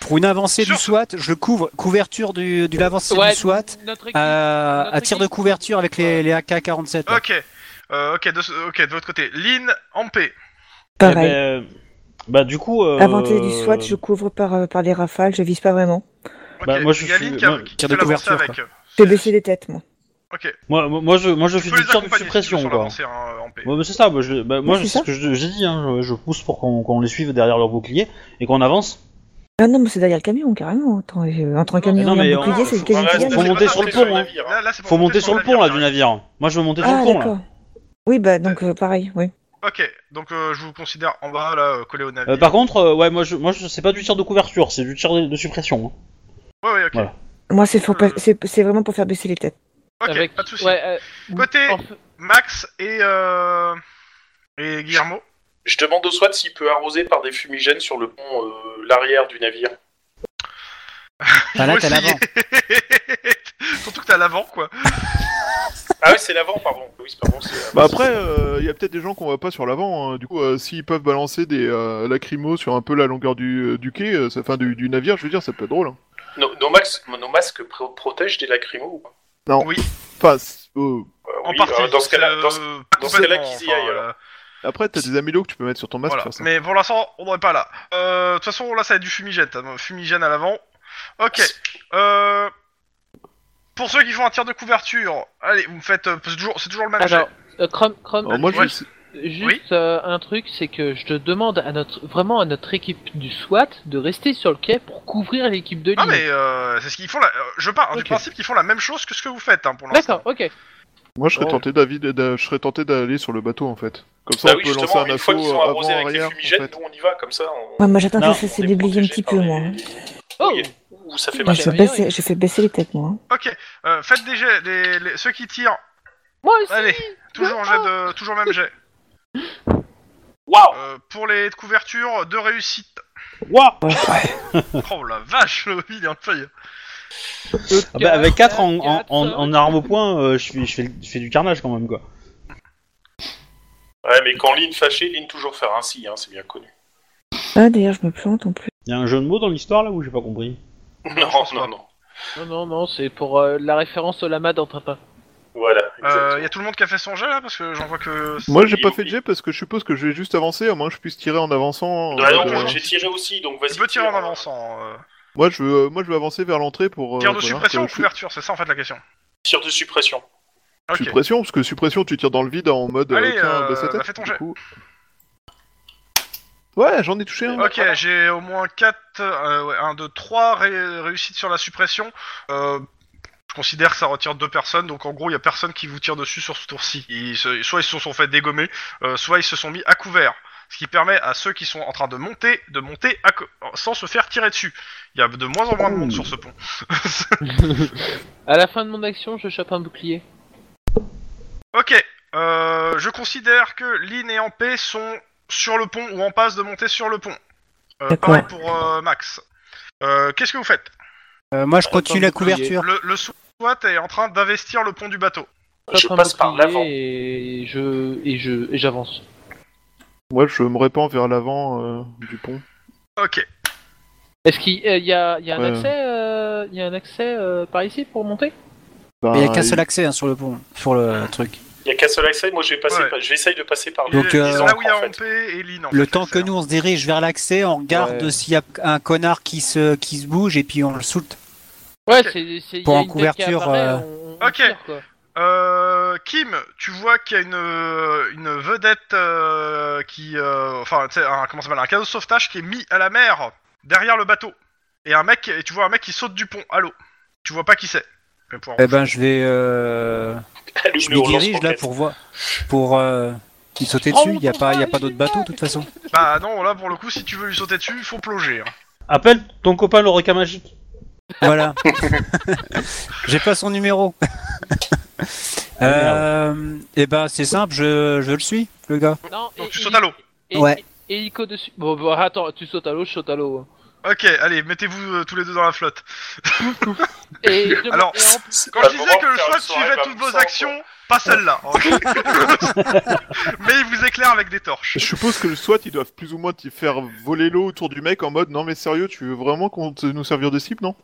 Speaker 8: pour une avancée
Speaker 1: Sur-
Speaker 8: du SWAT, je couvre couverture du, de l'avancée
Speaker 2: Ouais,
Speaker 8: du SWAT euh,
Speaker 2: notre équipe-
Speaker 8: à,
Speaker 2: notre
Speaker 8: à tir de
Speaker 2: équipe-
Speaker 8: couverture avec les, les AK-47. là.
Speaker 1: ok. Euh, ok, de, ce- ok, de votre côté. Lynn, en paix.
Speaker 4: Eh
Speaker 6: Pareil.
Speaker 4: ben, euh, bah, du coup. euh,
Speaker 6: Avantage du SWAT, je couvre par, euh, par les rafales, je vise pas vraiment.
Speaker 1: Ok,
Speaker 4: Bah, moi, je
Speaker 1: il y a
Speaker 4: suis-
Speaker 1: Lynn qui, a-
Speaker 4: moi,
Speaker 1: qui
Speaker 8: tir
Speaker 1: peut
Speaker 8: de
Speaker 1: l'avancer
Speaker 8: couverture,
Speaker 1: avec.
Speaker 6: Je vais baisser les têtes, moi.
Speaker 1: Ok.
Speaker 4: Moi, moi, moi, je, moi, je
Speaker 1: Tu
Speaker 4: fais
Speaker 1: peux
Speaker 4: du
Speaker 1: les
Speaker 4: tir de
Speaker 1: accompagner si tu veux
Speaker 4: suppression,
Speaker 1: sur
Speaker 4: quoi.
Speaker 1: l'avancée, hein, en paix.
Speaker 4: Ouais, mais c'est ça, moi, je, bah, moi,
Speaker 6: Oui,
Speaker 4: je-
Speaker 6: c'est
Speaker 4: c'est ce
Speaker 6: ça.
Speaker 4: que je- j'ai dit, hein, je, je pousse pour qu'on qu'on les suive derrière leur bouclier et qu'on avance.
Speaker 6: Ah non, mais c'est derrière le camion, carrément. Attends, euh, entre un camion
Speaker 4: mais
Speaker 6: et
Speaker 4: non,
Speaker 6: un
Speaker 4: mais
Speaker 6: bouclier,
Speaker 4: on-
Speaker 6: c'est
Speaker 4: faut-
Speaker 6: quasi
Speaker 7: ouais,
Speaker 6: égal.
Speaker 4: faut
Speaker 7: c'est
Speaker 4: monter
Speaker 7: pas
Speaker 4: sur le
Speaker 7: monter
Speaker 4: pont, hein.
Speaker 7: navire,
Speaker 1: Là- là, c'est pour
Speaker 4: Faut monter sur le pont, là, du
Speaker 1: carrément.
Speaker 4: navire. Moi, je veux monter sur
Speaker 6: Ah,
Speaker 4: le pont, là.
Speaker 6: d'accord. Oui, bah donc euh, pareil, oui.
Speaker 1: Ok, donc euh, je vous considère en bas, là, euh, collé au navire.
Speaker 4: Euh, par contre, euh, ouais, moi, je, moi, je- c'est pas du tir de couverture, c'est du tir de, de suppression. hein.
Speaker 1: Ouais, ouais, ok.
Speaker 4: voilà.
Speaker 6: Moi, c'est faut pas- c'est c'est vraiment pour faire baisser les têtes.
Speaker 1: Ok,
Speaker 2: avec-
Speaker 1: pas de soucis.
Speaker 2: Ouais, euh,
Speaker 1: Côté
Speaker 2: en fait-
Speaker 1: Max et, euh, et Guillermo.
Speaker 7: Je demande au SWAT s'il peut arroser par des fumigènes sur le pont, euh, l'arrière du navire.
Speaker 8: Bah, là,
Speaker 1: Faut
Speaker 8: t'as
Speaker 1: essayer.
Speaker 8: l'avant.
Speaker 1: Surtout que t'as l'avant, quoi.
Speaker 7: Ah ouais, c'est l'avant, pardon. Oui, c'est pardon. c'est l'avant.
Speaker 3: Bah après, il y a peut-être des gens qu'on voit pas sur l'avant. hein. Du coup, euh, s'ils peuvent balancer des euh, lacrymos sur un peu la longueur du, du quai, euh, ça- enfin du, du navire, je veux dire, ça peut être drôle. hein.
Speaker 7: Nos, nos max- nos masques pro- protègent des lacrymos ou pas
Speaker 1: Oui,
Speaker 3: Enfin, c'est- euh,
Speaker 7: Euh,
Speaker 1: en
Speaker 7: oui,
Speaker 1: partie.
Speaker 7: euh, dans ce cas-là,
Speaker 1: c'est,
Speaker 7: dans ce-
Speaker 1: euh,
Speaker 7: dans ce cas-là,
Speaker 1: complètement,
Speaker 7: qu'ils y aillent,
Speaker 1: enfin, euh,
Speaker 3: Après, t'as des amélos que tu peux mettre sur ton masque.
Speaker 1: Voilà.
Speaker 3: pour faire ça.
Speaker 1: Mais pour l'instant, on n'en est pas là. Euh, De toute façon, là, ça va être du fumigène. t'as un Fumigène à l'avant. Ok. Euh, Pour ceux qui font un tir de couverture, allez, vous me faites. euh, C'est toujours, c'est toujours le même
Speaker 2: Alors, euh, Chrome, Chrome,
Speaker 3: Alors, moi, je
Speaker 1: Ouais.
Speaker 3: sais-
Speaker 4: Oh.
Speaker 2: Juste
Speaker 1: Oui.
Speaker 2: euh, un truc, c'est que je te demande à notre, vraiment à notre équipe du SWAT de rester sur le quai pour couvrir l'équipe de ligne.
Speaker 1: Ah mais euh, c'est ce qu'ils font. la- euh, Je pars
Speaker 2: Ok.
Speaker 1: du principe qu'ils font la même chose que ce que vous faites hein, pour l'instant.
Speaker 2: D'accord, ok.
Speaker 3: moi, je serais
Speaker 1: Oh.
Speaker 3: tenté David, d'a- je serais tenté d'aller sur le bateau en fait. Comme ça,
Speaker 7: bah
Speaker 3: on
Speaker 7: oui,
Speaker 3: peut lancer
Speaker 7: justement,
Speaker 3: un
Speaker 7: une fois qu'ils
Speaker 3: assaut
Speaker 7: sont
Speaker 3: avant
Speaker 7: arrosés avec
Speaker 3: arrière.
Speaker 7: les
Speaker 3: en
Speaker 7: fumigènes,
Speaker 3: fait.
Speaker 7: nous on y va comme ça. on-
Speaker 6: Ouais, moi j'attends
Speaker 4: Non,
Speaker 6: que ça se
Speaker 7: on est
Speaker 6: déblaye un
Speaker 7: protégé
Speaker 6: petit
Speaker 7: par
Speaker 6: peu,
Speaker 7: les-
Speaker 6: moi. hein.
Speaker 2: Oh
Speaker 7: Oui, Ouh, ça fait
Speaker 2: Bah,
Speaker 6: Moi,
Speaker 7: mal.
Speaker 6: je, fais
Speaker 2: j'ai rien,
Speaker 6: baisser, je fais baisser les têtes, moi. hein.
Speaker 1: Ok. Euh, faites des jets, les, les- ceux qui tirent.
Speaker 2: Moi aussi.
Speaker 1: Allez, toujours jet de, toujours même jet.
Speaker 7: Waouh
Speaker 1: Euh, pour les de couverture, deux réussites.
Speaker 4: Ouah
Speaker 1: Oh la vache, le- il est en feuille.
Speaker 4: Ah bah, Avec 4 en, en,
Speaker 2: Euh, Quatre,
Speaker 4: en,
Speaker 2: cinq.
Speaker 4: en arme au point, euh, je, fais, je, fais, je fais du carnage quand même quoi.
Speaker 7: Ouais, mais quand Lynn fâchée, Lynn toujours faire ainsi, hein, c'est bien connu.
Speaker 6: Ah, d'ailleurs, je me plante en plus.
Speaker 4: Il y a un jeu de mots dans l'histoire là où j'ai pas compris.
Speaker 7: Non,
Speaker 1: pense pas.
Speaker 7: non, non.
Speaker 2: Non, non, non, c'est pour euh, la référence au lama dans Tintin.
Speaker 7: Voilà.
Speaker 1: Euh,
Speaker 7: exactement.
Speaker 1: y a tout le monde qui a fait son jet là parce que j'en vois que.
Speaker 3: Moi, j'ai
Speaker 7: Il-
Speaker 3: pas fait de jet parce que je suppose que je vais juste avancer, à moins que je puisse tirer en avançant.
Speaker 7: Ah
Speaker 3: euh,
Speaker 7: non,
Speaker 3: de-
Speaker 7: j'ai tiré aussi, donc vas-y.
Speaker 1: Tu peux tirer
Speaker 7: tire.
Speaker 1: en avançant. euh.
Speaker 3: Moi, je veux, moi, je veux avancer vers l'entrée pour. euh,
Speaker 1: Tir de
Speaker 3: voilà,
Speaker 1: suppression
Speaker 3: que
Speaker 1: ou
Speaker 3: je-
Speaker 1: couverture, c'est ça en fait la question.
Speaker 7: Tire euh, de suppression.
Speaker 1: Ok.
Speaker 3: Suppression, parce que suppression, tu tires dans le vide en mode. euh,
Speaker 1: Allez,
Speaker 3: tiens,
Speaker 1: euh,
Speaker 3: baisse la tête.
Speaker 1: bah, fais ton
Speaker 3: du
Speaker 1: jet.
Speaker 3: coup. Ouais, j'en ai touché un.
Speaker 1: Ok, j'ai au moins euh, 4, 1, 2, 3 réussites sur la suppression. Euh, je considère que ça retire deux personnes, donc en gros, il y a personne qui vous tire dessus sur ce tour-ci. Ils se- soit ils se sont fait dégommer, euh, soit ils se sont mis à couvert. Ce qui permet à ceux qui sont en train de monter, de monter à co- sans se faire tirer dessus. Il y a de moins en moins de monde sur ce pont.
Speaker 2: À la fin de mon action, je chope un bouclier.
Speaker 1: Ok, euh, je considère que Lynn et Ampé sont sur le pont ou en passe de monter sur le pont. Euh,
Speaker 6: D'accord.
Speaker 1: pareil pour euh, Max. Euh, Qu'est-ce que vous faites
Speaker 8: Euh, moi, je
Speaker 2: Attends,
Speaker 8: continue la
Speaker 2: bouclier.
Speaker 8: couverture.
Speaker 1: Le, le SWAT est en train d'investir le pont du bateau.
Speaker 7: Je
Speaker 2: Chope un
Speaker 7: passe par
Speaker 2: bouclier
Speaker 7: l'avant.
Speaker 2: Et je et je et j'avance.
Speaker 3: Moi, je me répands vers l'avant euh, du pont.
Speaker 1: Ok.
Speaker 2: Est-ce qu'il euh, y, a y a un
Speaker 3: Ouais.
Speaker 2: accès euh, y a un accès euh, par ici pour monter
Speaker 3: Bah,
Speaker 8: Il y a qu'un seul accès hein, sur le pont, sur le truc.
Speaker 7: Il y a qu'un seul accès, moi je vais passer
Speaker 1: Ouais. Ah hein,
Speaker 7: par- je vais essayer de passer par
Speaker 8: Donc,
Speaker 1: ils,
Speaker 8: euh,
Speaker 1: ils sont là où il y a
Speaker 7: en fait.
Speaker 1: Ampé et Lynn. en
Speaker 8: Le
Speaker 1: fait,
Speaker 8: temps
Speaker 1: c'est
Speaker 8: que
Speaker 1: ça.
Speaker 8: nous on se dirige vers l'accès, on regarde
Speaker 2: Ouais.
Speaker 8: s'il y a un connard qui se qui se bouge et puis on le saute.
Speaker 2: Ouais,
Speaker 1: Ok.
Speaker 2: c'est c'est
Speaker 8: Pour
Speaker 2: y a
Speaker 8: en
Speaker 2: une tête qui
Speaker 8: couverture,
Speaker 2: apparaît,
Speaker 8: euh,
Speaker 2: on- on
Speaker 1: Ok.
Speaker 2: tire, quoi.
Speaker 1: Euh, Kim, tu vois qu'il y a une, euh, une vedette euh, qui. euh, enfin, tu sais, un, comment ça s'appelle Un canot de sauvetage qui est mis à la mer derrière le bateau. Et un mec. Et tu vois un mec qui saute du pont à l'eau. Tu vois pas qui c'est. Mais pour-
Speaker 8: Eh ben je vais euh,
Speaker 7: Allume
Speaker 8: je
Speaker 7: le
Speaker 8: me
Speaker 7: relance
Speaker 8: dirige là
Speaker 7: roquette.
Speaker 8: pour voir pour euh, me sauter
Speaker 2: Prends
Speaker 8: dessus.
Speaker 2: mon
Speaker 8: Il y a pas il y a
Speaker 2: courage,
Speaker 8: pas d'autre bateau de toute façon.
Speaker 1: Bah non, là pour le coup, si tu veux lui sauter dessus, il faut plonger. hein.
Speaker 4: Appelle ton copain le requin magique.
Speaker 8: Voilà. J'ai pas son numéro. euh, eh ben c'est simple, je, je le suis le gars.
Speaker 2: Non,
Speaker 1: Donc
Speaker 2: et-
Speaker 1: tu
Speaker 2: et-
Speaker 1: sautes à l'eau.
Speaker 2: et-
Speaker 8: Ouais.
Speaker 2: Et Ico dessus. Bon, bon, attends, tu sautes à l'eau, je saute à l'eau. hein.
Speaker 1: Ok, allez, mettez-vous euh, tous les deux dans la flotte.
Speaker 2: Et je demande-
Speaker 1: Alors,
Speaker 2: et en-
Speaker 7: C'est
Speaker 1: Quand
Speaker 7: pas
Speaker 1: je
Speaker 7: le
Speaker 1: disais
Speaker 7: moment
Speaker 1: que
Speaker 7: de
Speaker 1: le
Speaker 7: faire
Speaker 1: SWAT
Speaker 7: une soirée
Speaker 1: suivait
Speaker 7: par
Speaker 1: toutes
Speaker 7: Vincent,
Speaker 1: vos
Speaker 7: quoi.
Speaker 1: actions, pas celle-là. hein. Mais il vous éclaire avec des torches.
Speaker 3: Je suppose que le SWAT, ils doivent plus ou moins t'y faire voler l'eau autour du mec en mode non, mais sérieux, tu veux vraiment qu'on te- nous servir de cible, non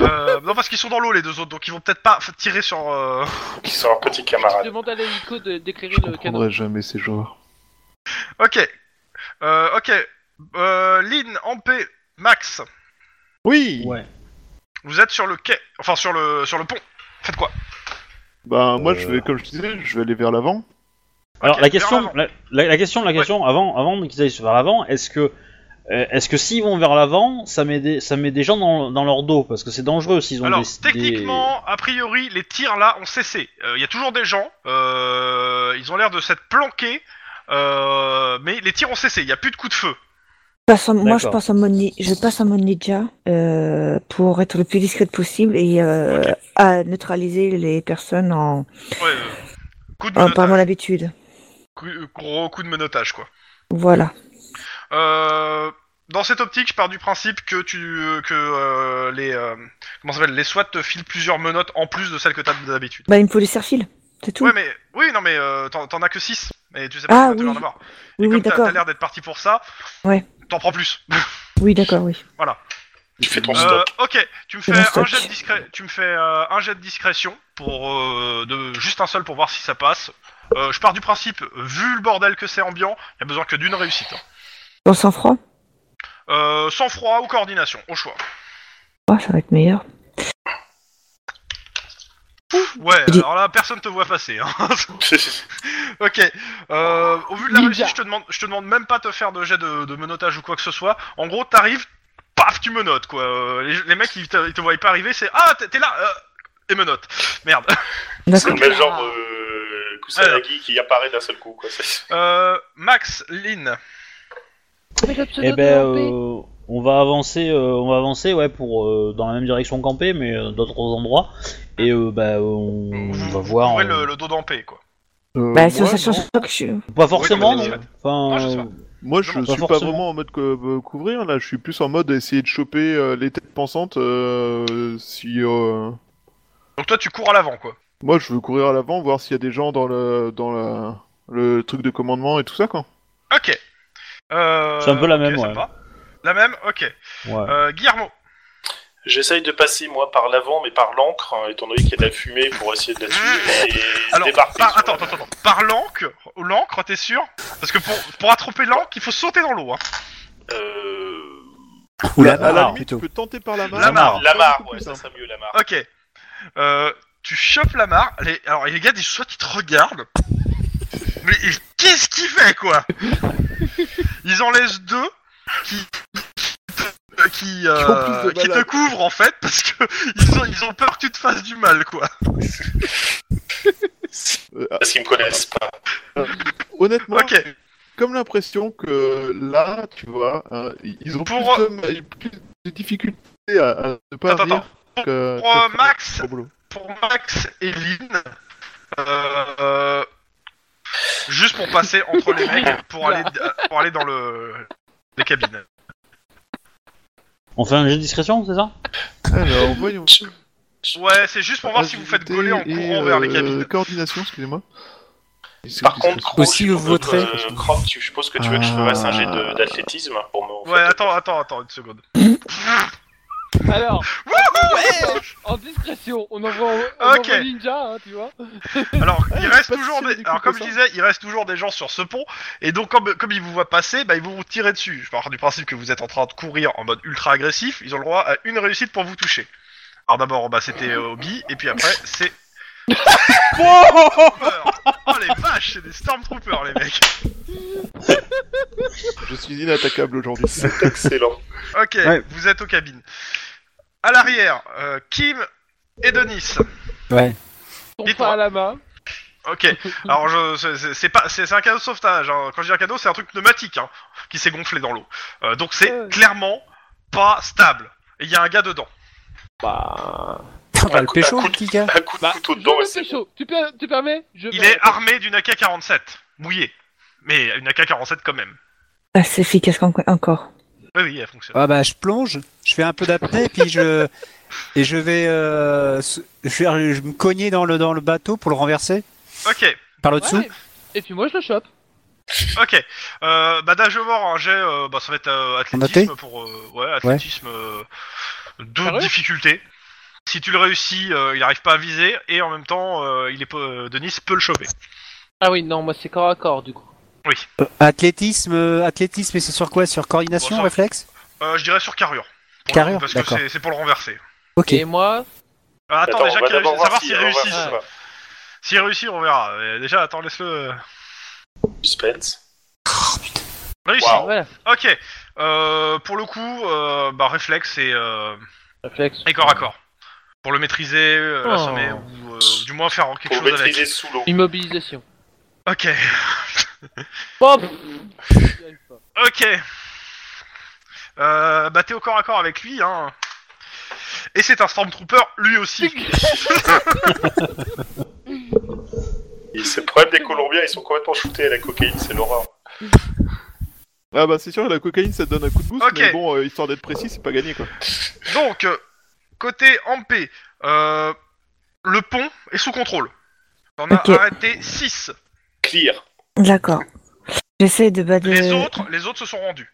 Speaker 1: Euh, non, parce qu'ils sont dans l'eau les deux autres, donc ils vont peut-être pas f- tirer sur. euh,
Speaker 7: Qui sont leurs petits
Speaker 2: je
Speaker 7: camarades.
Speaker 2: demande à Ico de- d'éclairer
Speaker 3: Je
Speaker 2: le canot.
Speaker 3: comprendrai jamais ces joueurs.
Speaker 1: Ok. Euh, ok. Euh, Lynn, Ampé, Max,
Speaker 3: Oui
Speaker 4: Ouais.
Speaker 1: vous êtes sur le quai, enfin sur le sur le pont. Faites quoi
Speaker 3: Bah, moi, je vais, comme je disais, je vais aller vers l'avant.
Speaker 4: Alors
Speaker 1: Ok,
Speaker 4: la
Speaker 1: vers
Speaker 4: question,
Speaker 1: l'avant.
Speaker 4: la, la- la question, la question avant, avant qu'ils aillent vers l'avant, est-ce que euh, est-ce que s'ils vont vers l'avant, ça met des, ça met des gens dans, dans leur dos parce que c'est dangereux s'ils ont
Speaker 1: Alors
Speaker 4: des, des-
Speaker 1: techniquement, a priori, les tirs là ont cessé. Euh, Il y a toujours des gens. euh, ils ont l'air de s'être planqués, euh, mais les tirs ont cessé. Il y a plus de coups de feu.
Speaker 6: Je passe en- moi, je
Speaker 4: D'accord.
Speaker 6: passe en mode, ni- je passe en mode ninja euh, pour être le plus discrète possible et euh, à neutraliser les personnes en,
Speaker 1: Ouais. euh, coup de
Speaker 6: en
Speaker 1: menotage.
Speaker 6: parlant l'habitude.
Speaker 1: Coup- euh, gros coup de menottage quoi.
Speaker 6: Voilà.
Speaker 1: Euh, dans cette optique, je pars du principe que tu euh, que euh, les euh, comment ça s'appelle les SWAT te filent plusieurs menottes en plus de celles que t'as d'habitude.
Speaker 6: Bah, il me faut des serfils, c'est tout.
Speaker 1: Ouais mais oui non mais euh, t'en t'en as que 6 et tu sais
Speaker 6: Ah,
Speaker 1: pas tu vas
Speaker 6: oui.
Speaker 1: en avoir.
Speaker 6: oui,
Speaker 1: et
Speaker 6: oui,
Speaker 1: comme t'as-
Speaker 6: d'accord.
Speaker 1: t'as l'air d'être parti pour ça,
Speaker 6: Ouais.
Speaker 1: t'en prends plus.
Speaker 6: Oui, d'accord, oui.
Speaker 7: Tu fais
Speaker 1: Euh,
Speaker 7: ton stop.
Speaker 1: ok, tu me
Speaker 6: C'est
Speaker 1: fais
Speaker 6: mon
Speaker 1: un
Speaker 6: stock.
Speaker 1: jet de discré- tu me fais euh, un jet de discrétion pour euh, de juste un seul pour voir si ça passe. euh, je pars du principe, vu le bordel que c'est ambiant, il y a besoin que d'une réussite. hein.
Speaker 6: Dans sang francs
Speaker 1: Euh, sans froid ou coordination, au choix.
Speaker 6: Oh, ça va être meilleur.
Speaker 1: Ouais,
Speaker 6: Dis-
Speaker 1: alors là, personne te voit passer. hein. ok. Euh, au vu de la
Speaker 2: Ninja.
Speaker 1: réussite, je te demande, je te demande même pas te faire de jet de, de menottage ou quoi que ce soit. En gros, t'arrives, paf, tu menottes quoi. Euh, Les, les mecs, ils te, ils te voient pas arriver, c'est ah t'es t'es là euh, et menottes. Merde.
Speaker 7: C'est
Speaker 6: D'accord.
Speaker 1: Euh,
Speaker 7: le même genre de Kusanagi qui apparaît d'un seul coup. Quoi. C'est-
Speaker 1: Euh, Max, Lynn,
Speaker 2: Mais le pseudo
Speaker 4: Eh
Speaker 2: de
Speaker 4: ben,
Speaker 2: l'OP.
Speaker 4: euh, on va avancer, euh, on va avancer, ouais, pour euh, dans la même direction camper, mais euh, d'autres endroits. Et euh, bah, euh, on, on
Speaker 1: vous-
Speaker 4: va
Speaker 1: vous
Speaker 4: voir.
Speaker 1: ouvrez
Speaker 4: euh,
Speaker 1: le, le dos d'empé quoi.
Speaker 3: Euh,
Speaker 6: Bah, si on
Speaker 3: ouais,
Speaker 6: sachant
Speaker 3: non.
Speaker 6: pas que je suis.
Speaker 4: Pas forcément,
Speaker 1: Oui,
Speaker 4: non.
Speaker 1: comme d'habitude.
Speaker 4: Enfin,
Speaker 1: Non, je sais pas.
Speaker 4: euh,
Speaker 3: Moi, je
Speaker 1: Non,
Speaker 4: pas
Speaker 3: suis pas
Speaker 4: forcément.
Speaker 3: vraiment en mode co- euh, couvrir, là. Je suis plus en mode essayer de choper euh, les têtes pensantes. euh, si. euh,
Speaker 1: Donc toi, tu cours à l'avant quoi.
Speaker 3: Moi, je veux courir à l'avant, voir s'il y a des gens dans le. dans la. Le truc de commandement et tout ça, quoi.
Speaker 1: Ok. Euh,
Speaker 4: C'est un peu la
Speaker 1: ok,
Speaker 4: même,
Speaker 1: ça
Speaker 4: ouais.
Speaker 1: me va. La même, ok.
Speaker 4: ouais.
Speaker 1: Euh, Guillermo,
Speaker 7: J'essaye de passer, moi, par l'avant, mais par l'encre, hein, étant donné qu'il y a de la fumée pour essayer de la tuer et
Speaker 1: alors
Speaker 7: débarquer.
Speaker 1: par,
Speaker 7: sur
Speaker 1: attends,
Speaker 7: la-
Speaker 1: attends, attends, par l'encre, l'encre, t'es sûr Parce que pour, pour attraper l'encre, il faut sauter dans l'eau. Hein.
Speaker 7: Euh,
Speaker 8: Ou la
Speaker 3: à la
Speaker 8: barre,
Speaker 3: limite,
Speaker 8: plutôt.
Speaker 3: tu peux tenter par la main.
Speaker 1: La
Speaker 4: mare.
Speaker 7: La
Speaker 3: C'est
Speaker 1: Ah,
Speaker 7: mare,
Speaker 3: beaucoup
Speaker 7: ouais,
Speaker 3: plus
Speaker 7: ça
Speaker 3: simple.
Speaker 7: serait mieux, la mare.
Speaker 1: Ok. Euh, tu chopes la mare. Les... Alors, les gars, ils- soit ils te regardent. mais ils- qu'est-ce qu'il fait, quoi Ils en laissent deux qui. Qui, euh,
Speaker 3: Qui ont plus de
Speaker 1: qui te
Speaker 3: malades.
Speaker 1: couvrent en fait parce que ils ont, ils ont peur que tu te fasses du mal quoi.
Speaker 3: Euh, ah,
Speaker 7: Parce qu'ils me connaissent pas.
Speaker 3: honnêtement,
Speaker 1: Ok,
Speaker 3: comme l'impression que là, tu vois, hein, ils ont
Speaker 1: Pour-
Speaker 3: plus, de, plus de difficultés à, à ne pas
Speaker 1: Attends,
Speaker 3: rire que-
Speaker 1: pour euh,
Speaker 3: que-
Speaker 1: Max,
Speaker 3: au boulot.
Speaker 1: pour Max et Lynn, euh, euh, juste pour passer entre les mecs pour aller euh, pour aller dans le les cabines.
Speaker 4: On fait un jeu de discrétion, c'est ça
Speaker 3: Alors, voyons.
Speaker 1: Ouais, c'est juste pour voir si vous faites
Speaker 3: Agilité
Speaker 1: coller en
Speaker 3: et,
Speaker 1: courant vers les
Speaker 3: euh,
Speaker 1: cabines.
Speaker 3: Coordination, excusez-moi.
Speaker 7: Par contre, Croc,
Speaker 8: Aussi,
Speaker 7: je
Speaker 8: vous
Speaker 7: suppose,
Speaker 8: voterez.
Speaker 7: euh, Croc, tu- je suppose que tu veux que je
Speaker 3: Ah.
Speaker 7: fasse un jet de- d'athlétisme pour me.
Speaker 1: Ouais, attends, attends, attends, une seconde.
Speaker 2: Alors,
Speaker 1: Wouhou eh
Speaker 2: en discrétion, on envoie, on
Speaker 1: Ok.
Speaker 2: envoie Ninja, hein, tu vois.
Speaker 1: Alors, il
Speaker 3: Ouais,
Speaker 1: reste
Speaker 3: pas de
Speaker 1: toujours
Speaker 3: soucis,
Speaker 1: des...
Speaker 3: du coup,
Speaker 1: Alors, comme je
Speaker 3: pour ça.
Speaker 1: disais, il reste toujours des gens sur ce pont, et donc, comme, comme ils vous voient passer, bah, ils vont vous tirer dessus. Je pars du principe que vous êtes en train de courir en mode ultra agressif, ils ont le droit à une réussite pour vous toucher. Alors, d'abord, bah, c'était euh, Obi, et puis après, c'est. Stormtrooper. Oh les vaches, c'est des Stormtroopers, les mecs!
Speaker 3: Je suis inattaquable aujourd'hui.
Speaker 7: C'est excellent.
Speaker 1: Ok,
Speaker 8: Ouais.
Speaker 1: vous êtes aux cabines. À l'arrière, euh, Kim et Denis.
Speaker 8: Ouais.
Speaker 2: Ton
Speaker 1: Dites-moi.
Speaker 2: pas à la main.
Speaker 1: Ok, alors je, c'est- c'est- c'est pas, c'est c'est un cadeau de sauvetage. hein. Quand je dis un cadeau, c'est un truc pneumatique hein, qui s'est gonflé dans l'eau. Euh, donc c'est
Speaker 2: Ouais.
Speaker 1: clairement pas stable. Et il y a un gars dedans.
Speaker 2: Bah.
Speaker 8: On va le
Speaker 7: coup-
Speaker 8: pécho,
Speaker 7: un coup
Speaker 8: le
Speaker 7: de-
Speaker 8: Kika.
Speaker 7: Un coup de
Speaker 2: Bah,
Speaker 7: couteau
Speaker 2: je
Speaker 7: dedans,
Speaker 2: me
Speaker 7: et c'est
Speaker 2: pécho. Tu, per- tu permets je
Speaker 1: Il
Speaker 2: me-
Speaker 1: est armé d'une AK-47 mouillée, mais une AK-47 quand même.
Speaker 6: Ah, c'est efficace en- encore.
Speaker 1: Oui, oui, elle fonctionne.
Speaker 8: Ah bah je plonge, je fais un peu d'apnée puis je et je vais euh, se- je vais je vais me cogner dans le dans le bateau pour le renverser
Speaker 1: Ok,
Speaker 8: par le
Speaker 2: Ouais.
Speaker 8: dessous.
Speaker 2: Et puis moi, je le chope.
Speaker 1: ok. Euh, bah Dajemor, un jet, euh, bah, ça va être euh, athlétisme pour, euh, ouais, athlétisme euh, de
Speaker 2: Sérieux
Speaker 1: difficulté. Si tu le réussis, euh, il n'arrive pas à viser et en même temps, euh, il est peu- euh, Denis peut le choper.
Speaker 2: Ah oui, non, moi, c'est corps à corps, du coup.
Speaker 8: Athlétisme, euh, athlétisme et c'est sur quoi Sur coordination,
Speaker 1: Bon, ça-
Speaker 8: réflexe
Speaker 1: Euh, je dirais sur carrure. Pour le
Speaker 8: Carrure,
Speaker 1: coup, parce que
Speaker 8: d'accord.
Speaker 1: c'est- c'est pour le renverser.
Speaker 8: Ok.
Speaker 2: Et moi,
Speaker 1: Ah, attends,
Speaker 7: Attends,
Speaker 1: déjà
Speaker 7: on va
Speaker 1: qu'il
Speaker 7: d'abord
Speaker 1: réussit, savoir s'il
Speaker 7: on va voir
Speaker 1: réussit.
Speaker 7: ça va.
Speaker 1: S'il réussit, on verra. Euh, déjà, attends, laisse-le. euh,
Speaker 7: Suspense.
Speaker 1: Réussi.
Speaker 7: Waouh.
Speaker 2: voilà.
Speaker 1: Ok. Euh, pour le coup, euh, bah, réflexe et, euh,
Speaker 2: Réflexe.
Speaker 1: et corps à corps. Pour le maîtriser, euh,
Speaker 2: Oh.
Speaker 1: l'assommer, ou euh, du moins faire quelque
Speaker 7: Pour
Speaker 1: chose
Speaker 7: maîtriser
Speaker 1: avec.
Speaker 7: sous l'eau.
Speaker 2: Immobilisation.
Speaker 1: Ok.
Speaker 2: Bon, pff, j'y arrive pas.
Speaker 1: Ok. Euh, bah, t'es au corps à corps avec lui, hein. Et c'est un Stormtrooper, lui aussi.
Speaker 7: Et C'est le problème des Colombiens, ils sont complètement shootés à la cocaïne, c'est l'horreur.
Speaker 3: Ah bah c'est sûr, la cocaïne ça te donne un coup de boost,
Speaker 1: Ok.
Speaker 3: mais bon, euh, histoire d'être précis, c'est pas gagné quoi.
Speaker 1: Donc, euh, côté Ampé, euh, le pont est sous contrôle. T'en
Speaker 6: Ok.
Speaker 1: as arrêté 6.
Speaker 7: Clear.
Speaker 6: D'accord. J'essaie de battre.
Speaker 1: Les autres, les autres se sont rendus.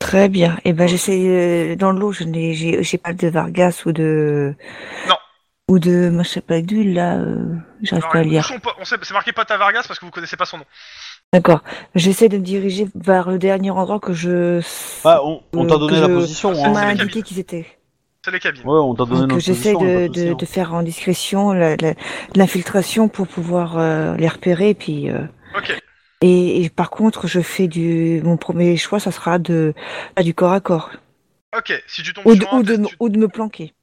Speaker 6: Très bien. Et eh ben j'essaie euh, dans l'eau. Je n'ai, j'ai, j'ai pas de Vargas ou de.
Speaker 1: Non.
Speaker 6: Ou de, moi je sais pas, d'huile là, euh, j'arrive
Speaker 1: Alors,
Speaker 6: pas à
Speaker 1: ils
Speaker 6: lire.
Speaker 1: sont pas- on sait- c'est marqué pas Tavargas parce que vous connaissez pas son nom.
Speaker 6: D'accord. J'essaie de me diriger vers le dernier endroit que je.
Speaker 4: Bah, on on t'a
Speaker 6: Euh,
Speaker 4: donné
Speaker 6: que
Speaker 4: la
Speaker 6: je-
Speaker 4: position.
Speaker 6: on
Speaker 4: Hein.
Speaker 6: m'a
Speaker 1: les
Speaker 6: indiqué
Speaker 1: cabines.
Speaker 6: qu'ils étaient.
Speaker 1: C'est les cabines.
Speaker 4: Ouais, on t'a hein. donné
Speaker 6: Donc
Speaker 4: notre
Speaker 6: j'essaie
Speaker 4: position. y a pas de
Speaker 6: de, de-
Speaker 4: souci,
Speaker 6: de faire en discrétion la- la- l'infiltration pour pouvoir euh, les repérer. Puis, euh,
Speaker 1: Ok.
Speaker 6: et, et par contre, je fais du. Mon premier choix, ça sera de, pas du corps à corps.
Speaker 1: Ok. Si tu tombes
Speaker 6: Ou de,
Speaker 1: sur un,
Speaker 6: ou, de,
Speaker 1: tu-
Speaker 6: ou de me planquer.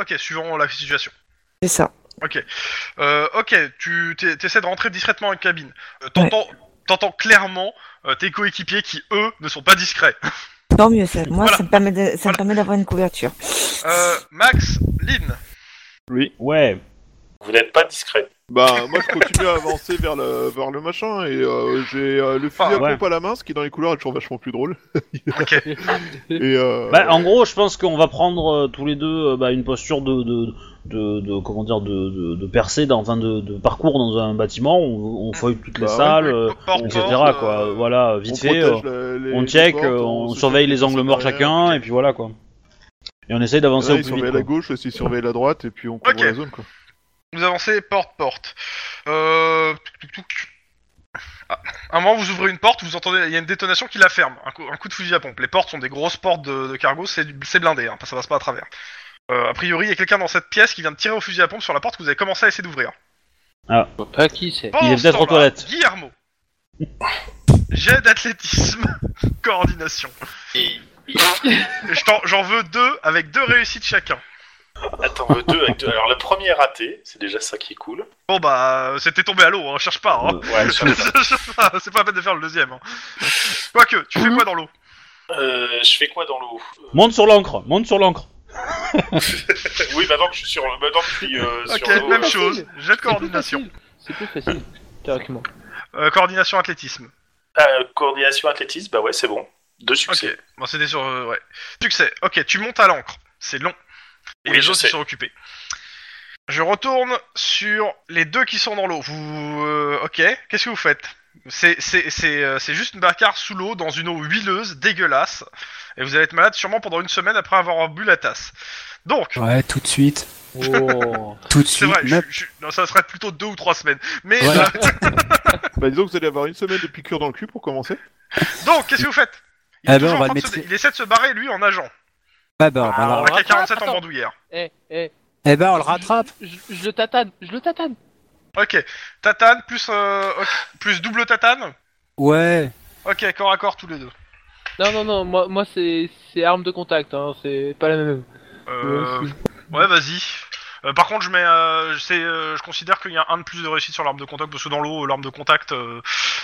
Speaker 1: Ok, suivant la situation.
Speaker 6: C'est ça.
Speaker 1: Euh, ok, tu t'es- t'essaies de rentrer discrètement en cabine. Euh, T'entends t'entends clairement euh, tes coéquipiers qui, eux, ne sont pas discrets.
Speaker 6: Tant mieux, ça. Moi,
Speaker 1: Voilà.
Speaker 6: ça me permet de- ça
Speaker 1: Voilà.
Speaker 6: me permet d'avoir une couverture.
Speaker 1: Euh, Max, Lynn,
Speaker 4: hein. Ouais.
Speaker 7: Vous n'êtes pas discret.
Speaker 3: Bah, moi je continue à avancer vers le, vers le machin et euh, j'ai euh, le fusil
Speaker 1: Ah,
Speaker 3: à
Speaker 4: ouais.
Speaker 3: pompe à la main, ce qui dans les couleurs est toujours vachement plus drôle.
Speaker 1: Ok.
Speaker 3: Et euh,
Speaker 4: Bah, en gros, je pense qu'on va prendre euh, tous les deux euh, bah, une posture de, de, de, de- comment dire de, de, de percée dans enfin de, de parcours dans un bâtiment. On, on feuille toutes les
Speaker 3: Bah ouais,
Speaker 4: salles,
Speaker 1: oui,
Speaker 4: euh,
Speaker 1: Ah. porte,
Speaker 4: etc.
Speaker 1: porte,
Speaker 4: quoi.
Speaker 1: euh,
Speaker 4: Voilà, vite fait. euh,
Speaker 3: protège la- les-
Speaker 4: on
Speaker 3: les
Speaker 4: check,
Speaker 3: portes,
Speaker 4: euh, on,
Speaker 3: se
Speaker 4: surveille
Speaker 3: cache
Speaker 4: les angles
Speaker 3: tous
Speaker 4: morts
Speaker 3: derrière.
Speaker 4: chacun, et puis voilà quoi. Et on essaye d'avancer
Speaker 3: Là,
Speaker 4: au
Speaker 3: ils
Speaker 4: plus
Speaker 3: surveillent
Speaker 4: vite.
Speaker 3: la
Speaker 4: quoi.
Speaker 3: gauche, aussi ils surveillent la droite, et puis on couvre
Speaker 1: Ok.
Speaker 3: la zone quoi.
Speaker 1: vous avancez porte-porte. Euh... touc, touc, touc. Ah, À un moment, vous ouvrez une porte, vous entendez, il y a une détonation qui la ferme. Un coup, un coup de fusil à pompe. Les portes sont des grosses portes de, de cargo, c'est du- c'est blindé, hein, ça passe pas à travers. Euh, a priori, il y a quelqu'un dans cette pièce qui vient de tirer au fusil à pompe sur la porte que vous avez commencé à essayer d'ouvrir.
Speaker 2: Pas qui c'est.
Speaker 1: Pendant
Speaker 4: est
Speaker 1: ce
Speaker 4: peut-être aux
Speaker 1: temps-là,
Speaker 4: toilettes.
Speaker 1: Guillermo. Jet d'athlétisme, coordination. Et je t'en- J'en veux deux avec deux réussites chacun.
Speaker 7: Attends, euh, deux avec deux. Alors le premier est raté, c'est déjà ça qui est cool.
Speaker 1: Bon bah, c'était tombé à l'eau, hein, cherche pas. Hein.
Speaker 7: Ouais, je,
Speaker 1: Cherche pas, c'est pas la peine de faire le deuxième. hein. Quoique, tu fais quoi dans l'eau
Speaker 7: euh, je fais quoi dans l'eau
Speaker 4: Monte sur l'encre, monte sur l'encre.
Speaker 7: Oui, maintenant que je suis sur, le- maintenant que je suis euh,
Speaker 1: Ok,
Speaker 7: sur l'eau,
Speaker 1: même
Speaker 7: euh,
Speaker 1: chose. Jet de
Speaker 2: C'est plus
Speaker 1: coordination.
Speaker 2: facile. C'est plus facile, théoriquement.
Speaker 1: Euh, coordination athlétisme.
Speaker 7: euh, coordination athlétisme, bah ouais, c'est bon. Deux
Speaker 1: Ok,
Speaker 7: succès.
Speaker 1: bon, c'était sur. euh, ouais. Succès. Ok, tu montes à l'encre. C'est long. Et
Speaker 7: Oui,
Speaker 1: les
Speaker 7: je
Speaker 1: autres
Speaker 7: sais.
Speaker 1: ils sont occupés. Je retourne sur les deux qui sont dans l'eau. Vous. euh, ok, qu'est-ce que vous faites C'est c'est- c'est, euh, c'est juste une bagarre sous l'eau, dans une eau huileuse, dégueulasse. Et vous allez être malade sûrement pendant une semaine après avoir bu la tasse. Donc,
Speaker 8: Ouais, tout de suite.
Speaker 2: Oh.
Speaker 8: Tout de
Speaker 1: c'est
Speaker 8: suite.
Speaker 1: vrai, je-
Speaker 8: Même-
Speaker 1: je- non, ça serait plutôt deux ou trois semaines. Mais.
Speaker 8: Voilà.
Speaker 1: euh,
Speaker 3: Bah, disons que vous allez avoir une semaine de piqûres dans le cul pour commencer.
Speaker 1: donc, qu'est-ce que vous faites il,
Speaker 8: Eh
Speaker 1: est
Speaker 8: ben,
Speaker 1: toujours
Speaker 8: on va
Speaker 1: en train
Speaker 8: le
Speaker 1: de se-
Speaker 8: mettre-
Speaker 1: il essaie de se barrer, lui, en nageant.
Speaker 8: Ah bah, bah, alors-
Speaker 2: on
Speaker 1: Avec la
Speaker 2: rattrape,
Speaker 1: 47 en
Speaker 2: attends.
Speaker 1: bandoulière.
Speaker 2: Eh, eh,
Speaker 8: eh ben, on le rattrape.
Speaker 2: je, je le tatane, je le tatane.
Speaker 1: Ok, tatane plus, euh, ok, plus double tatane.
Speaker 8: Ouais.
Speaker 1: Ok, corps à corps tous les deux.
Speaker 2: Non, non, non, moi, moi c'est, c'est arme de contact, hein, c'est pas la même.
Speaker 1: Euh, ouais, vas-y. Euh, par contre, je mets, euh, c'est, euh, je considère qu'il y a un de plus de réussite sur l'arme de contact parce que dans l'eau, l'arme de contact, euh,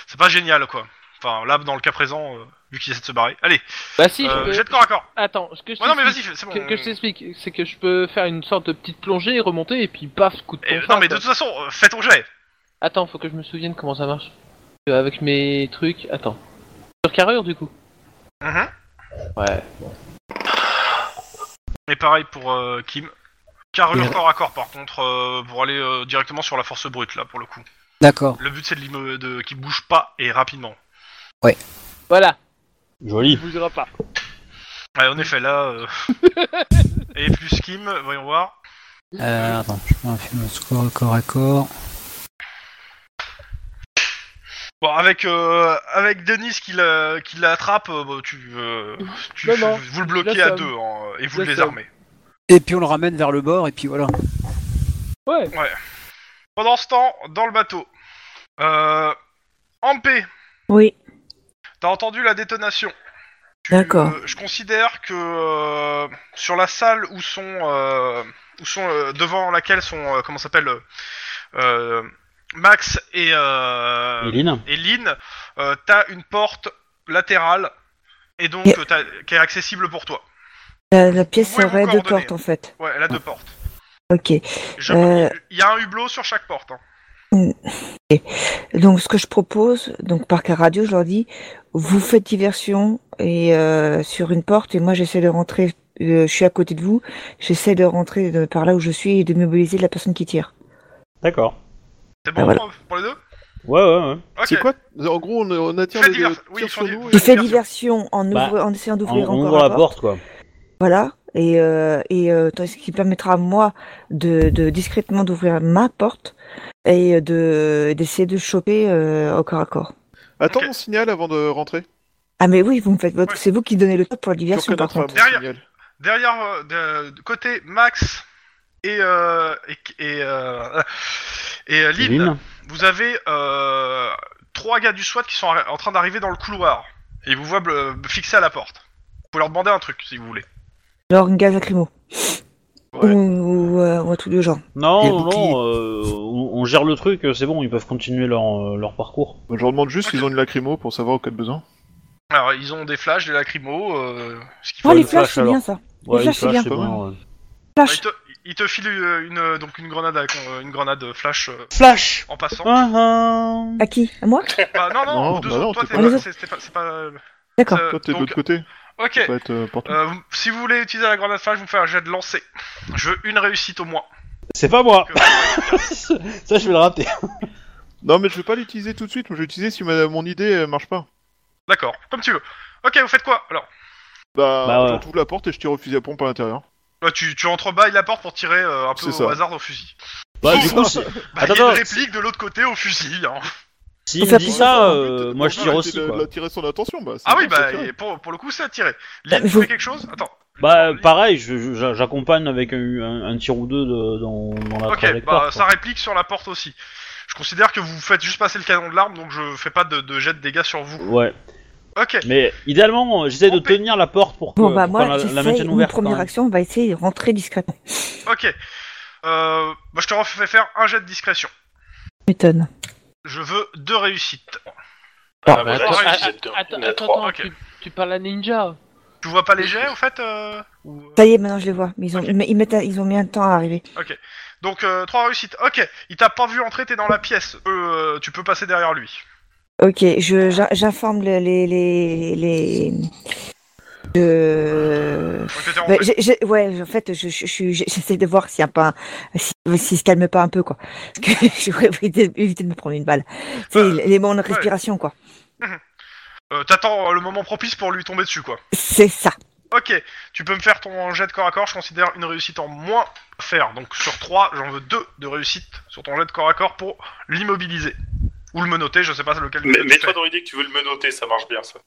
Speaker 1: c'est pas génial quoi. Enfin, là, dans le cas présent, euh, vu qu'il essaie de se barrer. Allez,
Speaker 2: Bah si,
Speaker 1: euh,
Speaker 2: je peux...
Speaker 1: jet de corps à corps.
Speaker 2: Attends, ce que je
Speaker 1: Ouais, non, mais vas-y,
Speaker 2: t'explique-
Speaker 1: c'est bon.
Speaker 2: que, que je t'explique, c'est que je peux faire une sorte de petite plongée, remonter, et puis paf, coup de
Speaker 1: Eh,
Speaker 2: poing,
Speaker 1: non, mais de
Speaker 2: quoi.
Speaker 1: toute façon, euh, fais ton jet.
Speaker 2: Attends, faut que je me souvienne comment ça marche. Euh, Avec mes trucs, attends. Sur carrure, du coup
Speaker 1: Mhm.
Speaker 2: Ouais.
Speaker 1: Et pareil pour euh, Kim. Carrure
Speaker 8: Et-
Speaker 1: corps à corps, par contre, euh, pour aller euh, directement sur la force brute là, pour le coup.
Speaker 8: D'accord.
Speaker 1: Le but c'est de, l'immo- de qu'il bouge pas et rapidement.
Speaker 2: Voilà,
Speaker 4: Joli.
Speaker 2: il bougera pas.
Speaker 1: Ouais, en effet, là. euh, et plus Kim, voyons voir.
Speaker 8: Euh, attends, je prends un film score corps à corps.
Speaker 1: Bon, avec euh, avec Denis qui l'a- qui l'attrape, euh, bon, tu, euh, tu-
Speaker 2: Non, non,
Speaker 1: vous le bloquez à
Speaker 2: l'assomme.
Speaker 1: deux hein, et vous le
Speaker 2: L'assomme.
Speaker 1: désarmez.
Speaker 8: Et puis on le ramène vers le bord, et puis voilà.
Speaker 2: Ouais.
Speaker 1: Pendant ce temps, dans le bateau, euh, Ampé,
Speaker 6: Oui.
Speaker 1: t'as entendu la détonation. Tu-
Speaker 6: D'accord.
Speaker 1: euh, je considère que euh, sur la salle où sont euh, où sont euh, devant laquelle sont euh, comment ça s'appelle euh, euh, Max et euh,
Speaker 4: Eline
Speaker 1: et Lynn, euh, t'as une porte latérale et donc
Speaker 6: Yeah.
Speaker 1: euh, t'as- qui est accessible pour toi.
Speaker 6: La, la pièce
Speaker 1: Vous pouvez
Speaker 6: aurait
Speaker 1: vous
Speaker 6: deux
Speaker 1: coordonner.
Speaker 6: portes en fait.
Speaker 1: Ouais, elle a deux portes.
Speaker 6: Ok.
Speaker 1: Je- Il
Speaker 6: Ah. Euh.
Speaker 1: y a un hublot sur chaque porte. hein.
Speaker 6: Donc ce que je propose, donc par cas radio, je leur dis, vous faites diversion et euh, sur une porte et moi j'essaie de rentrer. euh, je suis à côté de vous. J'essaie de rentrer de- par là où je suis et de mobiliser la personne qui tire.
Speaker 4: D'accord.
Speaker 1: C'est bon
Speaker 6: Ah, voilà.
Speaker 1: pour- pour les deux
Speaker 4: Ouais, ouais, ouais.
Speaker 1: Ok.
Speaker 3: C'est quoi En gros, on, on attire
Speaker 1: Fais
Speaker 3: les euh,
Speaker 1: divers-
Speaker 3: tirs
Speaker 1: oui, ils
Speaker 3: sur
Speaker 1: font
Speaker 3: nous.
Speaker 1: des-
Speaker 6: Je
Speaker 3: et-
Speaker 6: fais diversion en,
Speaker 4: Bah,
Speaker 6: ouvre- en essayant
Speaker 4: On,
Speaker 6: d'ouvrir
Speaker 4: on
Speaker 6: encore
Speaker 4: ouvre la porte, quoi.
Speaker 6: Voilà. et, euh, et euh, ce qui permettra à moi de, de discrètement d'ouvrir ma porte et de d'essayer de choper euh, au corps à corps.
Speaker 3: Attends
Speaker 1: Ok.
Speaker 3: mon signal avant de rentrer.
Speaker 6: Ah mais oui, vous me faites votre,
Speaker 1: Ouais.
Speaker 6: c'est vous qui donnez le top pour la
Speaker 3: Tu
Speaker 6: diversion par
Speaker 3: reconnaîtras
Speaker 6: contre.
Speaker 3: mon
Speaker 1: Derrière.
Speaker 3: signal.
Speaker 1: Derrière, euh, de, de côté Max et euh, et et, euh, et, euh, Lynn,
Speaker 4: Lynn.
Speaker 1: vous avez euh, trois gars du SWAT qui sont arri- en train d'arriver dans le couloir. Et ils vous voient bleu- fixés à la porte. Vous pouvez leur demander un truc si vous voulez.
Speaker 6: Genre une gaz lacrymo.
Speaker 3: Ouais.
Speaker 6: Ou, ou, euh, ou un truc de genre.
Speaker 4: Non,
Speaker 8: Et le
Speaker 4: non,
Speaker 8: bouclier.
Speaker 4: non, euh, on, on gère le truc, c'est bon, ils peuvent continuer leur, euh, leur parcours.
Speaker 3: Je leur demande juste s'ils ont une lacrymo pour savoir au cas de besoin.
Speaker 1: Alors ils ont des flashs, des lacrymos. Euh, ce qu'il
Speaker 6: Oh
Speaker 1: faut.
Speaker 6: les
Speaker 4: une
Speaker 6: flashs
Speaker 4: flash,
Speaker 6: c'est bien ça. Les flashs, c'est bien.
Speaker 4: c'est
Speaker 3: Pas
Speaker 4: bon, ouais.
Speaker 1: Ils,
Speaker 6: Flash.
Speaker 1: te, ils te filent euh, une, euh, donc une grenade à con- euh, une grenade flash euh,
Speaker 4: Flash
Speaker 1: en passant.
Speaker 4: Hein, hein.
Speaker 6: À qui À moi
Speaker 1: Bah, non non,
Speaker 3: Non,
Speaker 1: aux deux
Speaker 3: bah
Speaker 1: autres.
Speaker 3: non,
Speaker 1: toi
Speaker 3: t'es
Speaker 1: t'es
Speaker 6: pas-
Speaker 1: pas- c'est c'est pas, c'est pas-
Speaker 6: D'accord.
Speaker 1: euh,
Speaker 3: Toi t'es de
Speaker 1: donc,
Speaker 3: l'autre côté.
Speaker 1: Ok.
Speaker 3: Ça va être euh, partout.
Speaker 1: Euh, si vous voulez utiliser la grenade flash, vous me faites un jet de lancer. Je veux une réussite au moins.
Speaker 4: C'est pas moi
Speaker 1: Donc,
Speaker 4: Ça, je vais le rater.
Speaker 3: Non mais je vais pas l'utiliser tout de suite. Je vais l'utiliser si ma- mon idée euh, marche pas.
Speaker 1: D'accord, comme tu veux. Ok, vous faites quoi Alors,
Speaker 3: Bah,
Speaker 4: Bah, ouais.
Speaker 3: j'ouvre la porte et je tire au fusil à pompe à l'intérieur.
Speaker 1: bah, tu, tu entrebâilles la porte pour tirer euh, un peu
Speaker 3: C'est
Speaker 1: au
Speaker 3: ça.
Speaker 1: hasard au fusil.
Speaker 4: Bah,
Speaker 1: Ouh.
Speaker 4: du coup, si-
Speaker 1: Bah, il y a
Speaker 4: Attends,
Speaker 1: une
Speaker 4: attends.
Speaker 1: réplique de l'autre côté au fusil. hein.
Speaker 4: s'il
Speaker 6: Ça
Speaker 4: me dit
Speaker 6: fait-
Speaker 4: ça,
Speaker 3: Le but,
Speaker 4: euh,
Speaker 3: de-
Speaker 4: moi je
Speaker 3: pour
Speaker 4: tire
Speaker 3: arrêter
Speaker 4: aussi,
Speaker 3: de-
Speaker 4: quoi.
Speaker 3: D'attirer son attention, bah. c'est
Speaker 1: Ah oui,
Speaker 3: bien,
Speaker 1: bah,
Speaker 3: c'est
Speaker 1: et
Speaker 3: tiré.
Speaker 1: pour, pour le coup, c'est à tirer.
Speaker 6: Bah,
Speaker 1: Lynn, tu
Speaker 6: faut-
Speaker 1: fais quelque chose Attends.
Speaker 4: Bah, pareil, je- je- j'accompagne avec un, un- un tir ou deux de- dans, dans la
Speaker 1: Ok,
Speaker 4: trajectoire.
Speaker 1: bah,
Speaker 4: quoi.
Speaker 1: ça
Speaker 3: hein.
Speaker 1: réplique sur la porte aussi. Je considère que vous faites juste passer le canon de l'arme, donc je fais pas de, de jet de dégâts sur vous.
Speaker 4: Ouais,
Speaker 1: Ok,
Speaker 4: mais idéalement, euh, j'essaie de
Speaker 1: On paie.
Speaker 4: tenir la porte pour que
Speaker 6: Bon bah
Speaker 4: pour qu'on
Speaker 6: moi
Speaker 4: la, la
Speaker 6: j'essaye,
Speaker 4: maintienne
Speaker 6: une
Speaker 4: ouverte. hein. quand
Speaker 6: première
Speaker 4: même.
Speaker 6: action, on va essayer de rentrer discrètement.
Speaker 1: ok. Euh, bah, je te refais faire un jet de discrétion.
Speaker 6: M'étonne.
Speaker 1: Je veux deux réussites. bah,
Speaker 7: Ah, voilà,
Speaker 1: attends,
Speaker 7: il y en a
Speaker 1: attends,
Speaker 7: deux, il y
Speaker 2: Attends,
Speaker 7: en a
Speaker 2: attends,
Speaker 7: trois.
Speaker 2: attends,
Speaker 1: ok.
Speaker 2: tu, tu parles à Ninja
Speaker 1: Tu vois pas les jets, en fait euh, ou-
Speaker 6: Ça y est, maintenant je les vois. Mais ils ont,
Speaker 1: Ok.
Speaker 6: ils me- ils mettent un- ils ont mis un temps à arriver.
Speaker 1: Donc, euh, trois réussites. Ok, il t'a pas vu entrer, t'es dans la pièce. Euh, tu peux passer derrière lui.
Speaker 6: Ok, je j'in- j'informe les les les. les... Je...
Speaker 1: Donc, t'étais en
Speaker 6: Bah,
Speaker 1: fait.
Speaker 6: j'ai- j'ai- ouais, en fait, je, je, je suis- j'essaie de voir s'il y a pas, un- si, s'il se calme pas un peu, quoi. Parce que j'aurais évité, évité de me prendre une balle. Tu sais,
Speaker 1: Bah, Ouais.
Speaker 6: les moments de respiration, quoi.
Speaker 1: Euh, T'attends euh, le moment propice pour lui tomber dessus, quoi.
Speaker 6: C'est ça.
Speaker 1: Ok, tu peux me faire ton jet de corps à corps, je considère une réussite en moins à faire. Donc sur 3, j'en veux 2 de réussite sur ton jet de corps à corps pour l'immobiliser. Ou le menoter, je sais pas lequel. des
Speaker 7: Mais
Speaker 1: deux tu
Speaker 7: mets-toi
Speaker 1: fais.
Speaker 7: dans l'idée que tu veux le menoter, ça marche bien ça.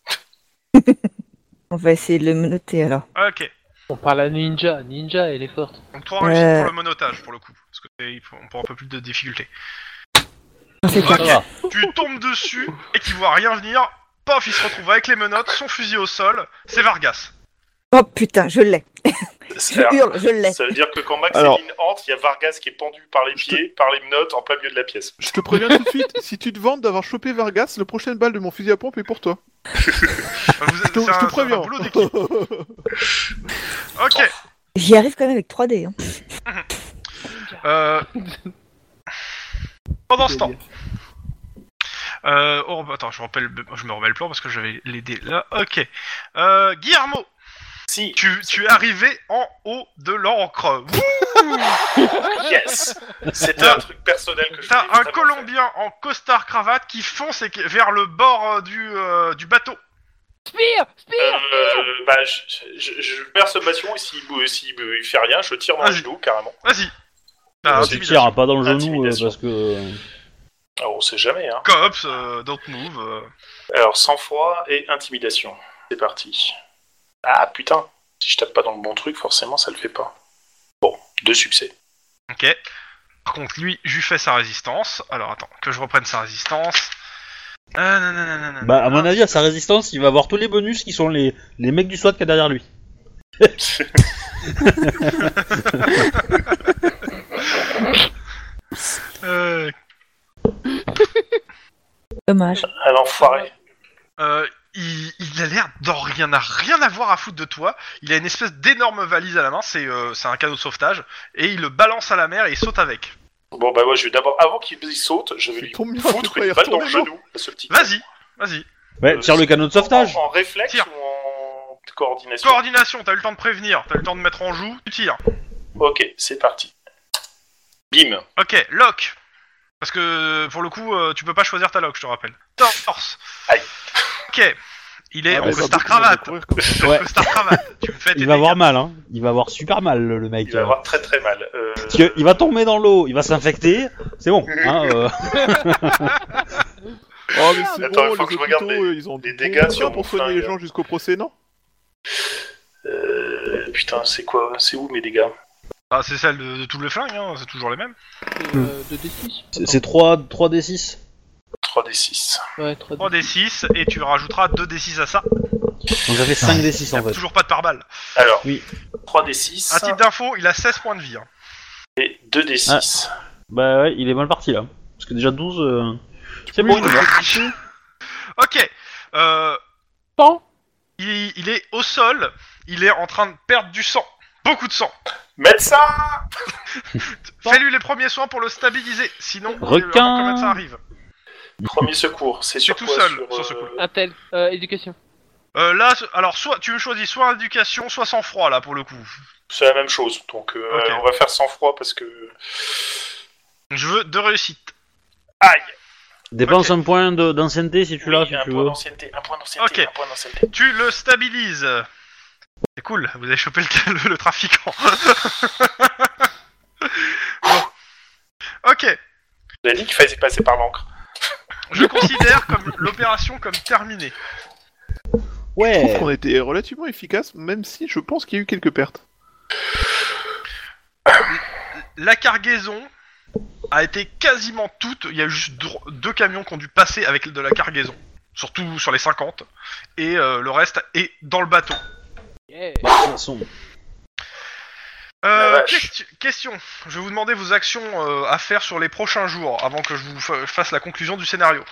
Speaker 6: On va essayer de le noter alors.
Speaker 1: Ok,
Speaker 2: On parle à Ninja, Ninja elle est forte.
Speaker 1: donc 3 réussites
Speaker 6: Euh.
Speaker 1: pour le monotage, pour le coup. Parce que c'est- il faut- on prend un peu plus de difficulté.
Speaker 6: C'est
Speaker 4: Ça va.
Speaker 1: Tu tombes dessus et qu'il voit rien venir, paf, il se retrouve avec les menottes, son fusil au sol, c'est Vargas.
Speaker 6: Oh putain, je l'ai. Je
Speaker 7: Ça,
Speaker 6: hurle, je l'ai.
Speaker 7: ça veut dire que quand Max
Speaker 3: Alors-
Speaker 7: et Lynn entrent, il y a Vargas qui est pendu par les
Speaker 3: Je te-
Speaker 7: pieds, par les menottes, en plein milieu de la pièce.
Speaker 3: Je te préviens tout de suite, si tu te vantes d'avoir chopé Vargas, le prochaine balle de mon fusil à pompe est pour toi.
Speaker 1: Enfin, vous-
Speaker 3: Je te,
Speaker 1: c'est un-
Speaker 3: je
Speaker 1: c'est
Speaker 3: te
Speaker 1: un
Speaker 3: préviens.
Speaker 1: boulot d'équipe. Ok,
Speaker 6: J'y arrive quand même avec 3D. Hein.
Speaker 1: Euh... Pendant ce temps. Euh, oh, bah, attends, je, rappelle, je me remets le plan parce que j'avais les dés là. Ok. Euh, Guillermo,
Speaker 7: Si,
Speaker 1: tu, tu es arrivé en haut de l'encre. Wouh,
Speaker 7: yes C'était un truc personnel que je
Speaker 1: T'as
Speaker 7: voulais
Speaker 1: un
Speaker 7: vraiment
Speaker 1: Colombien en costard cravate qui fonce et qui- vers le bord euh, du, euh, du bateau.
Speaker 2: Spire
Speaker 7: faire.
Speaker 2: Spire
Speaker 7: Euh, bah, je, je, je perds ce bâtiment et s'il bou- s'il bou- il fait rien, je tire dans le
Speaker 1: Vas-y.
Speaker 7: genou carrément.
Speaker 1: Vas-y. T'as
Speaker 7: Ah,
Speaker 4: Je
Speaker 1: intimidation.
Speaker 4: tire, hein, pas dans le genou, euh,
Speaker 7: Intimidation.
Speaker 4: parce que... euh,
Speaker 7: Alors, on sait jamais, hein.
Speaker 1: Cops, euh, don't move. euh.
Speaker 7: Alors, sang-froid et intimidation. C'est parti. Ah putain Si je tape pas dans le bon truc, forcément, ça le fait pas. Bon, deux succès.
Speaker 1: Ok. Par contre, lui, je lui fais sa résistance. Alors, attends, que je reprenne sa résistance. Euh, non, non, non, non, non,
Speaker 4: Bah, à
Speaker 1: non.
Speaker 4: mon avis, à sa résistance, il va avoir tous les bonus qui sont les, les mecs du SWAT qu'il y a derrière lui.
Speaker 1: Euh,
Speaker 6: Dommage.
Speaker 7: Ah, l'enfoiré.
Speaker 1: Euh, il, il a l'air d'en rien à rien avoir à foutre de toi. Il a une espèce d'énorme valise à la main, c'est euh, c'est un canot de sauvetage, et il le balance à la mer et il saute avec.
Speaker 7: Bon, bah, moi, je vais d'abord, avant qu'il il saute, je vais
Speaker 3: C'est
Speaker 7: lui
Speaker 3: combien,
Speaker 7: foutre
Speaker 3: tu vas y
Speaker 7: une balle dans le
Speaker 3: retourner,
Speaker 7: genou, à ce petit.
Speaker 1: Vas-y, vas-y.
Speaker 4: Ouais,
Speaker 7: Euh,
Speaker 4: tire le canot de sauvetage.
Speaker 7: En, en réflexe
Speaker 1: Tire.
Speaker 7: ou en coordination
Speaker 1: Coordination, t'as eu le temps de prévenir, t'as eu le temps de mettre en joue, tu tires.
Speaker 7: Ok, c'est parti. Bim.
Speaker 1: Ok, lock. Parce que pour le coup, euh, tu peux pas choisir ta lock, je te rappelle. Torse.
Speaker 7: Aïe.
Speaker 1: Ok. Il est
Speaker 3: Ah,
Speaker 1: en
Speaker 3: bah, ça,
Speaker 1: costard
Speaker 3: beaucoup, on va
Speaker 1: cravate.
Speaker 3: courir comme-
Speaker 1: En
Speaker 4: Ouais.
Speaker 1: costard cravate. Tu me fais tes
Speaker 4: Il va avoir
Speaker 1: dégâts.
Speaker 4: mal, hein. Il va avoir super mal, le le mec.
Speaker 7: Il va
Speaker 4: euh.
Speaker 7: avoir très très mal. Euh,
Speaker 4: Parce que il va tomber dans l'eau, il va s'infecter, c'est bon. Hein, euh.
Speaker 3: Oh, mais c'est
Speaker 7: Attends,
Speaker 3: bon,
Speaker 7: il faut
Speaker 3: les
Speaker 7: que je regarde
Speaker 3: hôpitaux,
Speaker 7: les-
Speaker 3: euh, ils ont des
Speaker 7: les dégâts sur mon
Speaker 3: pour soigner les
Speaker 7: flingue.
Speaker 3: gens jusqu'au procès, non
Speaker 7: euh, putain, c'est quoi C'est où mes dégâts
Speaker 1: Ah, c'est celle de, de tout le flingue, hein, c'est toujours les mêmes.
Speaker 2: C'est, euh,
Speaker 7: Hmm.
Speaker 2: 2d6
Speaker 4: C'est c'est 3, 3d6.
Speaker 7: 3d6.
Speaker 2: Ouais, 3
Speaker 1: 3d6 et tu rajouteras 2d6 à ça.
Speaker 4: Donc ça fait 5d6
Speaker 1: Il
Speaker 4: en fait.
Speaker 1: toujours pas de pare-balles.
Speaker 7: Alors,
Speaker 4: Oui.
Speaker 7: 3d6
Speaker 1: À titre d'info, il a 16 points de vie. hein.
Speaker 7: et 2d6.
Speaker 4: Bah ouais, il est mal parti là. Parce que déjà 12. euh, C'est
Speaker 3: peux
Speaker 4: bon,
Speaker 3: lui
Speaker 4: il est mort.
Speaker 1: Ok. Euh,
Speaker 2: Pan
Speaker 1: il, il est au sol. Il est en train de perdre du sang. Beaucoup de sang.
Speaker 7: Médecin
Speaker 1: Fais-lui les premiers soins pour le stabiliser. Sinon, on est-
Speaker 4: Requin.
Speaker 1: avant que ça arrive.
Speaker 7: Premier secours, c'est sur
Speaker 1: tout
Speaker 7: quoi
Speaker 1: seul,
Speaker 7: sur,
Speaker 1: sans
Speaker 7: euh,
Speaker 1: secours.
Speaker 2: Intel, euh, éducation.
Speaker 1: Euh, là, so- alors soit tu me choisis soit éducation, soit sang froid là pour le coup.
Speaker 7: C'est la même chose, donc euh,
Speaker 1: Ok.
Speaker 7: on va faire sans froid parce que...
Speaker 1: Je veux deux réussites.
Speaker 7: Aïe
Speaker 4: Dépense un point de- d'ancienneté si tu l'as,
Speaker 7: Oui,
Speaker 4: si
Speaker 7: un
Speaker 4: tu
Speaker 7: point
Speaker 4: veux.
Speaker 7: d'ancienneté, un point d'ancienneté,
Speaker 1: Ok.
Speaker 7: un point d'ancienneté.
Speaker 1: Tu le stabilises. C'est cool. Vous avez chopé le, le- le trafiquant. Bon. Ok.
Speaker 7: Vous avez dit qu'il fallait passer par l'encre.
Speaker 1: Je considère comme l'opération comme terminée.
Speaker 3: Je trouve
Speaker 4: Ouais.
Speaker 3: qu'on était relativement efficace, même si je pense qu'il y a eu quelques pertes.
Speaker 1: La cargaison a été quasiment toute. Il y a juste dro- deux camions qui ont dû passer avec de la cargaison. Surtout sur les 50. Et euh, le reste est dans le bateau.
Speaker 2: Yeah.
Speaker 4: Bah, de toute façon.
Speaker 1: Euh,
Speaker 7: La vache.
Speaker 1: question, question. Je vais vous demander vos actions euh, à faire sur les prochains jours avant que je vous fa- fasse la conclusion du scénario.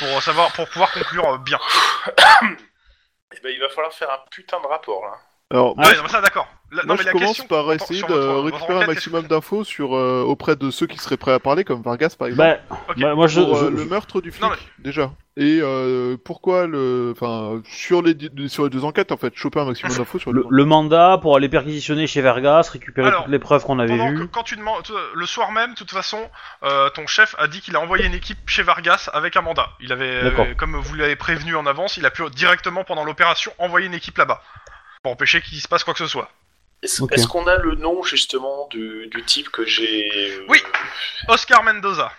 Speaker 1: Pour euh, savoir, pour pouvoir conclure euh, bien.
Speaker 7: Eh ben, il va falloir faire un putain de rapport, là.
Speaker 3: Alors,
Speaker 4: Ah,
Speaker 1: Ah ouais, non, mais ça d'accord. La- Bah, non,
Speaker 3: moi,
Speaker 1: mais
Speaker 3: je
Speaker 1: la
Speaker 3: commence
Speaker 1: question.
Speaker 3: par
Speaker 1: attends,
Speaker 3: essayer
Speaker 1: sur
Speaker 3: de
Speaker 1: votre- votre
Speaker 3: récupérer un
Speaker 1: enquête,
Speaker 3: maximum
Speaker 1: est-ce
Speaker 3: d'infos sur euh, auprès de ceux qui seraient prêts à parler, comme Vargas par exemple.
Speaker 4: Bah,
Speaker 1: Ok.
Speaker 4: bah, moi je.
Speaker 3: pour, euh,
Speaker 4: je-
Speaker 3: le meurtre du flic,
Speaker 1: Non,
Speaker 3: déjà. Et euh, pourquoi le. Enfin, sur les, di- sur les deux enquêtes, en fait, choper un maximum d'infos sur les
Speaker 4: le,
Speaker 3: deux
Speaker 4: le mandat pour aller perquisitionner chez Vergas, récupérer
Speaker 1: Alors,
Speaker 4: toutes les preuves qu'on avait
Speaker 1: Pendant que-
Speaker 4: vues.
Speaker 1: quand tu demandes, le soir même, de toute façon, euh, ton chef a dit qu'il a envoyé une équipe chez Vargas avec un mandat. Il avait,
Speaker 4: D'accord.
Speaker 1: euh, comme vous l'avez prévenu en avance, il a pu directement pendant l'opération envoyer une équipe là-bas pour empêcher qu'il se passe quoi que ce soit.
Speaker 7: Est-ce
Speaker 4: Ok.
Speaker 7: est-ce qu'on a le nom, justement, du, du type que j'ai... euh,
Speaker 1: Oui. Oscar Mendoza.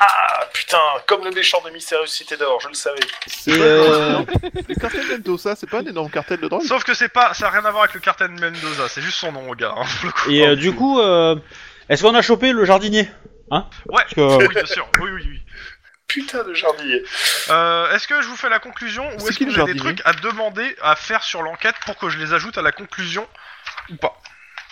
Speaker 7: Ah, putain, comme le méchant de Mystérieuse Cité d'Or, je le savais.
Speaker 3: C'est
Speaker 4: Et,
Speaker 3: pas-
Speaker 4: euh,
Speaker 3: Le cartel d'Entosa, c'est pas un énorme cartel de drogue
Speaker 1: Sauf que c'est pas, ça a rien à voir avec le cartel Mendoza. C'est juste son nom, au gars. hein, pour le coup.
Speaker 4: Et euh, du coup, euh, est-ce qu'on a chopé le jardinier Hein
Speaker 1: Ouais.
Speaker 4: Parce que-
Speaker 1: Oui, bien sûr. Oui, oui, oui.
Speaker 7: Putain de jardinier.
Speaker 1: Euh, est-ce que je vous fais la conclusion ou
Speaker 3: C'est
Speaker 1: est-ce que
Speaker 3: qui le
Speaker 1: j'ai des
Speaker 3: jardinier
Speaker 1: trucs à demander, à faire sur l'enquête pour que je les ajoute à la conclusion ou pas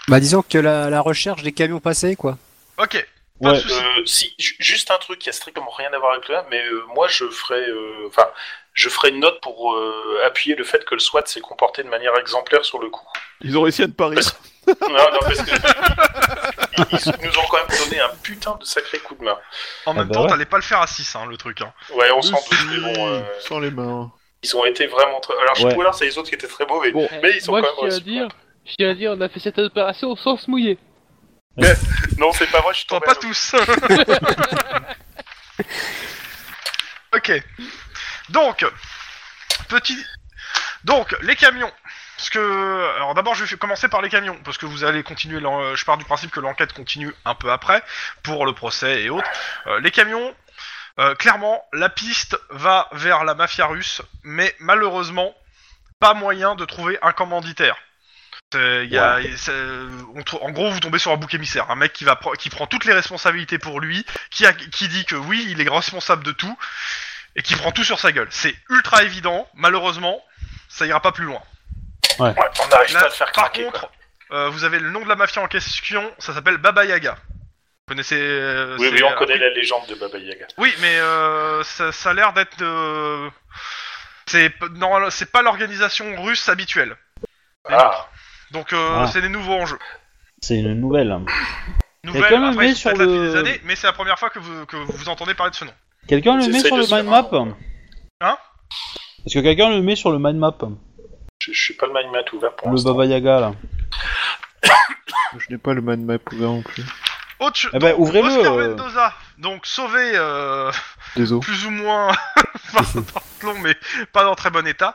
Speaker 8: Bah disons que la, la recherche des camions passés quoi.
Speaker 1: Ok. Pas de
Speaker 4: Ouais.
Speaker 1: soucis.
Speaker 7: Euh, si, ju- juste un truc qui a strictement rien à voir avec le 1, mais euh, moi je ferai, euh, enfin, je ferai une note pour euh, appuyer le fait que le SWAT s'est comporté de manière exemplaire sur le coup.
Speaker 3: Ils ont réussi à ne pas rire.
Speaker 7: non, non, parce que ils, ils nous ont quand même donné un putain de sacré coup de main.
Speaker 1: En
Speaker 4: Ah
Speaker 1: même
Speaker 4: bah
Speaker 1: temps,
Speaker 4: ouais.
Speaker 1: t'allais pas le faire à 6, hein, le truc. Hein.
Speaker 7: Ouais, on s'en
Speaker 3: Oui,
Speaker 7: doute, mais bon, euh,
Speaker 3: Sans les mains.
Speaker 7: ils ont été vraiment. très- Alors, je
Speaker 4: Ouais.
Speaker 7: sais pas, alors c'est les autres qui étaient très mauvais.
Speaker 3: Bon,
Speaker 7: Mais ils sont
Speaker 2: Eh, Moi,
Speaker 7: quand même
Speaker 2: je tiens à dire,
Speaker 7: restés.
Speaker 2: je tiens à dire, on a fait cette opération sans se mouiller.
Speaker 7: Non, c'est pas vrai, je suis
Speaker 1: T'en
Speaker 7: tombé.
Speaker 1: pas
Speaker 7: à l'eau.
Speaker 1: tous. ok. Donc, petit. Donc, les camions. Parce que. Alors d'abord, je vais commencer par les camions. Parce que vous allez continuer. l'en- Je pars du principe que l'enquête continue un peu après. Pour le procès et autres. Euh, les camions. euh, clairement, la piste va vers la mafia russe. Mais malheureusement, pas moyen de trouver un commanditaire. C'est- il Euh, y a- c'est- on trou- en gros, vous tombez sur un bouc émissaire, un mec qui va pro- qui prend toutes les responsabilités pour lui, qui, a- qui dit que oui, il est responsable de tout et qui prend tout sur sa gueule. C'est ultra évident, malheureusement, ça ira pas plus loin.
Speaker 7: Ouais, on n'arrive
Speaker 1: Là,
Speaker 7: pas à le faire
Speaker 1: par
Speaker 7: craquer.
Speaker 1: contre, euh, vous avez le nom de la mafia en question, ça s'appelle Baba Yaga. Vous connaissez euh,
Speaker 7: quoi. Oui,
Speaker 1: c'est-
Speaker 7: oui, on connaît la légende de Baba Yaga.
Speaker 1: oui, mais euh, ça, ça a l'air d'être. euh, C'est p- normal- c'est pas l'organisation russe habituelle.
Speaker 7: Ah,
Speaker 1: Donc euh,
Speaker 4: Ah.
Speaker 1: c'est des nouveaux enjeux.
Speaker 4: C'est une nouvelle.
Speaker 1: Nouvelle,
Speaker 4: Quelqu'un le
Speaker 1: après,
Speaker 4: met
Speaker 1: ils sont
Speaker 4: sur
Speaker 1: peut-être là depuis
Speaker 4: le-
Speaker 1: des années, mais c'est la première fois que vous, que vous entendez parler de ce nom.
Speaker 4: Quelqu'un le met
Speaker 7: J'essaie
Speaker 4: sur
Speaker 7: de
Speaker 4: le
Speaker 7: faire
Speaker 4: mind map
Speaker 7: un-
Speaker 1: Hein
Speaker 4: Est-ce que quelqu'un le met sur le mind map
Speaker 7: je, je suis pas le mind tout ouvert pour
Speaker 4: Le
Speaker 7: l'instant.
Speaker 4: Baba Yaga là
Speaker 3: je n'ai pas le man map ouvert non plus.
Speaker 1: Autre chose.
Speaker 4: Eh ben, ouvrez-le,
Speaker 1: Oscar
Speaker 4: euh.
Speaker 1: Mendoza, donc sauvé euh,
Speaker 3: Désolé.
Speaker 1: plus ou moins. Pardon. long, mais pas dans très bon état.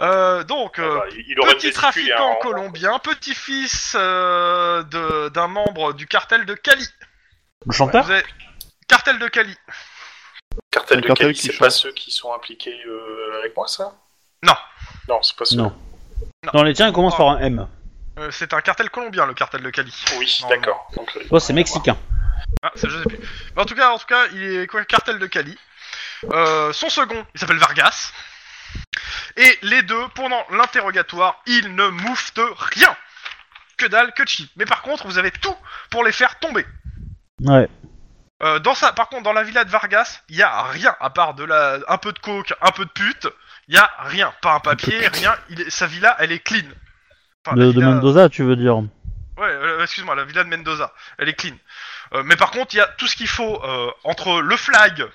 Speaker 1: Euh, donc,
Speaker 7: Ah
Speaker 1: euh,
Speaker 7: bah, il il aurait
Speaker 1: petit
Speaker 7: le testicule, il y a un
Speaker 1: trafiquant
Speaker 7: rang.
Speaker 1: colombien, petit-fils euh, de- d'un membre du cartel de Cali.
Speaker 4: Le euh, chanteur
Speaker 1: Vous avez- Cartel de Cali.
Speaker 7: Cartel
Speaker 3: Un
Speaker 7: de
Speaker 3: cartel
Speaker 7: Cali,
Speaker 3: qui
Speaker 7: c'est
Speaker 3: chante.
Speaker 7: pas ceux qui sont impliqués euh, avec moi, ça
Speaker 1: Non.
Speaker 7: Non, c'est pas ceux.
Speaker 4: Non. Dans les tiens, il commence par un M.
Speaker 1: Euh, c'est un cartel colombien, le cartel de Cali.
Speaker 7: Oui,
Speaker 1: Non,
Speaker 7: d'accord. Donc, euh,
Speaker 4: Toi, c'est mexicain.
Speaker 1: Ah, ça, je sais plus. Mais en tout cas, en tout cas, il est quoi, cartel de Cali. Euh, son second, il s'appelle Vargas. Et les deux, pendant l'interrogatoire, ils ne mouffent rien. Que dalle, que chi. Mais par contre, vous avez tout pour les faire tomber.
Speaker 4: Ouais.
Speaker 1: Euh, dans sa, par contre, dans la villa de Vargas, il y a rien à part de la, un peu de coke, un peu de pute. Il y a rien, pas un papier, rien. Il est- sa villa, elle est clean. Enfin, la
Speaker 4: De, de
Speaker 1: villa-
Speaker 4: Mendoza, tu veux dire.
Speaker 1: Ouais, euh, excuse-moi, la villa de Mendoza, elle est clean. Euh, mais par contre, il y a tout ce qu'il faut euh, entre le flag,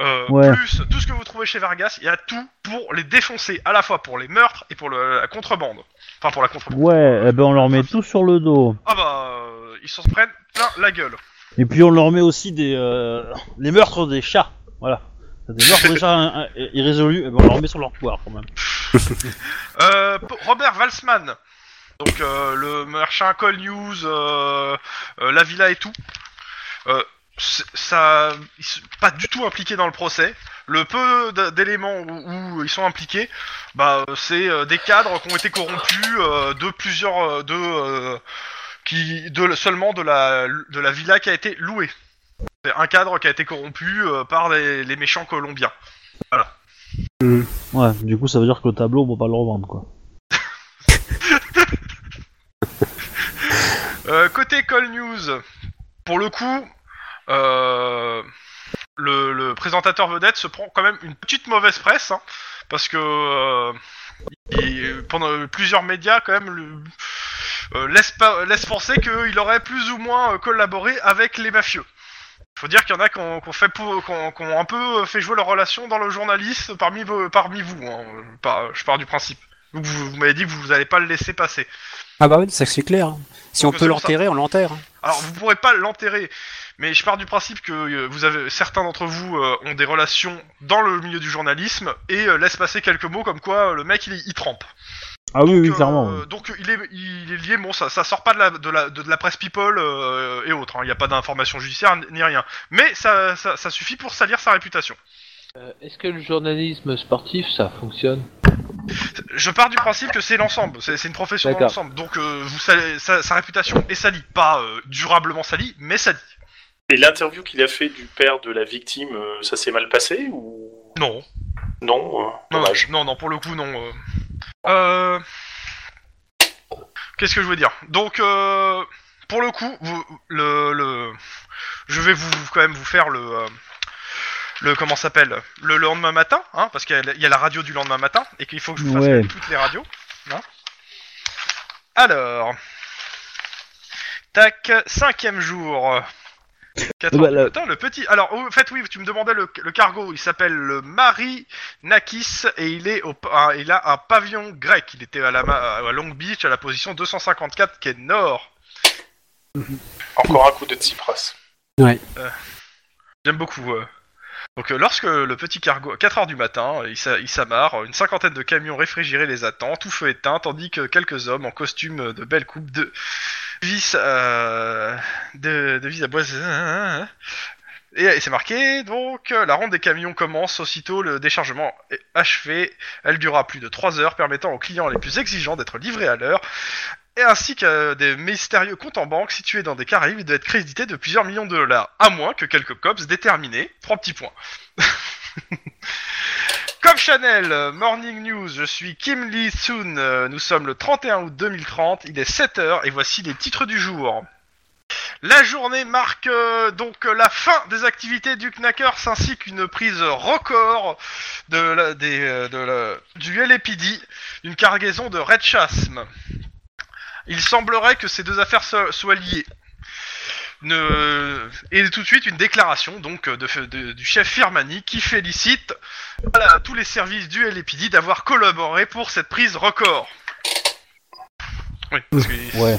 Speaker 1: euh,
Speaker 4: Ouais.
Speaker 1: plus tout ce que vous trouvez chez Vargas, il y a tout pour les défoncer, à la fois pour les meurtres et pour le- la contrebande. Enfin, pour la contrebande.
Speaker 4: Ouais, eh ben on leur met tout sur le dos.
Speaker 1: Ah bah, euh, ils s'en prennent plein la gueule.
Speaker 4: Et puis on leur met aussi des euh, les meurtres des chats. Voilà. Des meurtres des chats hein, hein, irrésolus, eh ben on leur met sur leur pouvoir quand même.
Speaker 1: Euh, P- Robert Walsman, donc euh, le machin Call News, euh, euh, la villa et tout, euh, c'est- ça, ils sont pas du tout impliqués dans le procès. Le peu d- d'éléments où, où ils sont impliqués, bah, euh, c'est euh, des cadres qui ont été corrompus euh, de plusieurs, euh, de, euh, qui, de seulement de la, de la villa qui a été louée. C'est un cadre qui a été corrompu euh, par les- les méchants colombiens.
Speaker 4: Ouais, du coup ça veut dire que le tableau on peut pas le revendre quoi.
Speaker 1: Euh, côté Call News, pour le coup, euh, le, le présentateur vedette se prend quand même une petite mauvaise presse, hein, parce que euh, il- pendant plusieurs médias, quand même, le- euh, laissent pas- laissent penser qu'il aurait plus ou moins euh, collaboré avec les mafieux. Faut dire qu'il y en a qui ont, qui ont fait pour- qui ont- qui ont un peu euh, fait jouer leur relation dans le journaliste parmi, vos- parmi vous. hein, par- je pars du principe. Vous, vous m'avez dit que vous n'allez pas le laisser passer.
Speaker 8: Ah bah oui, ça c'est clair. hein. Si on
Speaker 1: que
Speaker 8: peut
Speaker 1: c'est
Speaker 8: l'enterrer, on l'enterre. hein.
Speaker 1: Alors, vous pourrez pas l'enterrer, mais je pars du principe que euh, vous avez certains d'entre vous euh, ont des relations dans le milieu du journalisme et euh, laissent passer quelques mots comme quoi euh, le mec il, il trempe.
Speaker 4: Ah oui, oui,
Speaker 1: Euh,
Speaker 4: clairement. ouais.
Speaker 1: donc il est, il est lié, bon, ça, ça sort pas de la, de la, de la presse people euh, et autres, il n'y a pas d'information judiciaire ni rien, mais ça, ça, ça suffit pour salir sa réputation.
Speaker 2: Euh, Est-ce que le journalisme sportif, ça fonctionne
Speaker 1: Je pars du principe que c'est l'ensemble, c'est c'est une profession dans
Speaker 2: D'accord.
Speaker 1: l'ensemble, donc euh, vous, salez- sa, sa réputation est salie, pas euh, durablement salie, mais salie.
Speaker 7: Et l'interview qu'il a fait du père de la victime, euh, ça s'est mal passé ou
Speaker 1: Non,
Speaker 7: non euh,
Speaker 1: Non,
Speaker 7: Dommage.
Speaker 1: non, non, pour le coup, non. euh. Euh, Qu'est-ce que je veux dire Donc, euh, pour le coup, vous- le, le- je vais vous quand même vous faire le, euh, le comment ça s'appelle le, lendemain matin, hein, parce qu'il y a la- il y, a la radio du lendemain matin et qu'il faut que je vous fasse
Speaker 4: Ouais.
Speaker 1: toutes les radios. hein. Alors, tac, cinquième jour. Quatre
Speaker 4: Eh ben,
Speaker 1: heures du
Speaker 4: la-
Speaker 1: matin, le petit. Alors, en fait, oui, tu me demandais le, le cargo. Il s'appelle le Mari Nakis et il est au, pa- un- il a un pavillon grec. Il était à, la, ma- à Long Beach à la position 254 qui est nord.
Speaker 7: Encore un coup de Tsipras.
Speaker 1: J'aime beaucoup. euh. Donc euh, lorsque le petit cargo, à 4h du matin, euh, il s'a- il s'amarre, une cinquantaine de camions réfrigérés les attend, tout feu éteint, tandis que quelques hommes en costume euh, de belle coupe de vis, euh, de, de vis à bois... Et, et c'est marqué, donc euh, la ronde des camions commence aussitôt le déchargement est achevé. Elle durera plus de 3 heures, permettant aux clients les plus exigeants d'être livrés à l'heure, et ainsi que des mystérieux comptes en banque situés dans des Caraïbes doivent être crédités de plusieurs millions de dollars, à moins que quelques cops déterminés. Trois petits points. Comme Chanel, euh, Morning News, je suis Kim Lee Soon, euh, nous sommes le 31 août 2030, il est 7h et voici les titres du jour. La journée marque euh, donc euh, la fin des activités du Knackers ainsi qu'une prise record de la- des, euh, de la- du LAPD, une cargaison de Red Chasm. Il semblerait que ces deux affaires so- soient liées. Ne- euh, Et tout de suite, une déclaration donc euh, de, de- du chef Firmani qui félicite voilà, tous les services du LAPD d'avoir collaboré pour cette prise record. Oui, parce que-
Speaker 4: Ouais.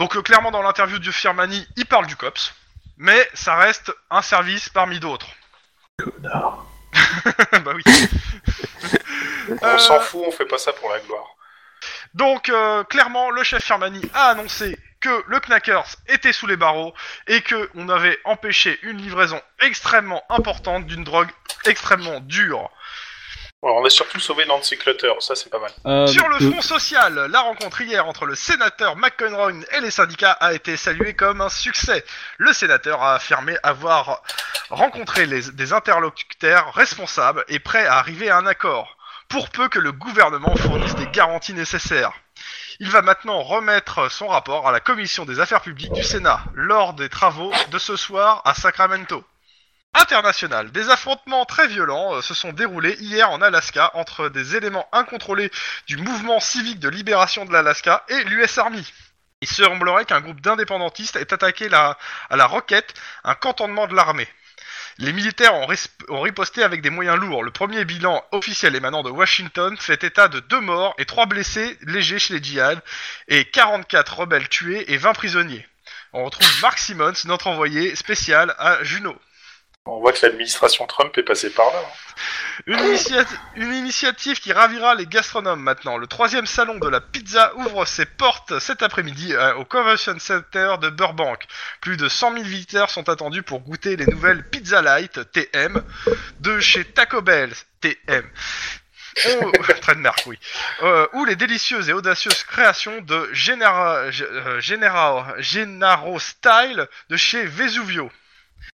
Speaker 1: donc euh, clairement dans l'interview de Firmani, il parle du COPS, mais ça reste un service parmi d'autres. bah oui.
Speaker 7: On
Speaker 1: Euh,
Speaker 7: s'en fout, on fait pas ça pour la gloire.
Speaker 1: Donc, euh, clairement, le chef Firmani a annoncé que le Knackers était sous les barreaux et que on avait empêché une livraison extrêmement importante d'une drogue extrêmement dure.
Speaker 7: Alors, on a surtout sauvé Nancy Clutter, ça c'est pas mal.
Speaker 4: Euh,
Speaker 1: Sur le
Speaker 4: euh,
Speaker 1: front social, la rencontre hier entre le sénateur McEnroe et les syndicats a été saluée comme un succès. Le sénateur a affirmé avoir rencontré les- des interlocuteurs responsables et prêts à arriver à un accord, pour peu que le gouvernement fournisse des garanties nécessaires. Il va maintenant remettre son rapport à la commission des affaires publiques du Sénat lors des travaux de ce soir à Sacramento. International. Des affrontements très violents euh, se sont déroulés hier en Alaska entre des éléments incontrôlés du mouvement civique de libération de l'Alaska et l'US Army. Il semblerait qu'un groupe d'indépendantistes ait attaqué la- à la roquette un cantonnement de l'armée. Les militaires ont, ris- ont riposté avec des moyens lourds. Le premier bilan officiel émanant de Washington fait état de deux morts et trois blessés légers chez les djihad et 44 rebelles tués et 20 prisonniers. On retrouve Mark Simmons, notre envoyé spécial à Juneau.
Speaker 7: On voit que l'administration Trump est passée par là. hein.
Speaker 1: Une, initiati- une initiative qui ravira les gastronomes maintenant. Le troisième salon de la pizza ouvre ses portes cet après-midi euh, au Convention Center de Burbank. Plus de 100 000 visiteurs sont attendus pour goûter les nouvelles Pizza Light TM de chez Taco Bell Oh, TM. Ou, trademark, oui. Euh, ou les délicieuses et audacieuses créations de Genera- G- euh, Genera- Gennaro Style de chez Vesuvio.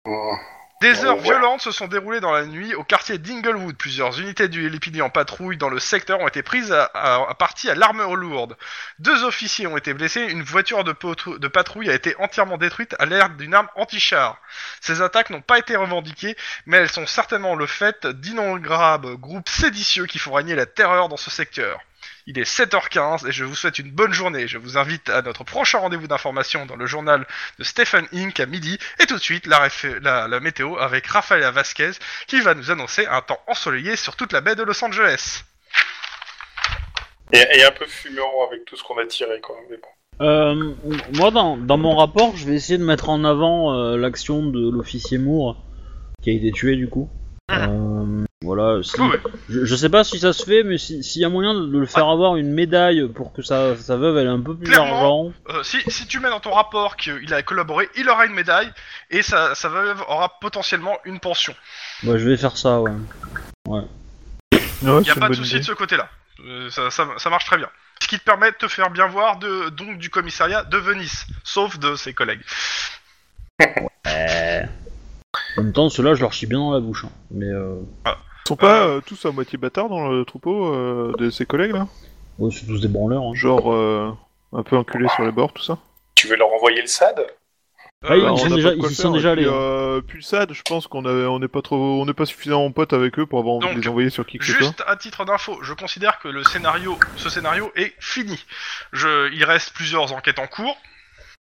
Speaker 7: Bon.
Speaker 1: Des
Speaker 7: Oh,
Speaker 1: heures
Speaker 7: ouais.
Speaker 1: violentes se sont déroulées dans la nuit au quartier d'Inglewood. Plusieurs unités du LPD en patrouille dans le secteur ont été prises à, à- à partie à l'arme lourde. Deux officiers ont été blessés, une voiture de, potrou- de patrouille a été entièrement détruite à l'aide d'une arme anti-char. Ces attaques n'ont pas été revendiquées, mais elles sont certainement le fait d'innombrables groupes séditieux qui font régner la terreur dans ce secteur. Il est 7h15 et je vous souhaite une bonne journée. Je vous invite à notre prochain rendez-vous d'information dans le journal de Stephen Inc. à midi, et tout de suite la, réf- la- la météo avec Rafaela Vasquez qui va nous annoncer un temps ensoleillé sur toute la baie de Los Angeles.
Speaker 7: Et, et un peu fumant avec tout ce qu'on a tiré, quoi. Mais bon.
Speaker 4: euh, moi, dans, dans mon rapport, je vais essayer de mettre en avant euh, l'action de l'officier Moore, qui a été tué du coup. Euh, voilà, si-
Speaker 1: Ah. Ouais.
Speaker 4: je, je sais pas si ça se fait, mais si- s'il y a moyen de, de le faire avoir une médaille pour que sa, sa veuve elle ait un peu plus
Speaker 1: Clairement.
Speaker 4: d'argent.
Speaker 1: Euh, si, si tu mets dans ton rapport qu'il a collaboré, il aura une médaille et sa, sa veuve aura potentiellement une pension.
Speaker 4: Ouais, bah, je vais faire ça, ouais.
Speaker 3: Ouais,
Speaker 1: Il n'y a
Speaker 3: c'est
Speaker 1: pas
Speaker 3: une
Speaker 1: de
Speaker 3: bonne
Speaker 1: souci de
Speaker 3: idée.
Speaker 1: ce côté-là. Euh, ça, ça- ça marche très bien. Ce qui te permet de te faire bien voir de, donc du commissariat de Venise, sauf de ses collègues.
Speaker 4: Euh, En même temps, ceux-là, je leur chie bien dans la bouche. hein. Mais euh,
Speaker 3: Ils sont pas euh, tous à moitié bâtards dans le troupeau euh, de ses collègues là
Speaker 4: ouais, c'est tous des branleurs. hein.
Speaker 3: Genre euh, un peu enculés sur les bords, tout ça
Speaker 7: Tu veux leur envoyer le
Speaker 1: Euh,
Speaker 7: SAD
Speaker 4: Ah, ils
Speaker 3: Bah,
Speaker 4: y
Speaker 3: on
Speaker 4: sont
Speaker 3: a
Speaker 4: déjà-
Speaker 3: pas de quoi
Speaker 4: ils y
Speaker 3: faire,
Speaker 4: sont
Speaker 3: et
Speaker 4: déjà
Speaker 3: puis,
Speaker 4: allés, hein.
Speaker 3: euh, puis le SAD, je pense qu'on avait- on n'est pas trop, on n'est pas suffisamment pote avec eux pour avoir envie
Speaker 1: Donc,
Speaker 3: de les envoyer sur qui que ce soit.
Speaker 1: Juste à titre d'info, je considère que le scénario, ce scénario est fini. Je, il reste plusieurs enquêtes en cours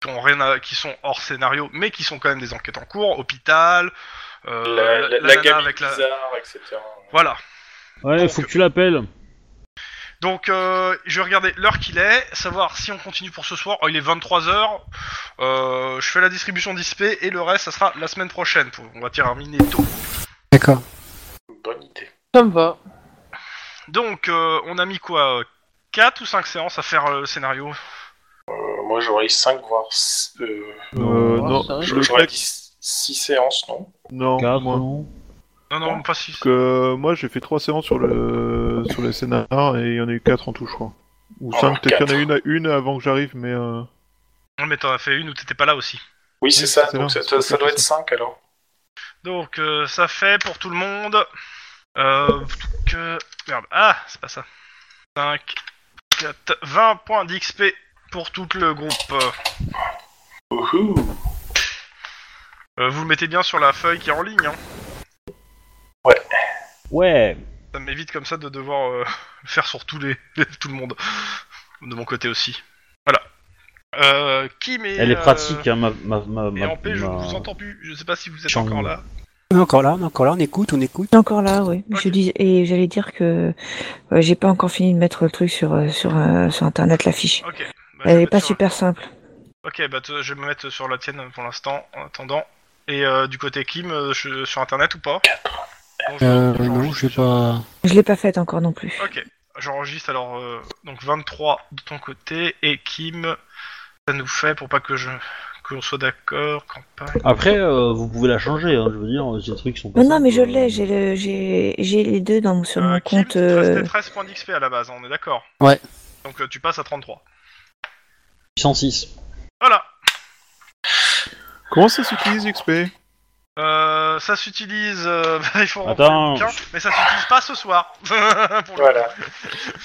Speaker 1: qui, ont rien à- qui sont hors scénario, mais qui sont quand même des enquêtes en cours. Hôpital, euh,
Speaker 7: La, la,
Speaker 1: nana
Speaker 7: la gamine
Speaker 1: avec la-
Speaker 7: bizarre, etc.
Speaker 1: Voilà.
Speaker 4: Ouais, faut que tu l'appelles.
Speaker 1: Donc euh, je vais regarder l'heure qu'il est, savoir si on continue pour ce soir. Oh, il est 23h. je fais la distribution d'ISP et le reste, ça sera la semaine prochaine. Pour, on va terminer tôt.
Speaker 8: D'accord.
Speaker 7: Bonne idée.
Speaker 2: Ça me va.
Speaker 1: Donc euh, on a mis quoi 4 ou 5 séances à faire euh, le scénario
Speaker 7: Euh, moi j'aurais 5 voire s- euh,
Speaker 3: Euh,
Speaker 2: Oh,
Speaker 3: non,
Speaker 2: ça,
Speaker 3: je le
Speaker 7: j'aurais
Speaker 3: craque.
Speaker 7: 6 séances, non
Speaker 3: Non,
Speaker 4: Quatre,
Speaker 3: moi.
Speaker 4: non
Speaker 1: Non, non, pas 6.
Speaker 3: Parce que euh, moi j'ai fait trois séances sur le sur les scénars et il y en a eu quatre en tout, je crois. Ou
Speaker 7: Oh,
Speaker 3: cinq, peut-être qu'il y en a
Speaker 7: quatre.
Speaker 3: une à une avant que j'arrive, mais euh,
Speaker 1: Mais t'en as fait une où t'étais pas là aussi.
Speaker 7: Oui, c'est
Speaker 3: Oui,
Speaker 7: ça,
Speaker 3: c'est
Speaker 7: donc
Speaker 3: ça,
Speaker 7: ça, ça-
Speaker 3: c'est
Speaker 7: ça doit
Speaker 3: ça.
Speaker 7: être 5 alors.
Speaker 1: Donc euh, ça fait pour tout le monde. Euh, que... Merde. Ah, c'est pas ça. 5, 4, 20 points d'XP pour tout le groupe. Euh,
Speaker 7: Wouhou.
Speaker 1: euh, vous le mettez bien sur la feuille qui est en ligne. Hein.
Speaker 4: Ouais.
Speaker 1: Ça m'évite comme ça de devoir euh, le faire sur tous les, tout le monde. De mon côté aussi. Voilà. Euh, Kim et,
Speaker 4: Elle est
Speaker 1: euh,
Speaker 4: pratique, hein, ma, ma, ma,
Speaker 1: et
Speaker 4: ma-
Speaker 1: en paix, je
Speaker 4: ma-
Speaker 1: vous entends plus. Je sais pas si vous êtes
Speaker 4: Chang.
Speaker 1: encore là.
Speaker 8: On est encore là, on est encore là, on écoute, on écoute.
Speaker 6: Encore là, oui. Je dis et j'allais dire que euh, j'ai pas encore fini de mettre le truc sur euh, sur euh, sur internet la fiche.
Speaker 1: Ok. Bah, je vais
Speaker 6: Elle est
Speaker 1: mettre
Speaker 6: pas
Speaker 1: sur-
Speaker 6: super simple.
Speaker 1: Ok, bah te- je vais me mettre sur la tienne pour l'instant, en attendant. Et euh, du côté Kim, euh, je- sur internet ou pas Euh,
Speaker 9: Euh, non, je sais pas.
Speaker 6: Je l'ai pas faite encore non plus.
Speaker 1: Ok, j'enregistre alors euh, donc 23 de ton côté et Kim, ça nous fait pour pas que je que l'on soit d'accord, campagne.
Speaker 4: Après, euh, vous pouvez la changer, hein, je veux dire, ces trucs sont pas.
Speaker 6: Non, non, mais je
Speaker 4: simples, euh,
Speaker 6: l'ai, j'ai le- j'ai j'ai les deux dans, mon- sur
Speaker 1: Euh,
Speaker 6: mon
Speaker 1: Kim, tu
Speaker 6: compte.
Speaker 1: te restais
Speaker 6: euh,
Speaker 1: 13 points d'XP à la base, hein, on est d'accord
Speaker 8: Ouais.
Speaker 1: Donc euh, tu passes à 33.
Speaker 4: 106.
Speaker 1: Voilà
Speaker 3: Comment ça s'utilise XP
Speaker 1: euh, ça s'utilise, euh, il faut remplir
Speaker 4: Attends.
Speaker 1: le bouquin, mais ça s'utilise pas ce soir. Pour le
Speaker 7: Voilà.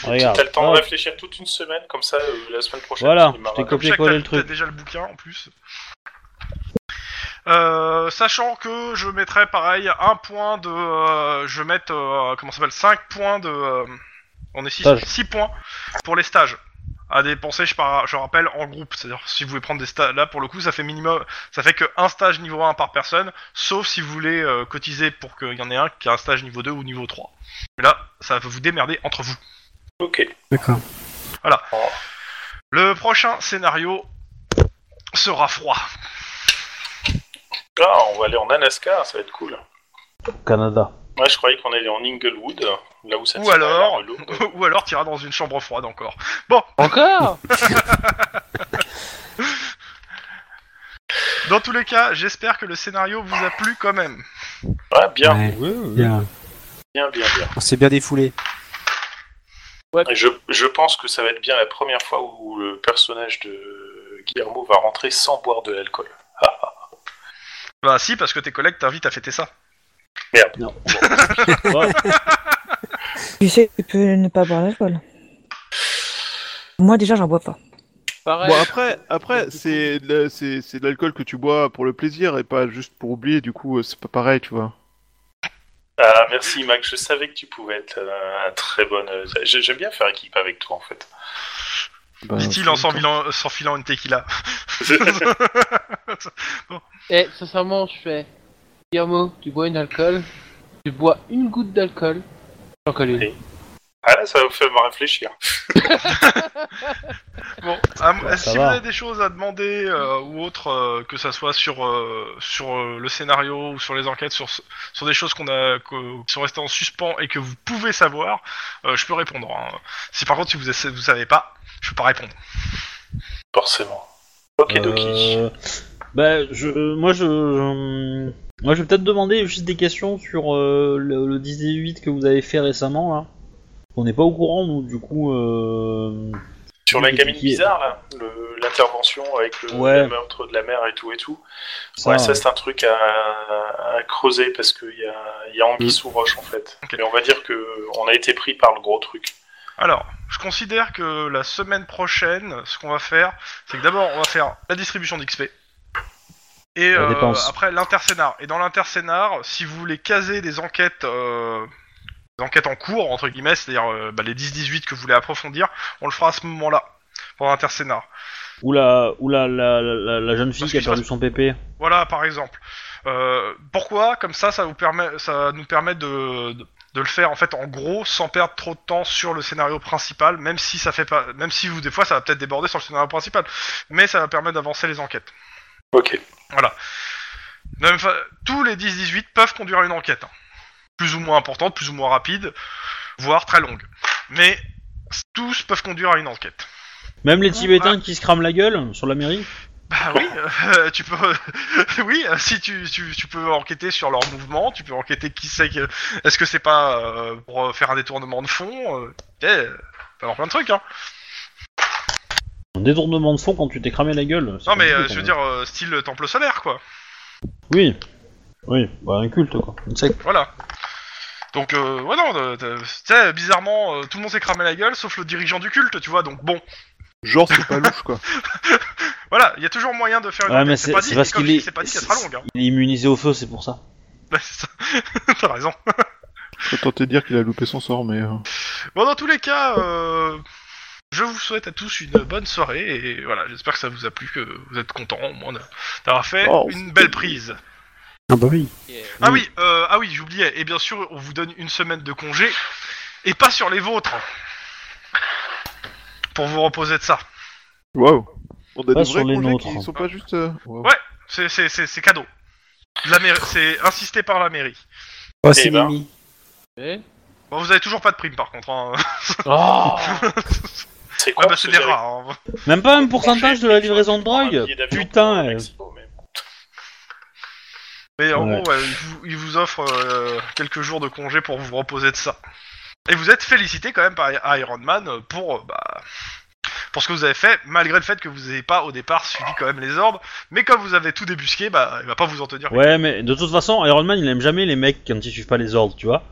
Speaker 4: Regarde.
Speaker 7: T'as le temps
Speaker 4: Hop.
Speaker 7: de réfléchir toute une semaine, comme ça, euh, la semaine prochaine.
Speaker 4: Voilà,
Speaker 7: tu démarres
Speaker 4: je t'ai
Speaker 7: à-
Speaker 4: copié.
Speaker 1: Comme chaque,
Speaker 4: coller
Speaker 1: t'as-
Speaker 4: le truc.
Speaker 1: T'as déjà le bouquin en plus. Euh, sachant que je mettrais pareil un point de. euh, je vais mettre. euh, comment ça s'appelle 5 points de. euh, on est 6,
Speaker 4: Stage.
Speaker 1: points pour les stages. À dépenser, je, par- je rappelle, en groupe. C'est-à-dire, si vous voulez prendre des stages. Là, pour le coup, ça fait minimum. Ça fait que un stage niveau 1 par personne. Sauf si vous voulez euh, cotiser pour qu'il y en ait un qui a un stage niveau 2 ou niveau 3. Mais là, ça va vous démerder entre vous.
Speaker 7: Ok.
Speaker 9: D'accord.
Speaker 1: Le prochain scénario sera froid.
Speaker 7: Ah, on va aller en Alaska, ça va être cool.
Speaker 4: Au Canada.
Speaker 7: Ouais, je croyais qu'on allait en Inglewood, là où ça
Speaker 1: Ou
Speaker 7: tire à
Speaker 1: alors-
Speaker 7: l'arme lourde.
Speaker 1: Ou alors t'iras dans une chambre froide encore.
Speaker 2: Encore
Speaker 1: Dans tous les cas, j'espère que le scénario vous a plu quand même.
Speaker 7: Ouais, Ah, bien,
Speaker 9: Ouais, bien.
Speaker 7: bien, bien, bien.
Speaker 8: On s'est bien défoulé.
Speaker 7: Et je, je pense que ça va être bien la première fois où le personnage de Guillermo va rentrer sans boire de l'alcool.
Speaker 1: Bah si, parce que tes collègues t'invitent à fêter ça.
Speaker 6: Tu sais, tu peux ne pas boire l'alcool. Moi, déjà, j'en bois pas.
Speaker 2: Pareil.
Speaker 3: Bon, après, après c'est de la- c'est c'est de l'alcool que tu bois pour le plaisir et pas juste pour oublier, du coup, euh, c'est pas pareil, tu vois.
Speaker 7: Ah, merci Mac, je savais que tu pouvais être euh, un très bon. euh, j'ai- J'aime bien faire équipe avec toi en fait.
Speaker 3: Bah,
Speaker 1: Dit-il en s'enfilant s'enfilant une tequila.
Speaker 2: Eh, sincèrement, je fais. Guillermo, tu bois une alcool. Tu bois une goutte d'alcool. J'en colle une.
Speaker 7: Oui. Ah là, ça va me faire me réfléchir.
Speaker 1: Bon, à m- Ah,
Speaker 4: Ouais, ça
Speaker 1: si
Speaker 4: va.
Speaker 1: vous avez des choses à demander euh, ou autre, euh, que ça soit sur euh, sur euh, le scénario ou sur les enquêtes, sur ce- sur des choses qu'on a que- qui sont restées en suspens et que vous pouvez savoir, euh, je peux répondre. hein. Si par contre si vous essa- vous savez pas, je peux pas répondre.
Speaker 7: Forcément. Ok, Doki.
Speaker 4: Euh, bah, je, euh, moi, je, je- moi, je vais peut-être demander juste des questions sur euh, le, le 18 que vous avez fait récemment, là. On n'est pas au courant, nous, du coup. Euh...
Speaker 7: Sur la
Speaker 4: qui-
Speaker 7: gamine
Speaker 4: qui-
Speaker 7: bizarre, là, le- l'intervention avec le,
Speaker 4: Ouais.
Speaker 7: le meurtre de la mère et tout et tout. ouais, ça c'est un truc à, à creuser parce qu'il y a, il y a anguille
Speaker 9: Mm.
Speaker 7: sous roche en fait.
Speaker 1: Ok.
Speaker 7: Mais on va dire que on a été pris par le gros truc.
Speaker 1: Alors, je considère que la semaine prochaine, ce qu'on va faire, c'est que d'abord on va faire la distribution d'XP. Et
Speaker 4: La
Speaker 1: euh,
Speaker 4: dépense.
Speaker 1: après l'intercénar. Et dans l'intercénar, si vous voulez caser des enquêtes, euh, des enquêtes en cours, entre guillemets, c'est-à-dire euh, bah, les 10-18 que vous voulez approfondir, on le fera à ce moment-là, pour l'intercénar.
Speaker 4: Ou la, ou la, la, la, la jeune fille
Speaker 1: Parce
Speaker 4: qui a
Speaker 1: qu'il
Speaker 4: perdu son pépé.
Speaker 1: Voilà, par exemple. Euh, pourquoi Comme ça, ça, vous permet, ça nous permet de, de, de le faire en fait en gros, sans perdre trop de temps sur le scénario principal, même si ça fait pas, même si vous des fois ça va peut-être déborder sur le scénario principal, mais ça va permettre d'avancer les enquêtes.
Speaker 7: Ok.
Speaker 1: De la même fa- tous les 10-18 peuvent conduire à une enquête, hein. plus ou moins importante, plus ou moins rapide, voire très longue. Mais tous peuvent conduire à une enquête.
Speaker 4: Même les Tibétains qui se crament la gueule sur la mairie.
Speaker 1: Bah oui, euh, tu peux. oui, euh, si tu, tu, tu peux enquêter sur leur mouvement, tu peux enquêter qui c'est que. Est-ce que c'est pas euh, pour euh, faire un détournement de fond euh, eh, euh, alors plein de trucs, hein.
Speaker 4: Un détournement de fond quand tu t'es cramé la gueule. c'est
Speaker 1: Non, mais euh,
Speaker 4: compliqué,
Speaker 1: je
Speaker 4: quand
Speaker 1: veux
Speaker 4: même.
Speaker 1: dire, euh, style temple solaire, quoi.
Speaker 4: Oui. Oui, bah, un culte, quoi. Une secte.
Speaker 1: Voilà. Donc, euh, ouais, non, euh, t'as- tu sais, bizarrement, euh, tout le monde s'est cramé la gueule, sauf le dirigeant du culte, tu vois, donc bon.
Speaker 3: Genre, c'est pas louche, quoi.
Speaker 1: Voilà, il y a toujours moyen de faire une
Speaker 4: Ouais,
Speaker 1: enquête.
Speaker 4: mais
Speaker 1: C'est pas
Speaker 4: c'est
Speaker 1: dit,
Speaker 4: c'est parce
Speaker 1: comme je
Speaker 4: qu'il
Speaker 1: dis,
Speaker 4: est.
Speaker 1: c'est pas dit qu'elle sera longue, hein.
Speaker 4: Il est immunisé au feu, c'est pour ça.
Speaker 1: Bah, c'est ça. T'as raison.
Speaker 3: Je vais tenter de dire qu'il a loupé son sort, mais. euh,
Speaker 1: Bon, dans tous les cas, euh, je vous souhaite à tous une bonne soirée et voilà, j'espère que ça vous a plu, que vous êtes contents au moins de- d'avoir fait
Speaker 3: Oh,
Speaker 1: une belle prise.
Speaker 9: Ah bah oui.
Speaker 1: Ah oui, euh, ah oui, j'oubliais. Et bien sûr, on vous donne une semaine de congé et pas sur les vôtres pour vous reposer de ça.
Speaker 3: Waouh! On a
Speaker 4: Pas
Speaker 3: des
Speaker 4: sur
Speaker 3: vrais
Speaker 4: les
Speaker 3: congés
Speaker 4: nôtres.
Speaker 3: qui sont pas juste. euh, waouh.
Speaker 1: Ouais. C'est- C'est c'est- c'est cadeau. La mairie- C'est insisté par la mairie.
Speaker 8: Oh, c'est
Speaker 7: ben.
Speaker 8: Mimi.
Speaker 2: Eh
Speaker 1: Bon, vous avez toujours pas de prime par contre. hein.
Speaker 2: Oh
Speaker 7: C'est
Speaker 1: Ah
Speaker 7: con,
Speaker 1: bah
Speaker 7: parce
Speaker 1: c'est
Speaker 7: que
Speaker 1: des
Speaker 7: j'avais
Speaker 1: rares. hein.
Speaker 4: Même pas un pourcentage de la livraison de
Speaker 7: un
Speaker 4: drogue
Speaker 7: billet d'avion
Speaker 4: Putain euh,
Speaker 7: pour Mexico, mais bon.
Speaker 1: Mais en
Speaker 4: Ouais.
Speaker 1: gros, ouais, ils, vous, ils vous offrent euh, quelques jours de congé pour vous reposer de ça. Et vous êtes félicité quand même par I- Iron Man pour, euh, bah, pour ce que vous avez fait, malgré le fait que vous n'ayez pas au départ suivi quand même les ordres. Mais comme vous avez tout débusqué, bah, il va pas vous en tenir.
Speaker 4: Ouais, mais de toute façon, Iron Man il aime jamais les mecs quand ils suivent pas les ordres, tu vois.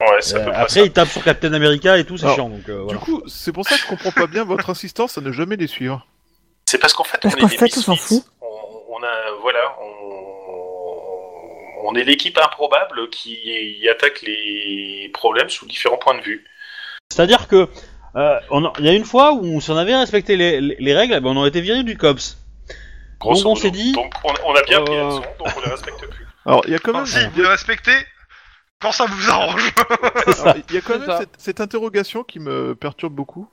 Speaker 7: Ouais, c'est à
Speaker 4: Euh,
Speaker 7: peu près
Speaker 4: après,
Speaker 7: ça.
Speaker 4: il tape sur Captain America et tout, c'est
Speaker 3: Alors,
Speaker 4: chiant donc euh,
Speaker 3: Du
Speaker 4: voilà.
Speaker 3: coup, c'est pour ça que je comprends pas bien votre insistance à ne jamais les suivre.
Speaker 7: C'est parce qu'en fait,
Speaker 6: Parce
Speaker 7: on
Speaker 6: qu'en
Speaker 7: est des
Speaker 6: fait, on s'en
Speaker 7: misfits.
Speaker 6: fout.
Speaker 7: On, on a, voilà, on, on est l'équipe improbable qui attaque les problèmes sous différents points de vue.
Speaker 4: C'est-à-dire que euh, on a- il y a une fois où si on avait respecté les, les- les règles, eh ben, on aurait été viré du cops.
Speaker 7: Grosso
Speaker 4: Donc, on
Speaker 7: modo.
Speaker 4: s'est dit-
Speaker 7: Donc, on, on a bien pris la
Speaker 4: Euh,
Speaker 7: leçon, donc on les respecte plus.
Speaker 3: Alors, il y a quand même,
Speaker 1: Enfin, Ah, si, vous les respectez quand ça vous arrange.
Speaker 3: alors, il y a quand
Speaker 2: C'est
Speaker 3: même
Speaker 2: ça.
Speaker 3: cette, cette interrogation qui me perturbe beaucoup.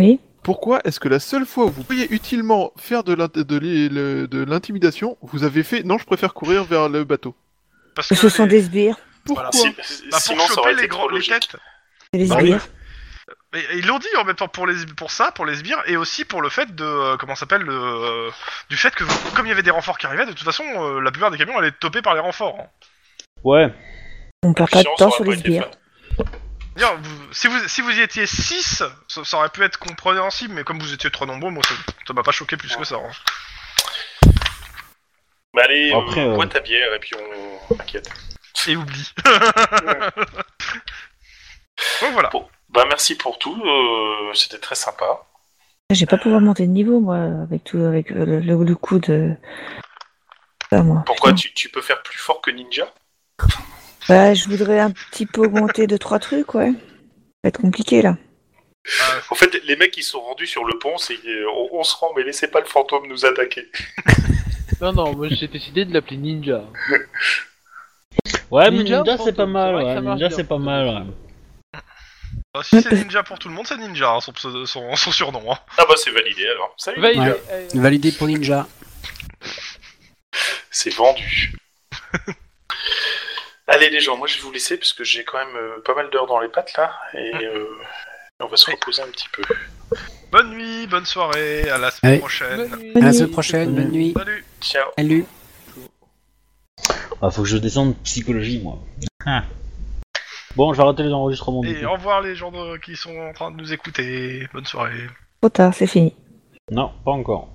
Speaker 6: Oui.
Speaker 3: Pourquoi est-ce que la seule fois où vous pourriez utilement faire de l'int- de l'é- le- de l'intimidation, vous avez fait non, je préfère courir vers le bateau
Speaker 1: Parce que
Speaker 7: Ah,
Speaker 6: Ce sont
Speaker 1: les-
Speaker 6: des sbires.
Speaker 3: Pourquoi
Speaker 7: Si-
Speaker 1: bah,
Speaker 7: sinon,
Speaker 1: pour
Speaker 7: ça aurait
Speaker 1: choper
Speaker 7: été
Speaker 1: les,
Speaker 7: trop
Speaker 1: grands- les
Speaker 7: logique.
Speaker 1: quêtes.
Speaker 6: C'est des
Speaker 3: Ah
Speaker 4: Bah oui.
Speaker 6: sbires.
Speaker 1: Et- et ils l'ont dit en même temps pour les pour ça, pour les sbires, et aussi pour le fait de euh, comment ça s'appelle le euh, du fait que vous- comme il y avait des renforts qui arrivaient, de toute façon euh, la plupart des camions allaient être topés par les renforts. hein.
Speaker 4: Ouais.
Speaker 6: On perd pas
Speaker 7: Sinon,
Speaker 6: de
Speaker 7: ça
Speaker 6: temps
Speaker 7: aurait
Speaker 6: sur
Speaker 7: pas
Speaker 6: les
Speaker 7: été
Speaker 6: sbires.
Speaker 7: fait.
Speaker 1: Dire, vous- si vous si vous y étiez 6, ça, ça aurait pu être compréhensible, mais comme vous étiez trop nombreux, moi ça ça m'a pas choqué plus que ça. hein.
Speaker 7: Bah, allez,
Speaker 4: Après,
Speaker 7: euh,
Speaker 4: euh,
Speaker 7: boîte à bière, et puis on t'inquiète.
Speaker 1: Et oublie. Donc voilà.
Speaker 7: Bah, merci pour tout, euh, c'était très sympa.
Speaker 6: J'ai pas pouvoir monter de niveau, moi, avec tout, avec euh, le, le- le coup de. Ça, moi.
Speaker 7: Pourquoi
Speaker 6: Putain.
Speaker 7: tu, tu peux faire plus fort que Ninja
Speaker 6: Bah, je voudrais un petit peu augmenter deux, trois trucs, ouais. Ça va être compliqué, là.
Speaker 1: Euh,
Speaker 7: En fait, les mecs, ils sont rendus sur le pont, c'est euh, on, on se rend, mais laissez pas le fantôme nous attaquer.
Speaker 2: Non, non, moi j'ai décidé de l'appeler Ninja.
Speaker 4: Ouais,
Speaker 2: Ninja
Speaker 4: mais Ninja
Speaker 2: ou
Speaker 4: c'est pas
Speaker 2: fantôme
Speaker 4: mal,
Speaker 2: C'est vrai que
Speaker 4: ouais,
Speaker 2: ça marche
Speaker 4: Ninja
Speaker 2: bien.
Speaker 4: c'est pas mal. ouais.
Speaker 1: Euh, si c'est ninja pour tout le monde, c'est ninja hein, son, pseudo- son- son surnom. hein.
Speaker 7: Ah bah, c'est validé alors. Salut
Speaker 2: Va, il-
Speaker 8: Ouais.
Speaker 2: eh, eh,
Speaker 8: Validé pour Ninja.
Speaker 7: C'est vendu. Allez les gens, moi je vais vous laisser parce que j'ai quand même euh, pas mal d'heures dans les pattes là et euh, on va se reposer un petit peu.
Speaker 1: Bonne nuit, bonne soirée, à la semaine
Speaker 8: Allez.
Speaker 1: prochaine.
Speaker 2: bonne
Speaker 8: À la
Speaker 2: nuit.
Speaker 8: semaine prochaine, bonne nuit.
Speaker 1: Salut.
Speaker 7: Ciao.
Speaker 8: Salut.
Speaker 4: Ah, faut que je descende psychologie moi. Ah. Bon, je vais arrêter les enregistrements du
Speaker 1: Et
Speaker 4: coup.
Speaker 1: au revoir les gens de- qui sont en train de nous écouter. Bonne soirée.
Speaker 6: Trop tard, c'est fini.
Speaker 4: Non, pas encore.